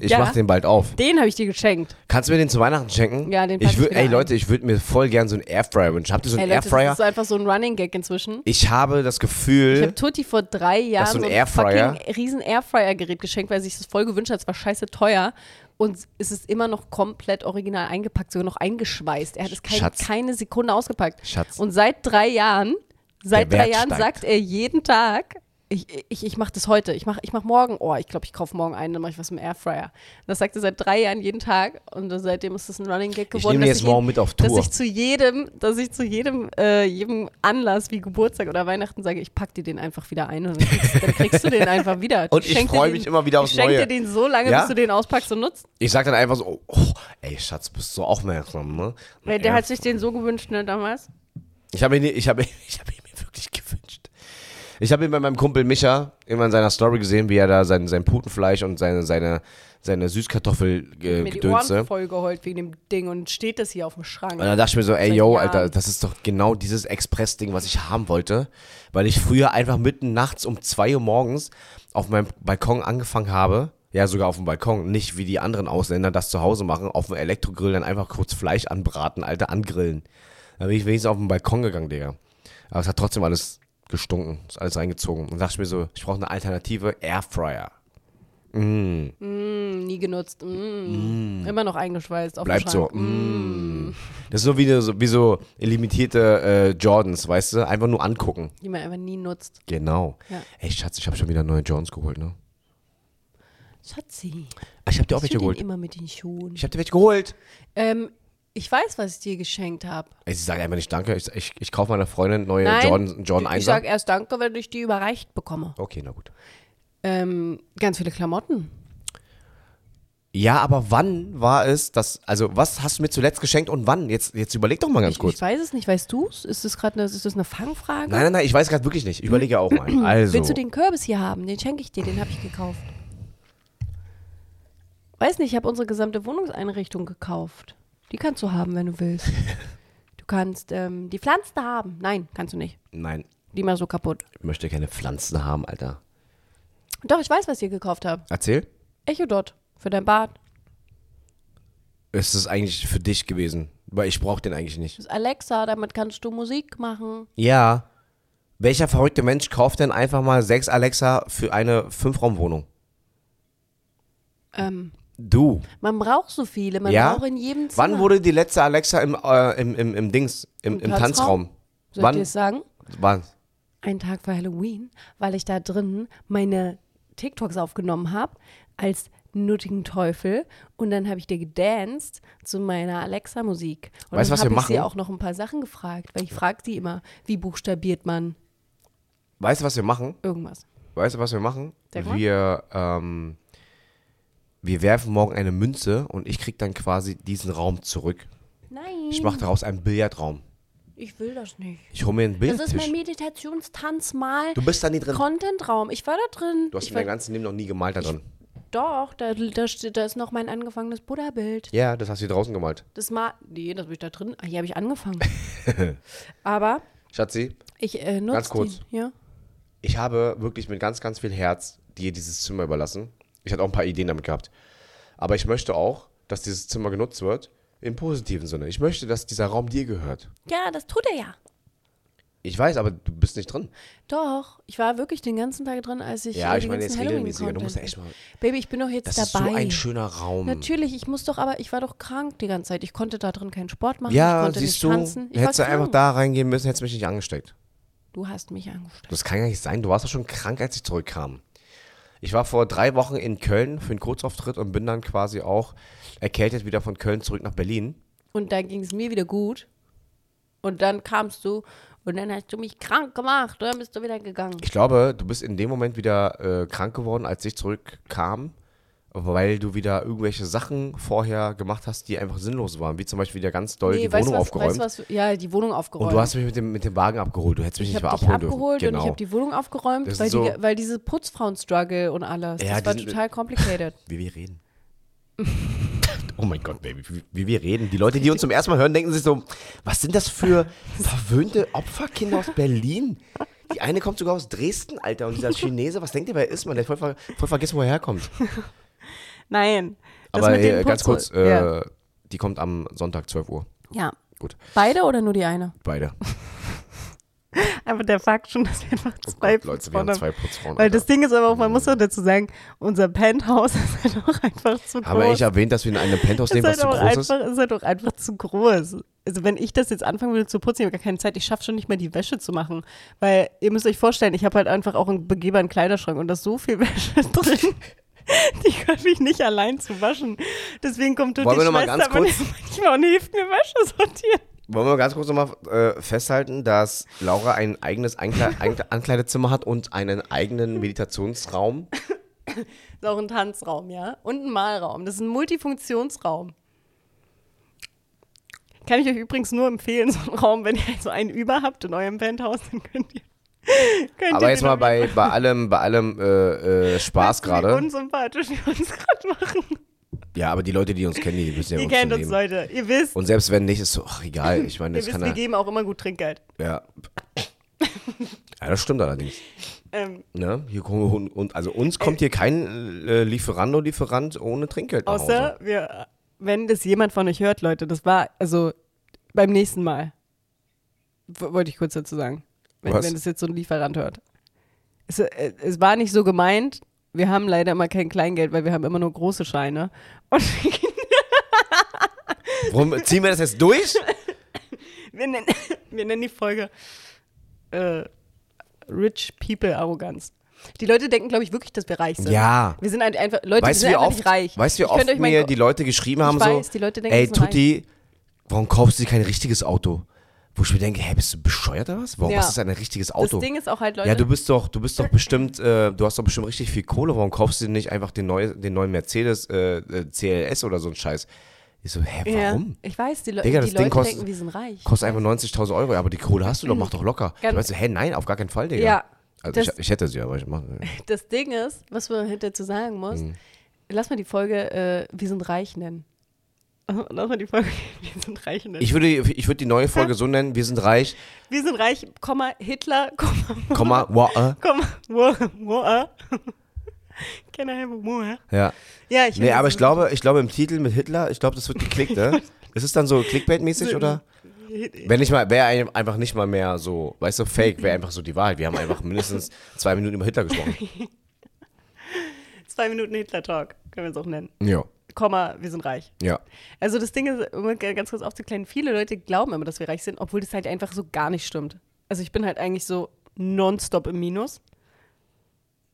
[SPEAKER 2] Ich
[SPEAKER 1] Ja.
[SPEAKER 2] mach den bald auf.
[SPEAKER 1] den habe ich dir geschenkt.
[SPEAKER 2] Kannst du mir den zu Weihnachten schenken?
[SPEAKER 1] Ja, den pack
[SPEAKER 2] ich
[SPEAKER 1] ich
[SPEAKER 2] würd,
[SPEAKER 1] wieder
[SPEAKER 2] Ey
[SPEAKER 1] ein.
[SPEAKER 2] Leute, ich würde mir voll gern so einen Airfryer wünschen. Habt ihr so
[SPEAKER 1] Ey,
[SPEAKER 2] einen
[SPEAKER 1] Leute,
[SPEAKER 2] Airfryer?
[SPEAKER 1] Das ist einfach so ein Running Gag inzwischen.
[SPEAKER 2] ich habe das
[SPEAKER 1] Ich
[SPEAKER 2] Gefühl,
[SPEAKER 1] habe Tutti vor drei Jahren
[SPEAKER 2] so ein
[SPEAKER 1] so ein
[SPEAKER 2] Airfryer?
[SPEAKER 1] fucking riesen Airfryer-Gerät geschenkt, weil sie sich das voll gewünscht hat. Es war scheiße teuer. Und es ist immer noch komplett original eingepackt, sogar noch eingeschweißt. Er hat es kein,
[SPEAKER 2] Schatz.
[SPEAKER 1] keine Sekunde ausgepackt.
[SPEAKER 2] Schatz.
[SPEAKER 1] Und seit drei Jahren, seit
[SPEAKER 2] Der
[SPEAKER 1] drei
[SPEAKER 2] Wert
[SPEAKER 1] Jahren
[SPEAKER 2] steigt.
[SPEAKER 1] sagt er jeden Tag, ich, ich, ich mache das heute, ich mache ich mach morgen, oh, ich glaube, ich kaufe morgen einen, dann mache ich was im Airfryer. Das sagt er seit drei Jahren jeden Tag und seitdem ist das ein Running Gag geworden.
[SPEAKER 2] nehme ihn
[SPEAKER 1] dass
[SPEAKER 2] jetzt morgen
[SPEAKER 1] ihn-
[SPEAKER 2] mit auf Tour.
[SPEAKER 1] Dass ich zu jedem, dass ich zu jedem, äh, jedem Anlass wie Geburtstag oder Weihnachten sage, ich pack dir den einfach wieder ein und dann kriegst, dann kriegst du den einfach wieder.
[SPEAKER 2] Und ich
[SPEAKER 1] schenk dir
[SPEAKER 2] freu
[SPEAKER 1] den-
[SPEAKER 2] mich immer wieder aufs
[SPEAKER 1] Ich schenk dir
[SPEAKER 2] Neue.
[SPEAKER 1] den so lange,
[SPEAKER 2] Ja?
[SPEAKER 1] bis du den auspackst und nutzt.
[SPEAKER 2] ich sag dann einfach so, oh, oh, ey Schatz, bist du aufmerksam, ne?
[SPEAKER 1] Weil der hat sich den so gewünscht, ne, damals.
[SPEAKER 2] Ich habe ihn, ich habe, ich habe ihn mir wirklich gewünscht. Ich habe ihn bei meinem Kumpel Micha immer in seiner Story gesehen, wie er da sein, sein Putenfleisch und seine, seine, seine Süßkartoffel äh,
[SPEAKER 1] Mir die Ohren
[SPEAKER 2] gedönste.
[SPEAKER 1] vollgeheult wegen dem Ding und steht das hier auf dem Schrank.
[SPEAKER 2] Und dann dachte ich mir so, ey,
[SPEAKER 1] Seit
[SPEAKER 2] yo,
[SPEAKER 1] Jahren.
[SPEAKER 2] Alter, das ist doch genau dieses Express-Ding, was ich haben wollte. Weil ich früher einfach mitten nachts um 2 Uhr morgens auf meinem Balkon angefangen habe. Ja, sogar auf dem Balkon. Nicht wie die anderen Ausländer das zu Hause machen. Auf dem Elektrogrill dann einfach kurz Fleisch anbraten, Alter, angrillen. Da bin ich wenigstens auf den Balkon gegangen, Digga. Aber es hat trotzdem alles gestunken. Ist alles reingezogen. Und dachte ich mir so, ich brauche eine Alternative. Airfryer.
[SPEAKER 1] Nie genutzt. Mm. Immer noch eingeschweißt. Auf dem
[SPEAKER 2] Bleibt so.
[SPEAKER 1] Schrank.
[SPEAKER 2] Mm. Das ist so wie, eine- so wie so limitierte äh, Jordans, weißt du? Einfach nur angucken.
[SPEAKER 1] Die man einfach nie nutzt.
[SPEAKER 2] Genau.
[SPEAKER 1] Ja.
[SPEAKER 2] Ey, Schatz, ich habe schon wieder neue Jones geholt, ne?
[SPEAKER 1] Schatzi,
[SPEAKER 2] Ah, ich habe dir auch
[SPEAKER 1] was
[SPEAKER 2] welche
[SPEAKER 1] du denn
[SPEAKER 2] geholt.
[SPEAKER 1] immer mit den Schuhen?
[SPEAKER 2] Ich habe dir welche geholt.
[SPEAKER 1] Ähm, ich weiß, was ich dir geschenkt habe.
[SPEAKER 2] Ey, sie sagt einfach nicht danke. Ich, ich, ich kaufe meiner Freundin neue
[SPEAKER 1] Nein,
[SPEAKER 2] Jordan, Jordan
[SPEAKER 1] ich
[SPEAKER 2] 1
[SPEAKER 1] sag erst danke, wenn ich die überreicht bekomme.
[SPEAKER 2] Okay, na gut.
[SPEAKER 1] Ähm, ganz viele Klamotten.
[SPEAKER 2] Ja, aber wann war es das, also was hast du mir zuletzt geschenkt und wann? Jetzt, jetzt überleg doch mal ganz
[SPEAKER 1] Ich,
[SPEAKER 2] kurz.
[SPEAKER 1] ich weiß es nicht. Weißt du es? Ist das gerade eine, ist das eine Fangfrage?
[SPEAKER 2] nein, nein, nein, ich weiß gerade wirklich nicht. Ich Überlege ja auch mal. Also,
[SPEAKER 1] Willst du den Kürbis hier haben? Den schenke ich dir, den habe ich gekauft. Weiß nicht, ich habe unsere gesamte Wohnungseinrichtung gekauft. Die kannst du haben, wenn du willst. Du kannst ähm, die Pflanze haben. Nein, kannst du nicht.
[SPEAKER 2] nein,
[SPEAKER 1] Die mal so kaputt.
[SPEAKER 2] ich möchte keine Pflanzen haben, Alter.
[SPEAKER 1] Doch, ich weiß, was ihr gekauft habt.
[SPEAKER 2] Erzähl.
[SPEAKER 1] Echo Dot für dein Bad.
[SPEAKER 2] Ist das eigentlich für dich gewesen? Weil ich brauche den eigentlich nicht.
[SPEAKER 1] Das ist Alexa, damit kannst du Musik machen.
[SPEAKER 2] Ja. Welcher verrückte Mensch kauft denn einfach mal sechs Alexa für eine Fünfraumwohnung?
[SPEAKER 1] Ähm,
[SPEAKER 2] Du.
[SPEAKER 1] man braucht so viele. Man
[SPEAKER 2] Ja?
[SPEAKER 1] braucht in jedem Zimmer.
[SPEAKER 2] Wann wurde die letzte Alexa im, äh, im, im, im Dings, im, im
[SPEAKER 1] Im Tanzraum?
[SPEAKER 2] Tanzraum?
[SPEAKER 1] Soll ich dir
[SPEAKER 2] Wann?
[SPEAKER 1] das sagen?
[SPEAKER 2] Wann?
[SPEAKER 1] Einen Tag vor Halloween, weil ich da drin meine
[SPEAKER 3] TikToks aufgenommen habe als nuttigen Teufel und dann habe ich dir gedanced zu meiner Alexa-Musik. Und
[SPEAKER 2] Weißt du, was
[SPEAKER 3] dann
[SPEAKER 2] wir
[SPEAKER 3] habe ich sie
[SPEAKER 2] machen?
[SPEAKER 3] auch noch ein paar Sachen gefragt, weil ich frage sie immer, wie buchstabiert man
[SPEAKER 2] Weißt du, was wir machen?
[SPEAKER 3] irgendwas?
[SPEAKER 2] Weißt du, was wir machen?
[SPEAKER 3] Sag mal.
[SPEAKER 2] Wir, ähm, wir werfen morgen eine Münze und ich krieg dann quasi diesen Raum zurück.
[SPEAKER 3] Nein,
[SPEAKER 2] Ich mache daraus einen Billardraum.
[SPEAKER 3] ich will das nicht.
[SPEAKER 2] Ich hole mir einen
[SPEAKER 3] Das ist
[SPEAKER 2] Bildtisch.
[SPEAKER 3] mein Meditationstanz mal.
[SPEAKER 2] Du bist da nie drin.
[SPEAKER 3] Content-Raum. Ich war da drin.
[SPEAKER 2] Äh. Du hast
[SPEAKER 3] ich
[SPEAKER 2] in
[SPEAKER 3] war,
[SPEAKER 2] deinem ganzen Leben noch nie gemalt da drin.
[SPEAKER 3] doch, da, da, steht- da ist noch mein angefangenes Buddha-Bild.
[SPEAKER 2] Ja, das hast du hier draußen gemalt.
[SPEAKER 3] Das mal. Nee, das bin ich da drin. Ah, hier habe ich angefangen. Aber
[SPEAKER 2] Schatzi,
[SPEAKER 3] ich äh, nutze
[SPEAKER 2] Ganz kurz.
[SPEAKER 3] Die. Ja.
[SPEAKER 2] ich habe wirklich mit ganz, ganz viel Herz dir dieses Zimmer überlassen. Ich hatte auch ein paar Ideen damit gehabt. Aber ich möchte auch, dass dieses Zimmer genutzt wird im positiven Sinne. Ich möchte, dass dieser Raum dir gehört.
[SPEAKER 3] ja, das tut er ja.
[SPEAKER 2] Ich weiß, aber du bist nicht drin.
[SPEAKER 3] Doch, ich war wirklich den ganzen Tag drin, als ich
[SPEAKER 2] Ja,
[SPEAKER 3] äh,
[SPEAKER 2] ich
[SPEAKER 3] den
[SPEAKER 2] meine
[SPEAKER 3] ganzen
[SPEAKER 2] jetzt
[SPEAKER 3] Halloween
[SPEAKER 2] regelmäßiger. Du musst ja
[SPEAKER 3] Content-
[SPEAKER 2] echt mal.
[SPEAKER 3] Baby, ich bin doch jetzt
[SPEAKER 2] Das ist so
[SPEAKER 3] dabei.
[SPEAKER 2] ein schöner Raum.
[SPEAKER 3] Natürlich, ich muss doch aber, ich war doch krank die ganze Zeit. Ich konnte da drin keinen Sport machen, ich
[SPEAKER 2] Ja,
[SPEAKER 3] konnte nicht
[SPEAKER 2] siehst du,
[SPEAKER 3] tanzen. Ich war
[SPEAKER 2] hättest du einfach
[SPEAKER 3] krank.
[SPEAKER 2] da reingehen müssen, hättest mich nicht angesteckt.
[SPEAKER 3] Du hast mich angesteckt.
[SPEAKER 2] Das kann ja nicht sein. Du warst doch schon krank, als ich zurückkam. Ich war vor drei Wochen in Köln für einen Kurzauftritt und bin dann quasi auch erkältet wieder von Köln zurück nach Berlin.
[SPEAKER 3] Und dann ging es mir wieder gut. Und dann kamst du und dann hast du mich krank gemacht. Dann bist du wieder gegangen.
[SPEAKER 2] Ich glaube, du bist in dem Moment wieder äh, krank geworden, als ich zurückkam, weil du wieder irgendwelche Sachen vorher gemacht hast, die einfach sinnlos waren. Wie zum Beispiel wieder ganz doll die
[SPEAKER 3] weißt du
[SPEAKER 2] Wohnung
[SPEAKER 3] was,
[SPEAKER 2] aufgeräumt.
[SPEAKER 3] Weißt, du was, ja, die Wohnung aufgeräumt.
[SPEAKER 2] und du hast mich mit dem, mit dem Wagen abgeholt. Du hättest mich
[SPEAKER 3] ich
[SPEAKER 2] nicht mal
[SPEAKER 3] habe dich
[SPEAKER 2] abholen
[SPEAKER 3] abgeholt
[SPEAKER 2] dürfen. Genau.
[SPEAKER 3] und ich habe die Wohnung aufgeräumt,
[SPEAKER 2] Das
[SPEAKER 3] weil,
[SPEAKER 2] ist so-
[SPEAKER 3] die, weil diese Putzfrauen-Struggle und alles.
[SPEAKER 2] Ja,
[SPEAKER 3] das war
[SPEAKER 2] die sind-
[SPEAKER 3] total complicated.
[SPEAKER 2] Wie wir reden. oh mein Gott, Baby, wie, wie wir reden. Die Leute, die uns zum ersten Mal hören, denken sich so, was sind das für verwöhnte Opferkinder aus Berlin? Die eine kommt sogar aus Dresden, Alter, und dieser Chinese, was denkt ihr, wer ist man? Der hat voll, ver voll vergessen, woher er kommt.
[SPEAKER 3] Nein. das
[SPEAKER 2] Aber
[SPEAKER 3] mit den
[SPEAKER 2] äh, ganz kurz,
[SPEAKER 3] Putz-
[SPEAKER 2] äh,
[SPEAKER 3] ja.
[SPEAKER 2] die kommt am Sonntag 12 Uhr.
[SPEAKER 3] ja.
[SPEAKER 2] Gut,
[SPEAKER 3] Beide oder nur die eine?
[SPEAKER 2] beide.
[SPEAKER 3] Aber der Fakt schon, dass wir einfach
[SPEAKER 2] Oh Gott, Leute, wir haben zwei Mhm. Putzfrauen.
[SPEAKER 3] Weil das
[SPEAKER 2] Alter.
[SPEAKER 3] Ding ist aber auch, man muss auch dazu sagen, unser Penthouse ist halt auch einfach zu groß.
[SPEAKER 2] Habe ich erwähnt, dass wir in einem Penthouse
[SPEAKER 3] ist
[SPEAKER 2] nehmen, was
[SPEAKER 3] halt,
[SPEAKER 2] zu
[SPEAKER 3] auch
[SPEAKER 2] groß ist?
[SPEAKER 3] einfach, ist halt auch einfach zu groß. Also wenn ich das jetzt anfangen würde zu putzen, ich habe gar keine Zeit, ich schaffe schon nicht mehr die Wäsche zu machen. Weil ihr müsst euch vorstellen, ich habe halt einfach auch einen begehbaren Kleiderschrank und da ist so viel Wäsche drin. Die kann ich nicht allein zu waschen. Deswegen kommt Tutti
[SPEAKER 2] Wollen wir noch mal
[SPEAKER 3] Schwester
[SPEAKER 2] ganz kurz-
[SPEAKER 3] man- manchmal und hilft mir Wäsche sortieren.
[SPEAKER 2] Wollen wir ganz kurz nochmal äh, festhalten, dass Laura ein eigenes Einkle Einkle Ankleidezimmer hat und einen eigenen Meditationsraum.
[SPEAKER 3] Ist auch ein Tanzraum, ja. Und ein Malraum. Das ist ein Multifunktionsraum. Kann ich euch übrigens nur empfehlen, so einen Raum, wenn ihr so einen über habt in eurem Penthouse, dann könnt ihr. Könnt
[SPEAKER 2] Aber
[SPEAKER 3] ihr
[SPEAKER 2] jetzt
[SPEAKER 3] den
[SPEAKER 2] mal
[SPEAKER 3] auf-
[SPEAKER 2] bei, bei allem, bei allem äh, äh, Spaß gerade.
[SPEAKER 3] Unsympathisch, wie wir uns gerade machen.
[SPEAKER 2] Ja, aber die Leute, die uns kennen, die wissen ja
[SPEAKER 3] ihr
[SPEAKER 2] uns
[SPEAKER 3] kennt
[SPEAKER 2] zu
[SPEAKER 3] uns,
[SPEAKER 2] nehmen.
[SPEAKER 3] Leute. Ihr wisst,
[SPEAKER 2] Und selbst wenn nicht, ist so, ach egal, ich meine,
[SPEAKER 3] ihr
[SPEAKER 2] das
[SPEAKER 3] wisst
[SPEAKER 2] kann
[SPEAKER 3] wir
[SPEAKER 2] er.
[SPEAKER 3] geben auch immer gut Trinkgeld.
[SPEAKER 2] Ja. ja, das stimmt allerdings.
[SPEAKER 3] Ähm,
[SPEAKER 2] Ne? Hier kommen, und- und, also uns kommt hier kein äh, Lieferando, Lieferant ohne Trinkgeld nach Hause.
[SPEAKER 3] außer, wir, wenn das jemand von euch hört, Leute, das war, also beim nächsten Mal. W wollte ich kurz dazu sagen. Wenn,
[SPEAKER 2] Was?
[SPEAKER 3] wenn das jetzt so ein Lieferant hört. Es, äh, es war nicht so gemeint. Wir haben leider immer kein Kleingeld, weil wir haben immer nur große Scheine. Und
[SPEAKER 2] Warum ziehen wir das jetzt durch?
[SPEAKER 3] wir nennen, wir nennen die Folge äh, Rich People Arroganz. Die Leute denken, glaube ich, wirklich, dass wir reich sind.
[SPEAKER 2] Ja.
[SPEAKER 3] Wir sind halt einfach, Leute,
[SPEAKER 2] weißt du,
[SPEAKER 3] wir
[SPEAKER 2] wie
[SPEAKER 3] sind einfach
[SPEAKER 2] oft,
[SPEAKER 3] nicht reich.
[SPEAKER 2] Weißt du, wie
[SPEAKER 3] Ich könnte
[SPEAKER 2] oft
[SPEAKER 3] euch mein
[SPEAKER 2] mir
[SPEAKER 3] Ko-
[SPEAKER 2] die Leute geschrieben haben,
[SPEAKER 3] weiß,
[SPEAKER 2] so,
[SPEAKER 3] die Leute denken,
[SPEAKER 2] ey
[SPEAKER 3] wir sind
[SPEAKER 2] Tutti, warum kaufst du dir kein richtiges Auto? Wo ich mir denke, hä, bist du bescheuert oder was? Warum
[SPEAKER 3] Ja.
[SPEAKER 2] was ist ein richtiges Auto?
[SPEAKER 3] Das Ding ist auch halt, Leute,
[SPEAKER 2] ja, du bist doch, du bist doch bestimmt, äh, du hast doch bestimmt richtig viel Kohle, warum kaufst du dir nicht einfach den, neu, den neuen Mercedes äh, äh, CLS oder so ein Scheiß? Ich so, hä,
[SPEAKER 3] Ja.
[SPEAKER 2] warum?
[SPEAKER 3] Ich weiß, die, Le
[SPEAKER 2] Digga, das
[SPEAKER 3] die
[SPEAKER 2] Ding
[SPEAKER 3] Leute
[SPEAKER 2] kostet-
[SPEAKER 3] denken, wir sind reich.
[SPEAKER 2] Kostet einfach 90.000 Euro, ja, aber die Kohle hast du doch, mach doch locker.
[SPEAKER 3] Mhm. Ganz-
[SPEAKER 2] ich meinst du, hä, nein, auf gar keinen Fall, Digga.
[SPEAKER 3] Ja,
[SPEAKER 2] Also ich,
[SPEAKER 3] das-
[SPEAKER 2] ich hätte sie, aber ich mach. Äh,
[SPEAKER 3] Das Ding ist, was man hinterher zu sagen muss,
[SPEAKER 2] Mhm.
[SPEAKER 3] lass mal die Folge äh, Wir sind reich nennen. Lass mal die Folge Wir sind reich nennen.
[SPEAKER 2] Ich würde, ich würde die neue Folge so nennen, wir sind reich,
[SPEAKER 3] wir sind reich, Komma, Hitler, Komma,
[SPEAKER 2] Komma, wow, äh.
[SPEAKER 3] Komma, wo, wo, äh. Can I have a more?
[SPEAKER 2] Ja.
[SPEAKER 3] Ja, ich
[SPEAKER 2] Nee,
[SPEAKER 3] finde,
[SPEAKER 2] aber
[SPEAKER 3] das
[SPEAKER 2] ich glaube, ich glaube im Titel mit Hitler, ich glaube, das wird geklickt, ne? Ist es dann so Clickbait-mäßig oder? Wenn nicht mal, wäre ein- einfach nicht mal mehr so, weißt du, Fake, wäre einfach so die Wahrheit. Wir haben einfach mindestens zwei Minuten über Hitler gesprochen.
[SPEAKER 3] ist zwei Minuten Hitler-Talk, können wir es auch nennen.
[SPEAKER 2] Ja,
[SPEAKER 3] Komma, wir sind reich.
[SPEAKER 2] ja.
[SPEAKER 3] Also das Ding ist, um ganz kurz aufzuklären, viele Leute glauben immer, dass wir reich sind, obwohl das halt einfach so gar nicht stimmt. Also ich bin halt eigentlich so nonstop im Minus.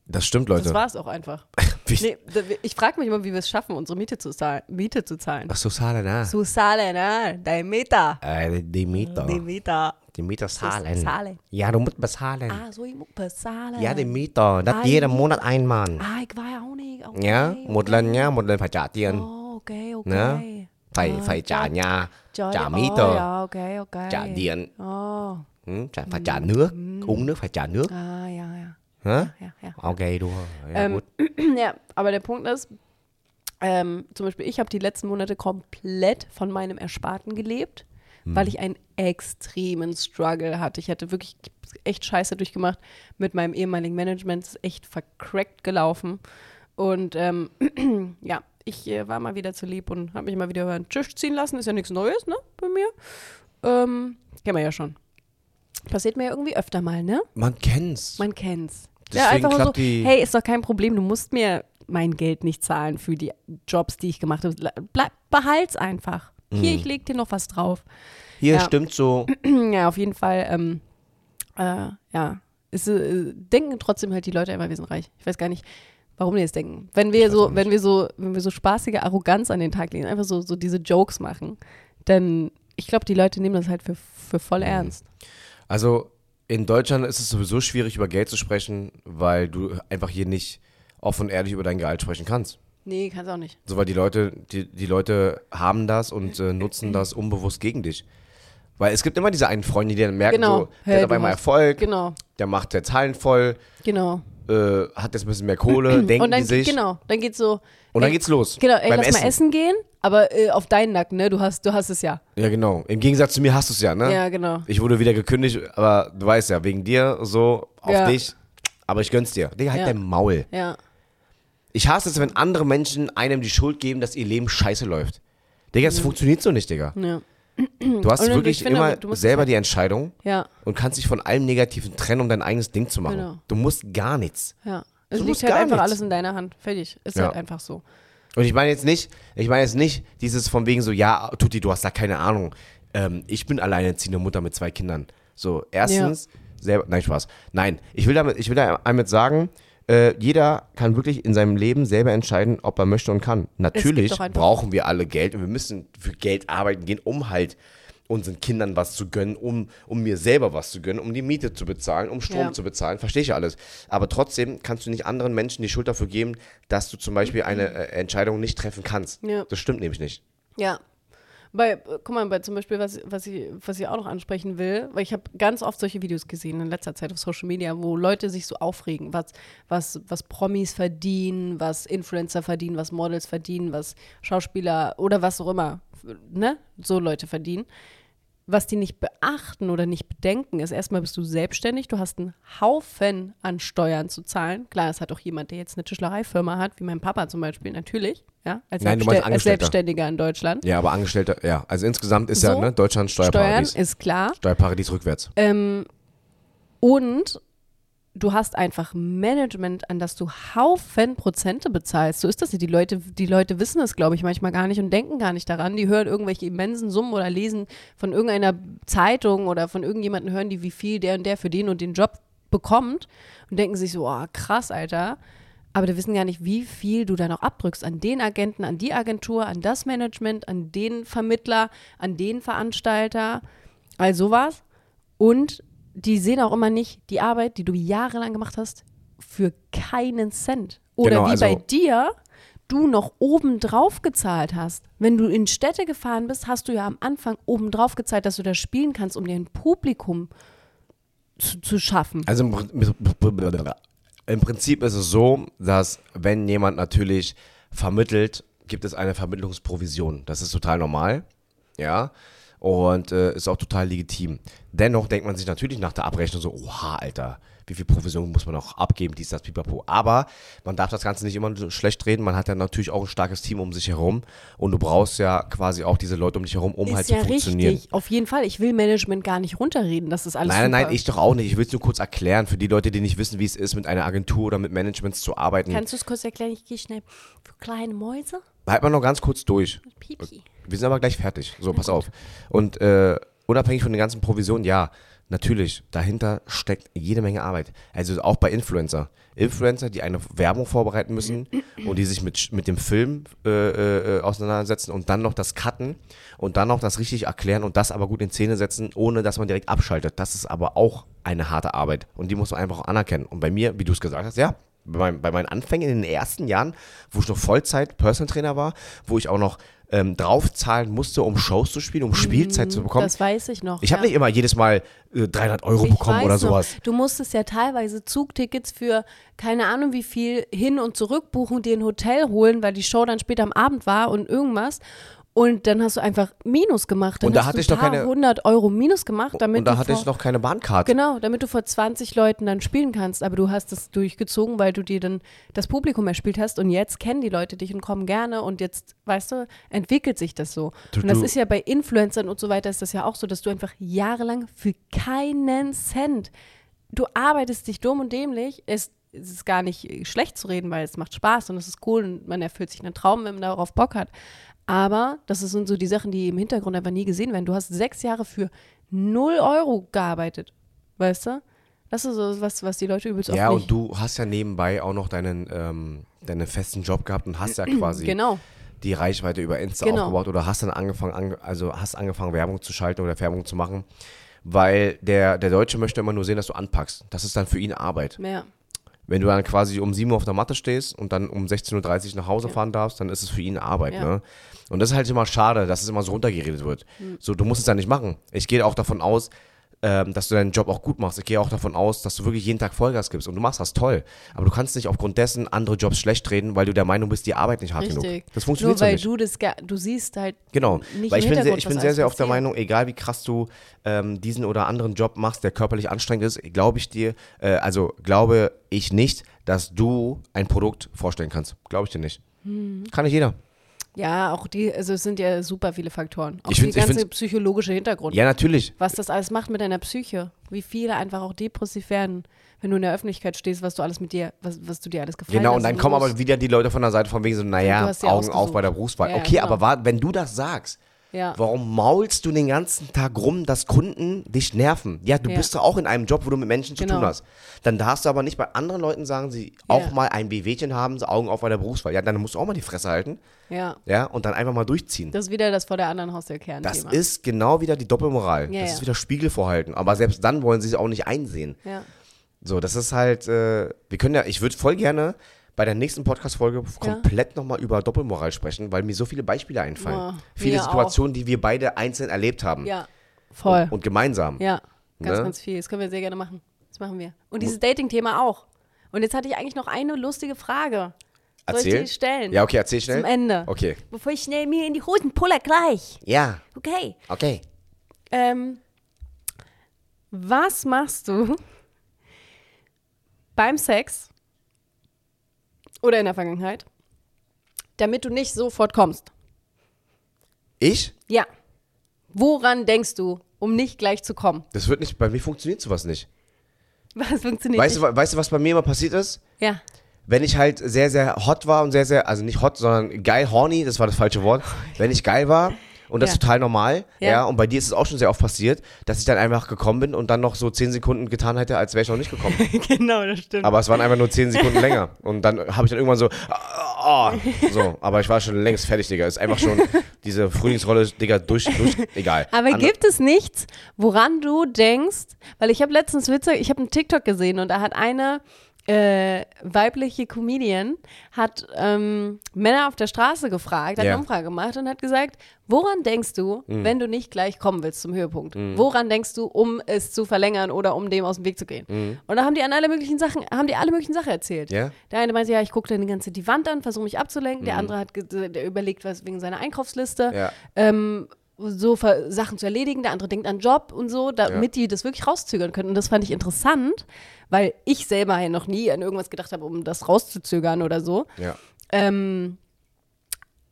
[SPEAKER 2] Das stimmt, Leute.
[SPEAKER 3] Das war es auch einfach.
[SPEAKER 2] Wie-
[SPEAKER 3] Nee, da- ich frage mich immer, wie wir es schaffen, unsere Miete zu zahlen. Miete zu zahlen.
[SPEAKER 2] Ach so, Zahlen, ja.
[SPEAKER 3] Zu zahlen, ne? Dein Mieter.
[SPEAKER 2] Äh, die Mieter.
[SPEAKER 3] Die Mieter.
[SPEAKER 2] Die Mieter zahlen.
[SPEAKER 3] zahlen.
[SPEAKER 2] Ja, du musst bezahlen.
[SPEAKER 3] Ah, so, ich muss bezahlen.
[SPEAKER 2] Ja, die Mieter. Das jeden Monat ein Mann.
[SPEAKER 3] Ah, ich war ja auch nicht. Okay,
[SPEAKER 2] Ja, muss dann, ja, muss dann verdienen.
[SPEAKER 3] Oh, okay, okay.
[SPEAKER 2] Ne? Phải, phải trả nhà, trả
[SPEAKER 3] oh,
[SPEAKER 2] Mieter,
[SPEAKER 3] ja, okay, okay.
[SPEAKER 2] trả điện,
[SPEAKER 3] Oh,
[SPEAKER 2] hm, trả, phải trả nước, uống nước phải trả nước.
[SPEAKER 3] ah, ja, ja.
[SPEAKER 2] Hä?
[SPEAKER 3] ja, ja.
[SPEAKER 2] Okay, du. Ja, gut.
[SPEAKER 3] Ja, aber der Punkt ist, ähm, zum Beispiel, ich habe die letzten Monate komplett von meinem Ersparten gelebt, weil ich einen extremen Struggle hatte. Ich hatte wirklich echt Scheiße durchgemacht mit meinem ehemaligen Management, Es ist echt vercrackt gelaufen. Und ähm, ja, ich äh, war mal wieder zu lieb und habe mich mal wieder über den Tisch ziehen lassen. Ist ja nichts Neues, ne, bei mir. Ähm, kennen wir ja schon. Passiert mir ja irgendwie öfter mal, ne?
[SPEAKER 2] Man kennt's.
[SPEAKER 3] Man kennt's.
[SPEAKER 2] Deswegen
[SPEAKER 3] ja, einfach nur so,
[SPEAKER 2] klappt die-
[SPEAKER 3] hey, ist doch kein Problem, du musst mir mein Geld nicht zahlen für die Jobs, die ich gemacht habe. Bleib, behalt's einfach.
[SPEAKER 2] Mhm.
[SPEAKER 3] Hier, ich leg dir noch was drauf.
[SPEAKER 2] Hier
[SPEAKER 3] ja.
[SPEAKER 2] stimmt so.
[SPEAKER 3] ja, auf jeden Fall, ähm, äh, ja, ist, äh, denken trotzdem halt die Leute immer, wir sind reich. Ich weiß gar nicht, warum die das denken. Wenn wir so, wenn wir so, wenn wir so spaßige Arroganz an den Tag legen, einfach so, so diese Jokes machen, dann, ich glaube, die Leute nehmen das halt für, für
[SPEAKER 2] Hm.
[SPEAKER 3] voll
[SPEAKER 2] Mhm.
[SPEAKER 3] ernst.
[SPEAKER 2] Also in Deutschland ist es sowieso schwierig, über Geld zu sprechen, weil du einfach hier nicht offen und ehrlich über dein Gehalt sprechen kannst.
[SPEAKER 3] Nee, kannst auch nicht.
[SPEAKER 2] So, weil die Leute, die, die Leute haben das und äh, nutzen das unbewusst gegen dich. Weil es gibt immer diese einen Freunde, die dann merken,
[SPEAKER 3] Genau.
[SPEAKER 2] so, der
[SPEAKER 3] Hey,
[SPEAKER 2] hat auf
[SPEAKER 3] du
[SPEAKER 2] einmal
[SPEAKER 3] hast-
[SPEAKER 2] Erfolg,
[SPEAKER 3] Genau,
[SPEAKER 2] der macht jetzt Hallen voll,
[SPEAKER 3] genau.
[SPEAKER 2] äh, hat jetzt ein bisschen mehr Kohle, denken
[SPEAKER 3] und dann,
[SPEAKER 2] die sich.
[SPEAKER 3] Genau, dann geht's so.
[SPEAKER 2] Und dann geht's los.
[SPEAKER 3] Genau, ey,
[SPEAKER 2] beim
[SPEAKER 3] lass
[SPEAKER 2] Essen.
[SPEAKER 3] mal essen gehen, aber äh, auf deinen Nacken, ne? Du hast, du hast es ja.
[SPEAKER 2] Ja, genau. Im Gegensatz zu mir hast du es ja, ne?
[SPEAKER 3] Ja, genau.
[SPEAKER 2] Ich wurde wieder gekündigt, aber du weißt ja, wegen dir, so, auf
[SPEAKER 3] Ja.
[SPEAKER 2] dich. Aber ich gönn's dir. Digga, halt
[SPEAKER 3] Ja.
[SPEAKER 2] dein Maul.
[SPEAKER 3] Ja.
[SPEAKER 2] Ich hasse es, wenn andere Menschen einem die Schuld geben, dass ihr Leben scheiße läuft. Digga, das funktioniert so nicht, Digga.
[SPEAKER 3] Ja.
[SPEAKER 2] Du hast
[SPEAKER 3] Und ich
[SPEAKER 2] wirklich
[SPEAKER 3] finde,
[SPEAKER 2] immer
[SPEAKER 3] du musst halt
[SPEAKER 2] selber die Entscheidung
[SPEAKER 3] Ja,
[SPEAKER 2] und kannst dich von allem Negativen trennen, um dein eigenes Ding zu machen.
[SPEAKER 3] Genau.
[SPEAKER 2] Du musst gar nichts.
[SPEAKER 3] ja. Es
[SPEAKER 2] Du
[SPEAKER 3] liegt
[SPEAKER 2] musst
[SPEAKER 3] halt
[SPEAKER 2] gar
[SPEAKER 3] einfach
[SPEAKER 2] nichts.
[SPEAKER 3] alles in deiner Hand. Fertig. Ist
[SPEAKER 2] Ja.
[SPEAKER 3] halt einfach so.
[SPEAKER 2] Und ich meine jetzt nicht, ich meine jetzt nicht dieses von wegen so, ja, Tuti, du hast da keine Ahnung. Ähm, ich bin alleinerziehende Mutter mit zwei Kindern. So, erstens, selber, nein, Spaß. Nein, ich will damit, ich will damit sagen, äh, jeder kann wirklich in seinem Leben selber entscheiden, ob er möchte und kann. Natürlich
[SPEAKER 3] doch einfach-
[SPEAKER 2] brauchen wir alle Geld und wir müssen für Geld arbeiten gehen, um halt unseren Kindern was zu gönnen, um, um mir selber was zu gönnen, um die Miete zu bezahlen, um Strom
[SPEAKER 3] Ja.
[SPEAKER 2] zu bezahlen, verstehe ich alles. Aber trotzdem kannst du nicht anderen Menschen die Schuld dafür geben, dass du zum Beispiel eine äh, Entscheidung nicht treffen kannst.
[SPEAKER 3] Ja.
[SPEAKER 2] Das stimmt nämlich nicht.
[SPEAKER 3] Ja. Bei, äh, guck mal, bei zum Beispiel, was, was, ich, was ich auch noch ansprechen will, weil ich habe ganz oft solche Videos gesehen in letzter Zeit auf Social Media, wo Leute sich so aufregen, was, was, was Promis verdienen, was Influencer verdienen, was Models verdienen, was Schauspieler oder was auch immer, ne, so Leute verdienen. Was die nicht beachten oder nicht bedenken, ist erstmal bist du selbstständig, du hast einen Haufen an Steuern zu zahlen. Klar, das hat auch jemand, der jetzt eine Tischlereifirma hat, wie mein Papa zum Beispiel, natürlich, ja, als,
[SPEAKER 2] Nein, du
[SPEAKER 3] Selbststän-
[SPEAKER 2] meinst
[SPEAKER 3] als
[SPEAKER 2] Angestellter.
[SPEAKER 3] Selbstständiger in Deutschland.
[SPEAKER 2] Ja, aber Angestellter, ja. Also insgesamt ist ja
[SPEAKER 3] So?
[SPEAKER 2] ne, Deutschland
[SPEAKER 3] Steuern
[SPEAKER 2] Steuerparadies.
[SPEAKER 3] ist klar.
[SPEAKER 2] Steuerparadies rückwärts.
[SPEAKER 3] Ähm, und du hast einfach Management, an das du Haufen Prozente bezahlst. So ist das ja. Die Leute, die Leute wissen es, glaube ich, manchmal gar nicht und denken gar nicht daran. Die hören irgendwelche immensen Summen oder lesen von irgendeiner Zeitung oder von irgendjemandem hören die, wie viel der und der für den und den Job bekommt und denken sich so, oh, krass, Alter. Aber die wissen gar nicht, wie viel du da noch abdrückst an den Agenten, an die Agentur, an das Management, an den Vermittler, an den Veranstalter, all sowas. Und die sehen auch immer nicht die Arbeit, die du jahrelang gemacht hast, für keinen Cent. Oder
[SPEAKER 2] Genau,
[SPEAKER 3] wie
[SPEAKER 2] also-
[SPEAKER 3] bei dir, du noch obendrauf gezahlt hast. Wenn du in Städte gefahren bist, hast du ja am Anfang obendrauf gezahlt, dass du da spielen kannst, um dir ein Publikum zu, zu schaffen.
[SPEAKER 2] Also im, Prin- im Prinzip ist es so, dass wenn jemand natürlich vermittelt, gibt es eine Vermittlungsprovision. Das ist total normal. Ja. Und äh, ist auch total legitim. Dennoch denkt man sich natürlich nach der Abrechnung so, oha, Alter, wie viel Provision muss man noch abgeben, dies, das, pipapo. Aber man darf das Ganze nicht immer so schlecht reden. Man hat ja natürlich auch ein starkes Team um sich herum. Und du brauchst ja quasi auch diese Leute um dich herum, um halt
[SPEAKER 3] ist
[SPEAKER 2] zu
[SPEAKER 3] ja
[SPEAKER 2] funktionieren.
[SPEAKER 3] richtig. Auf jeden Fall. Ich will Management gar nicht runterreden. Das ist alles
[SPEAKER 2] Nein,
[SPEAKER 3] super.
[SPEAKER 2] nein, nein, ich doch auch nicht. Ich will es nur kurz erklären für die Leute, die nicht wissen, wie es ist, mit einer Agentur oder mit Managements zu arbeiten.
[SPEAKER 3] Kannst du es kurz erklären? Ich gehe schnell. Für kleine Mäuse?
[SPEAKER 2] halt mal noch ganz kurz durch.
[SPEAKER 3] Pipi.
[SPEAKER 2] äh, Wir sind aber gleich fertig. So, pass auf. Und äh, unabhängig von den ganzen Provisionen, ja, Natürlich, dahinter steckt jede Menge Arbeit. Also auch bei Influencer. Influencer, die eine Werbung vorbereiten müssen und die sich mit, mit dem Film äh, äh, auseinandersetzen und dann noch das Cutten und dann noch das richtig erklären und das aber gut in Szene setzen, ohne dass man direkt abschaltet. Das ist aber auch eine harte Arbeit und die muss man einfach auch anerkennen. Und bei mir, wie du es gesagt hast, ja, bei, meinem, bei meinen Anfängen in den ersten Jahren, wo ich noch Vollzeit Personal Trainer war, wo ich auch noch ähm, draufzahlen musste, um Shows zu spielen, um Spielzeit zu bekommen.
[SPEAKER 3] Mhm, Das weiß ich noch.
[SPEAKER 2] Ich habe
[SPEAKER 3] ja.
[SPEAKER 2] nicht immer jedes Mal äh, 300 Euro bekommen
[SPEAKER 3] weiß
[SPEAKER 2] oder
[SPEAKER 3] noch,
[SPEAKER 2] sowas.
[SPEAKER 3] Du musstest ja teilweise Zugtickets für keine Ahnung wie viel hin und zurück buchen, dir ein Hotel holen, weil die Show dann später am Abend war und irgendwas. Und dann hast du einfach Minus gemacht. Dann
[SPEAKER 2] Und da
[SPEAKER 3] hast
[SPEAKER 2] hatte
[SPEAKER 3] du
[SPEAKER 2] ich doch
[SPEAKER 3] ein paar
[SPEAKER 2] keine-
[SPEAKER 3] 100 Euro Minus gemacht, damit
[SPEAKER 2] Und da
[SPEAKER 3] du
[SPEAKER 2] hatte
[SPEAKER 3] vor,
[SPEAKER 2] ich noch keine Bahnkarte.
[SPEAKER 3] Genau, damit du vor 20 Leuten dann spielen kannst. Aber du hast es durchgezogen, weil du dir dann das Publikum erspielt hast. Und jetzt kennen die Leute dich und kommen gerne. Und jetzt, weißt du, entwickelt sich das so.
[SPEAKER 2] Du-
[SPEAKER 3] und das
[SPEAKER 2] du-
[SPEAKER 3] ist ja bei Influencern und so weiter, ist das ja auch so, dass du einfach jahrelang für keinen Cent, du arbeitest dich dumm und dämlich. Es, es ist gar nicht äh, schlecht zu reden, weil es macht Spaß und es ist cool und man erfüllt sich einen Traum, wenn man darauf Bock hat. Aber das sind so die Sachen, die im Hintergrund einfach nie gesehen werden. Du hast sechs Jahre für null Euro gearbeitet. Weißt du? Das ist so was, was die Leute übelst oft
[SPEAKER 2] Ja, und
[SPEAKER 3] nicht.
[SPEAKER 2] du hast ja nebenbei auch noch deinen, ähm, deinen festen Job gehabt und hast ja quasi
[SPEAKER 3] Genau.
[SPEAKER 2] die Reichweite über Insta
[SPEAKER 3] Genau.
[SPEAKER 2] aufgebaut oder hast dann angefangen, ange- also hast angefangen, Werbung zu schalten oder Werbung zu machen. Weil der, der Deutsche möchte immer nur sehen, dass du anpackst. Das ist dann für ihn Arbeit.
[SPEAKER 3] Mehr.
[SPEAKER 2] Wenn du dann quasi um 7 Uhr auf der Matte stehst und dann um 16.30 Uhr nach Hause fahren darfst, dann ist es für ihn Arbeit.
[SPEAKER 3] Ja.
[SPEAKER 2] Ne? Und das ist halt immer schade, dass es immer so runtergeredet wird.
[SPEAKER 3] Hm.
[SPEAKER 2] So, du musst es ja nicht machen. Ich gehe auch davon aus, ähm, dass du deinen Job auch gut machst. Ich gehe auch davon aus, dass du wirklich jeden Tag Vollgas gibst und du machst das toll. Aber du kannst nicht aufgrund dessen andere Jobs schlecht reden, weil du der Meinung bist, die Arbeit nicht hart genug.
[SPEAKER 3] Richtig.
[SPEAKER 2] Das funktioniert
[SPEAKER 3] Nur weil
[SPEAKER 2] so nicht.
[SPEAKER 3] du das, ga- du siehst halt
[SPEAKER 2] Genau, weil ich
[SPEAKER 3] nicht im
[SPEAKER 2] bin sehr,
[SPEAKER 3] Hintergrund,
[SPEAKER 2] ich bin
[SPEAKER 3] was
[SPEAKER 2] sehr,
[SPEAKER 3] alles
[SPEAKER 2] sehr oft der
[SPEAKER 3] passiert.
[SPEAKER 2] Meinung, egal wie krass du ähm, diesen oder anderen Job machst, der körperlich anstrengend ist, glaube ich dir, äh, also glaube ich nicht, dass du ein Produkt vorstellen kannst. Glaube ich dir nicht.
[SPEAKER 3] Hm.
[SPEAKER 2] Kann nicht jeder.
[SPEAKER 3] Ja, auch die, also es sind ja super viele Faktoren. Auch
[SPEAKER 2] Ich
[SPEAKER 3] die
[SPEAKER 2] find's- ich
[SPEAKER 3] ganze
[SPEAKER 2] find's-
[SPEAKER 3] psychologische Hintergrund.
[SPEAKER 2] Ja, natürlich.
[SPEAKER 3] Was das alles macht mit deiner Psyche. Wie viele einfach auch depressiv werden, wenn du in der Öffentlichkeit stehst, was du alles mit dir, was, was du dir alles gefallen
[SPEAKER 2] Genau, und
[SPEAKER 3] lassen
[SPEAKER 2] dann kommen aber
[SPEAKER 3] musst.
[SPEAKER 2] wieder die Leute von der Seite von wegen so,
[SPEAKER 3] Du
[SPEAKER 2] naja,
[SPEAKER 3] hast sie
[SPEAKER 2] Augen auf
[SPEAKER 3] ausgesucht.
[SPEAKER 2] bei der Berufswahl.
[SPEAKER 3] Ja, ja,
[SPEAKER 2] okay,
[SPEAKER 3] genau.
[SPEAKER 2] aber wa- wenn du das sagst,
[SPEAKER 3] Ja.
[SPEAKER 2] warum maulst du den ganzen Tag rum, dass Kunden dich nerven? Ja, du
[SPEAKER 3] Ja.
[SPEAKER 2] bist doch auch in einem Job, wo du mit Menschen zu
[SPEAKER 3] Genau.
[SPEAKER 2] tun hast. Dann darfst du aber nicht bei anderen Leuten sagen, sie auch mal ein BWchen haben, sie Augen auf bei der Berufswahl. Ja, dann musst du auch mal die Fresse halten,
[SPEAKER 3] Ja.
[SPEAKER 2] ja, und dann einfach mal durchziehen.
[SPEAKER 3] Das ist wieder das vor der anderen Haustür-Kernthema.
[SPEAKER 2] Das ist genau wieder die Doppelmoral.
[SPEAKER 3] Ja,
[SPEAKER 2] das
[SPEAKER 3] ja.
[SPEAKER 2] ist wieder Spiegelvorhalten. Aber selbst dann wollen sie es auch nicht einsehen.
[SPEAKER 3] Ja.
[SPEAKER 2] So, das ist halt, äh, wir können ja, ich würde voll gerne bei der nächsten Podcast-Folge komplett nochmal über Doppelmoral sprechen, weil mir so viele Beispiele einfallen.
[SPEAKER 3] Boah,
[SPEAKER 2] viele
[SPEAKER 3] mir
[SPEAKER 2] Situationen, die wir beide einzeln erlebt haben.
[SPEAKER 3] ja. Voll.
[SPEAKER 2] Und, und gemeinsam.
[SPEAKER 3] Ja, ganz,
[SPEAKER 2] Ne?
[SPEAKER 3] ganz viel. Das können wir sehr gerne machen. Das machen wir. Und dieses Dating-Thema auch. Und jetzt hatte ich eigentlich noch eine lustige Frage. Soll
[SPEAKER 2] Erzähl.
[SPEAKER 3] ich die stellen?
[SPEAKER 2] Ja, okay, erzähl schnell.
[SPEAKER 3] Zum Ende.
[SPEAKER 2] Okay.
[SPEAKER 3] Bevor ich schnell mir in die Hosen puller gleich.
[SPEAKER 2] Ja,
[SPEAKER 3] Okay.
[SPEAKER 2] okay.
[SPEAKER 3] Ähm, was machst du beim Sex oder in der Vergangenheit, damit du nicht sofort kommst?
[SPEAKER 2] Ich?
[SPEAKER 3] Ja. Woran denkst du, um nicht gleich zu kommen?
[SPEAKER 2] Das wird nicht, bei mir funktioniert sowas nicht.
[SPEAKER 3] Was funktioniert
[SPEAKER 2] Weißt du,
[SPEAKER 3] nicht?
[SPEAKER 2] wa- weißt du, was bei mir immer passiert ist?
[SPEAKER 3] Ja.
[SPEAKER 2] wenn ich halt sehr, sehr hot war und sehr, sehr, also nicht hot, sondern geil, horny, das war das falsche Wort, wenn ich geil war und das
[SPEAKER 3] Ja.
[SPEAKER 2] ist total normal, ja.
[SPEAKER 3] Ja.
[SPEAKER 2] und bei dir ist es auch schon sehr oft passiert, dass ich dann einfach gekommen bin und dann noch so zehn Sekunden getan hätte, als wäre ich noch nicht gekommen.
[SPEAKER 5] Genau, das stimmt.
[SPEAKER 2] Aber es waren einfach nur zehn Sekunden länger. Und dann habe ich dann irgendwann so, ah, ah, so, aber ich war schon längst fertig, Digga. Ist einfach schon diese Frühlingsrolle, Digga, durch, durch, egal.
[SPEAKER 3] Aber
[SPEAKER 2] Ander-
[SPEAKER 3] gibt es nichts, woran du denkst? Weil ich habe letztens Witze, ich habe einen TikTok gesehen und da hat eine äh, weibliche Comedian hat ähm, Männer auf der Straße gefragt, hat
[SPEAKER 2] Ja. Mhm.
[SPEAKER 3] eine Umfrage gemacht und hat gesagt, woran denkst du, wenn du nicht gleich kommen willst zum Höhepunkt? Woran denkst du, um es zu verlängern oder um dem aus dem Weg zu gehen? Und da haben die an alle möglichen Sachen, haben die alle möglichen Sachen erzählt.
[SPEAKER 2] Mhm. Ja. Mhm.
[SPEAKER 3] Der eine meinte, ja, ich gucke dann die ganze die Wand an, versuche mich abzulenken. Der andere hat ge- der überlegt, was wegen seiner Einkaufsliste
[SPEAKER 2] Ja.
[SPEAKER 3] ähm, so ver- Sachen zu erledigen, der andere denkt an Job und so, damit die das wirklich rauszögern können. Und das fand ich interessant, weil ich selber ja noch nie an irgendwas gedacht habe, um das rauszuzögern oder so.
[SPEAKER 2] Ja.
[SPEAKER 3] Ähm,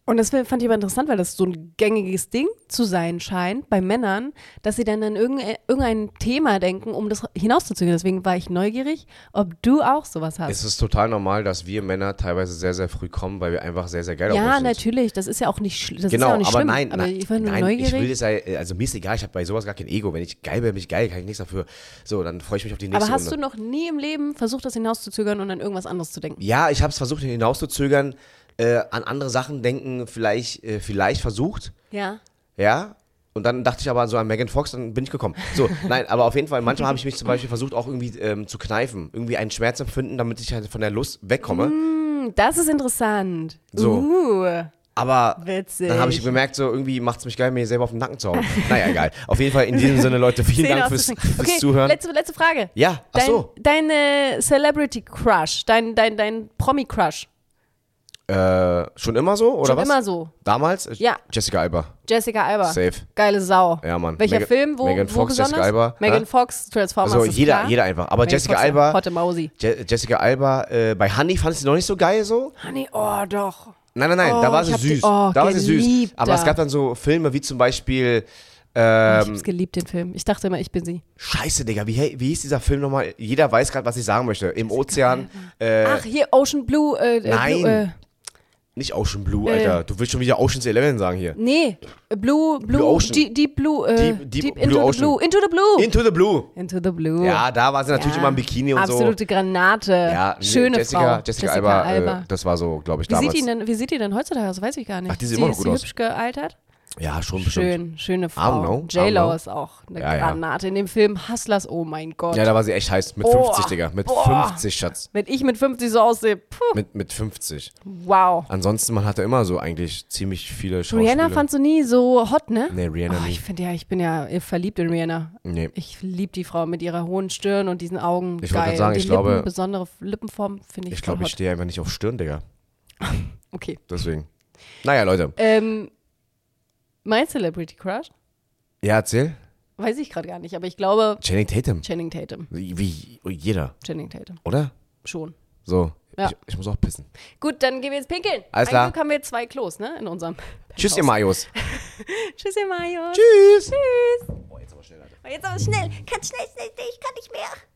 [SPEAKER 3] Und das fand ich aber interessant, weil das so ein gängiges Ding zu sein scheint bei Männern, dass sie dann an irgende- irgendein Thema denken, um das hinauszuzögern. Deswegen war ich neugierig, ob du auch sowas hast.
[SPEAKER 2] Es ist total normal, dass wir Männer teilweise sehr, sehr früh kommen, weil wir einfach sehr, sehr geil auf
[SPEAKER 3] ja,
[SPEAKER 2] uns sind.
[SPEAKER 3] natürlich. Das ist ja auch nicht, schl das ist
[SPEAKER 2] Genau,
[SPEAKER 3] ja auch nicht
[SPEAKER 2] aber
[SPEAKER 3] schlimm.
[SPEAKER 2] nein,
[SPEAKER 3] aber
[SPEAKER 2] nein,
[SPEAKER 3] ich war nur
[SPEAKER 2] nein
[SPEAKER 3] neugierig.
[SPEAKER 2] ich will das ja, also mir ist egal, ich habe bei sowas gar kein Ego. Wenn ich geil bin, bin ich geil, kann ich nichts dafür. So, dann freue ich mich auf die nächste
[SPEAKER 3] aber hast
[SPEAKER 2] Runde.
[SPEAKER 3] du noch nie im Leben versucht, das hinauszuzögern und an irgendwas anderes zu denken?
[SPEAKER 2] Ja, ich habe es versucht hinauszuzögern, äh, an andere Sachen denken, vielleicht, äh, vielleicht versucht,
[SPEAKER 3] Ja.
[SPEAKER 2] ja. Und dann dachte ich aber so an Megan Fox, dann bin ich gekommen. So, nein, aber auf jeden Fall, manchmal habe ich mich zum Beispiel versucht, auch irgendwie ähm, zu kneifen, irgendwie einen Schmerz empfinden, damit ich halt von der Lust wegkomme.
[SPEAKER 3] Das ist interessant.
[SPEAKER 2] So.
[SPEAKER 3] Mm. Uh,
[SPEAKER 2] Aber
[SPEAKER 3] witzig.
[SPEAKER 2] Dann habe ich gemerkt, so irgendwie macht es mich geil, mir selber auf den Nacken zu hauen. naja, egal. Auf jeden Fall in diesem Sinne, Leute, vielen
[SPEAKER 3] Zähne
[SPEAKER 2] Dank fürs,
[SPEAKER 3] auszustecken.
[SPEAKER 2] fürs
[SPEAKER 3] okay,
[SPEAKER 2] Zuhören.
[SPEAKER 3] Letzte, letzte Frage.
[SPEAKER 2] ja, ach
[SPEAKER 3] Dein,
[SPEAKER 2] so.
[SPEAKER 3] Deine Celebrity Crush, dein, dein, dein Promi Crush.
[SPEAKER 2] Äh, schon immer so oder
[SPEAKER 3] Schon
[SPEAKER 2] was?
[SPEAKER 3] immer so.
[SPEAKER 2] Damals? Äh,
[SPEAKER 3] Ja.
[SPEAKER 2] Jessica Alba.
[SPEAKER 3] Jessica Alba.
[SPEAKER 2] Safe.
[SPEAKER 3] Geile Sau.
[SPEAKER 2] Ja, Mann.
[SPEAKER 3] Welcher
[SPEAKER 2] Megan-
[SPEAKER 3] Film? Wo,
[SPEAKER 2] Megan
[SPEAKER 3] wo
[SPEAKER 2] Fox,
[SPEAKER 3] besonders?
[SPEAKER 2] Jessica Alba,
[SPEAKER 3] Megan
[SPEAKER 2] ne?
[SPEAKER 3] Fox, Transformers.
[SPEAKER 2] Also
[SPEAKER 3] ist
[SPEAKER 2] jeder,
[SPEAKER 3] klar.
[SPEAKER 2] jeder einfach. Aber
[SPEAKER 3] Megan
[SPEAKER 2] Jessica
[SPEAKER 3] Fox,
[SPEAKER 2] Alba,
[SPEAKER 3] Hotte Mausi.
[SPEAKER 2] Je Jessica Alba, äh, bei Honey fand ich sie noch nicht so geil so.
[SPEAKER 3] Honey, oh doch.
[SPEAKER 2] Nein, nein, nein, da
[SPEAKER 3] Oh,
[SPEAKER 2] war
[SPEAKER 3] ich
[SPEAKER 2] sie
[SPEAKER 3] hab die-
[SPEAKER 2] süß.
[SPEAKER 3] oh,
[SPEAKER 2] da war sie süß.
[SPEAKER 3] geliebt
[SPEAKER 2] Aber es
[SPEAKER 3] da.
[SPEAKER 2] gab dann so Filme wie zum Beispiel, Ähm,
[SPEAKER 3] ich hab's geliebt, den Film. Ich dachte immer, ich bin sie.
[SPEAKER 2] Scheiße, Digga, wie, wie hieß dieser Film nochmal? Jeder weiß gerade, was ich sagen möchte. Im Ozean, äh,
[SPEAKER 3] Ach, hier Ocean Blue. Äh, äh,
[SPEAKER 2] Nein.
[SPEAKER 3] Blue, äh,
[SPEAKER 2] nicht Ocean Blue, Alter. Du willst schon wieder Ocean's Eleven sagen hier.
[SPEAKER 3] nee, Blue, Blue,
[SPEAKER 2] Ocean.
[SPEAKER 3] Deep, Deep Blue. Äh,
[SPEAKER 2] Deep- Deep Blue
[SPEAKER 3] Into the
[SPEAKER 2] Ocean.
[SPEAKER 3] Blue. Into the Blue.
[SPEAKER 2] Into the Blue.
[SPEAKER 3] Into the Blue.
[SPEAKER 2] Ja, da war sie natürlich
[SPEAKER 3] Ja.
[SPEAKER 2] immer im Bikini und
[SPEAKER 3] Absolute Granate.
[SPEAKER 2] so. Ja, nee,
[SPEAKER 3] Schöne
[SPEAKER 2] Jessica,
[SPEAKER 3] Frau.
[SPEAKER 2] Jessica, Alba, Äh, das war so, glaube ich,
[SPEAKER 3] wie,
[SPEAKER 2] damals.
[SPEAKER 3] sieht die denn, wie sieht die denn heutzutage aus? Weiß ich gar nicht.
[SPEAKER 2] Ach, die sieht immer noch
[SPEAKER 3] ist
[SPEAKER 2] gut
[SPEAKER 3] sie
[SPEAKER 2] aus.
[SPEAKER 3] hübsch gealtert.
[SPEAKER 2] Ja, schon bestimmt.
[SPEAKER 3] Schön, schöne
[SPEAKER 2] don't know,
[SPEAKER 3] Frau.
[SPEAKER 2] I don't
[SPEAKER 3] J-Lo
[SPEAKER 2] know.
[SPEAKER 3] ist auch eine
[SPEAKER 2] Ja, ja.
[SPEAKER 3] Granate. In dem Film Hustlers, oh mein Gott.
[SPEAKER 2] Ja, da war sie echt heiß. Mit
[SPEAKER 3] Oh.
[SPEAKER 2] 50, Digga. Mit
[SPEAKER 3] Boah.
[SPEAKER 2] 50, Schatz.
[SPEAKER 3] Wenn ich mit 50 so aussehe, puh,
[SPEAKER 2] Mit, mit 50.
[SPEAKER 3] wow.
[SPEAKER 2] Ansonsten, man hatte immer so eigentlich ziemlich viele Schauspieler.
[SPEAKER 3] Rihanna fandst du nie so hot, ne?
[SPEAKER 2] Nee, Rihanna
[SPEAKER 3] oh,
[SPEAKER 2] nie.
[SPEAKER 3] ich finde ja, ich bin ja eh verliebt in Rihanna.
[SPEAKER 2] Nee.
[SPEAKER 3] Ich liebe die Frau mit ihrer hohen Stirn und diesen Augen.
[SPEAKER 2] Ich wollte
[SPEAKER 3] Geil.
[SPEAKER 2] gerade sagen,
[SPEAKER 3] und die
[SPEAKER 2] ich
[SPEAKER 3] Lippen,
[SPEAKER 2] glaube-
[SPEAKER 3] besondere Lippenform finde ich
[SPEAKER 2] Ich
[SPEAKER 3] voll
[SPEAKER 2] glaube, ich
[SPEAKER 3] hot.
[SPEAKER 2] stehe einfach nicht auf Stirn, Digga.
[SPEAKER 3] Okay.
[SPEAKER 2] Deswegen. Naja, Leute.
[SPEAKER 3] Ähm, mein Celebrity Crush?
[SPEAKER 2] Ja, erzähl.
[SPEAKER 3] Weiß ich gerade gar nicht, aber ich glaube
[SPEAKER 2] Channing Tatum.
[SPEAKER 3] Channing Tatum.
[SPEAKER 2] Wie wie oh, jeder,
[SPEAKER 3] Channing Tatum.
[SPEAKER 2] oder?
[SPEAKER 3] Schon.
[SPEAKER 2] So.
[SPEAKER 3] Ja.
[SPEAKER 2] Ich, ich muss auch pissen.
[SPEAKER 3] Gut, dann gehen wir jetzt pinkeln.
[SPEAKER 2] Alles
[SPEAKER 3] Ein
[SPEAKER 2] klar.
[SPEAKER 3] Glück haben wir zwei Klos, ne? In unserem.
[SPEAKER 2] Tschüss, ihr Marios.
[SPEAKER 3] Tschüss, ihr Mario.
[SPEAKER 2] Tschüss.
[SPEAKER 3] Jetzt aber schnell. Ganz schnell, schnell, schnell, ich kann nicht mehr.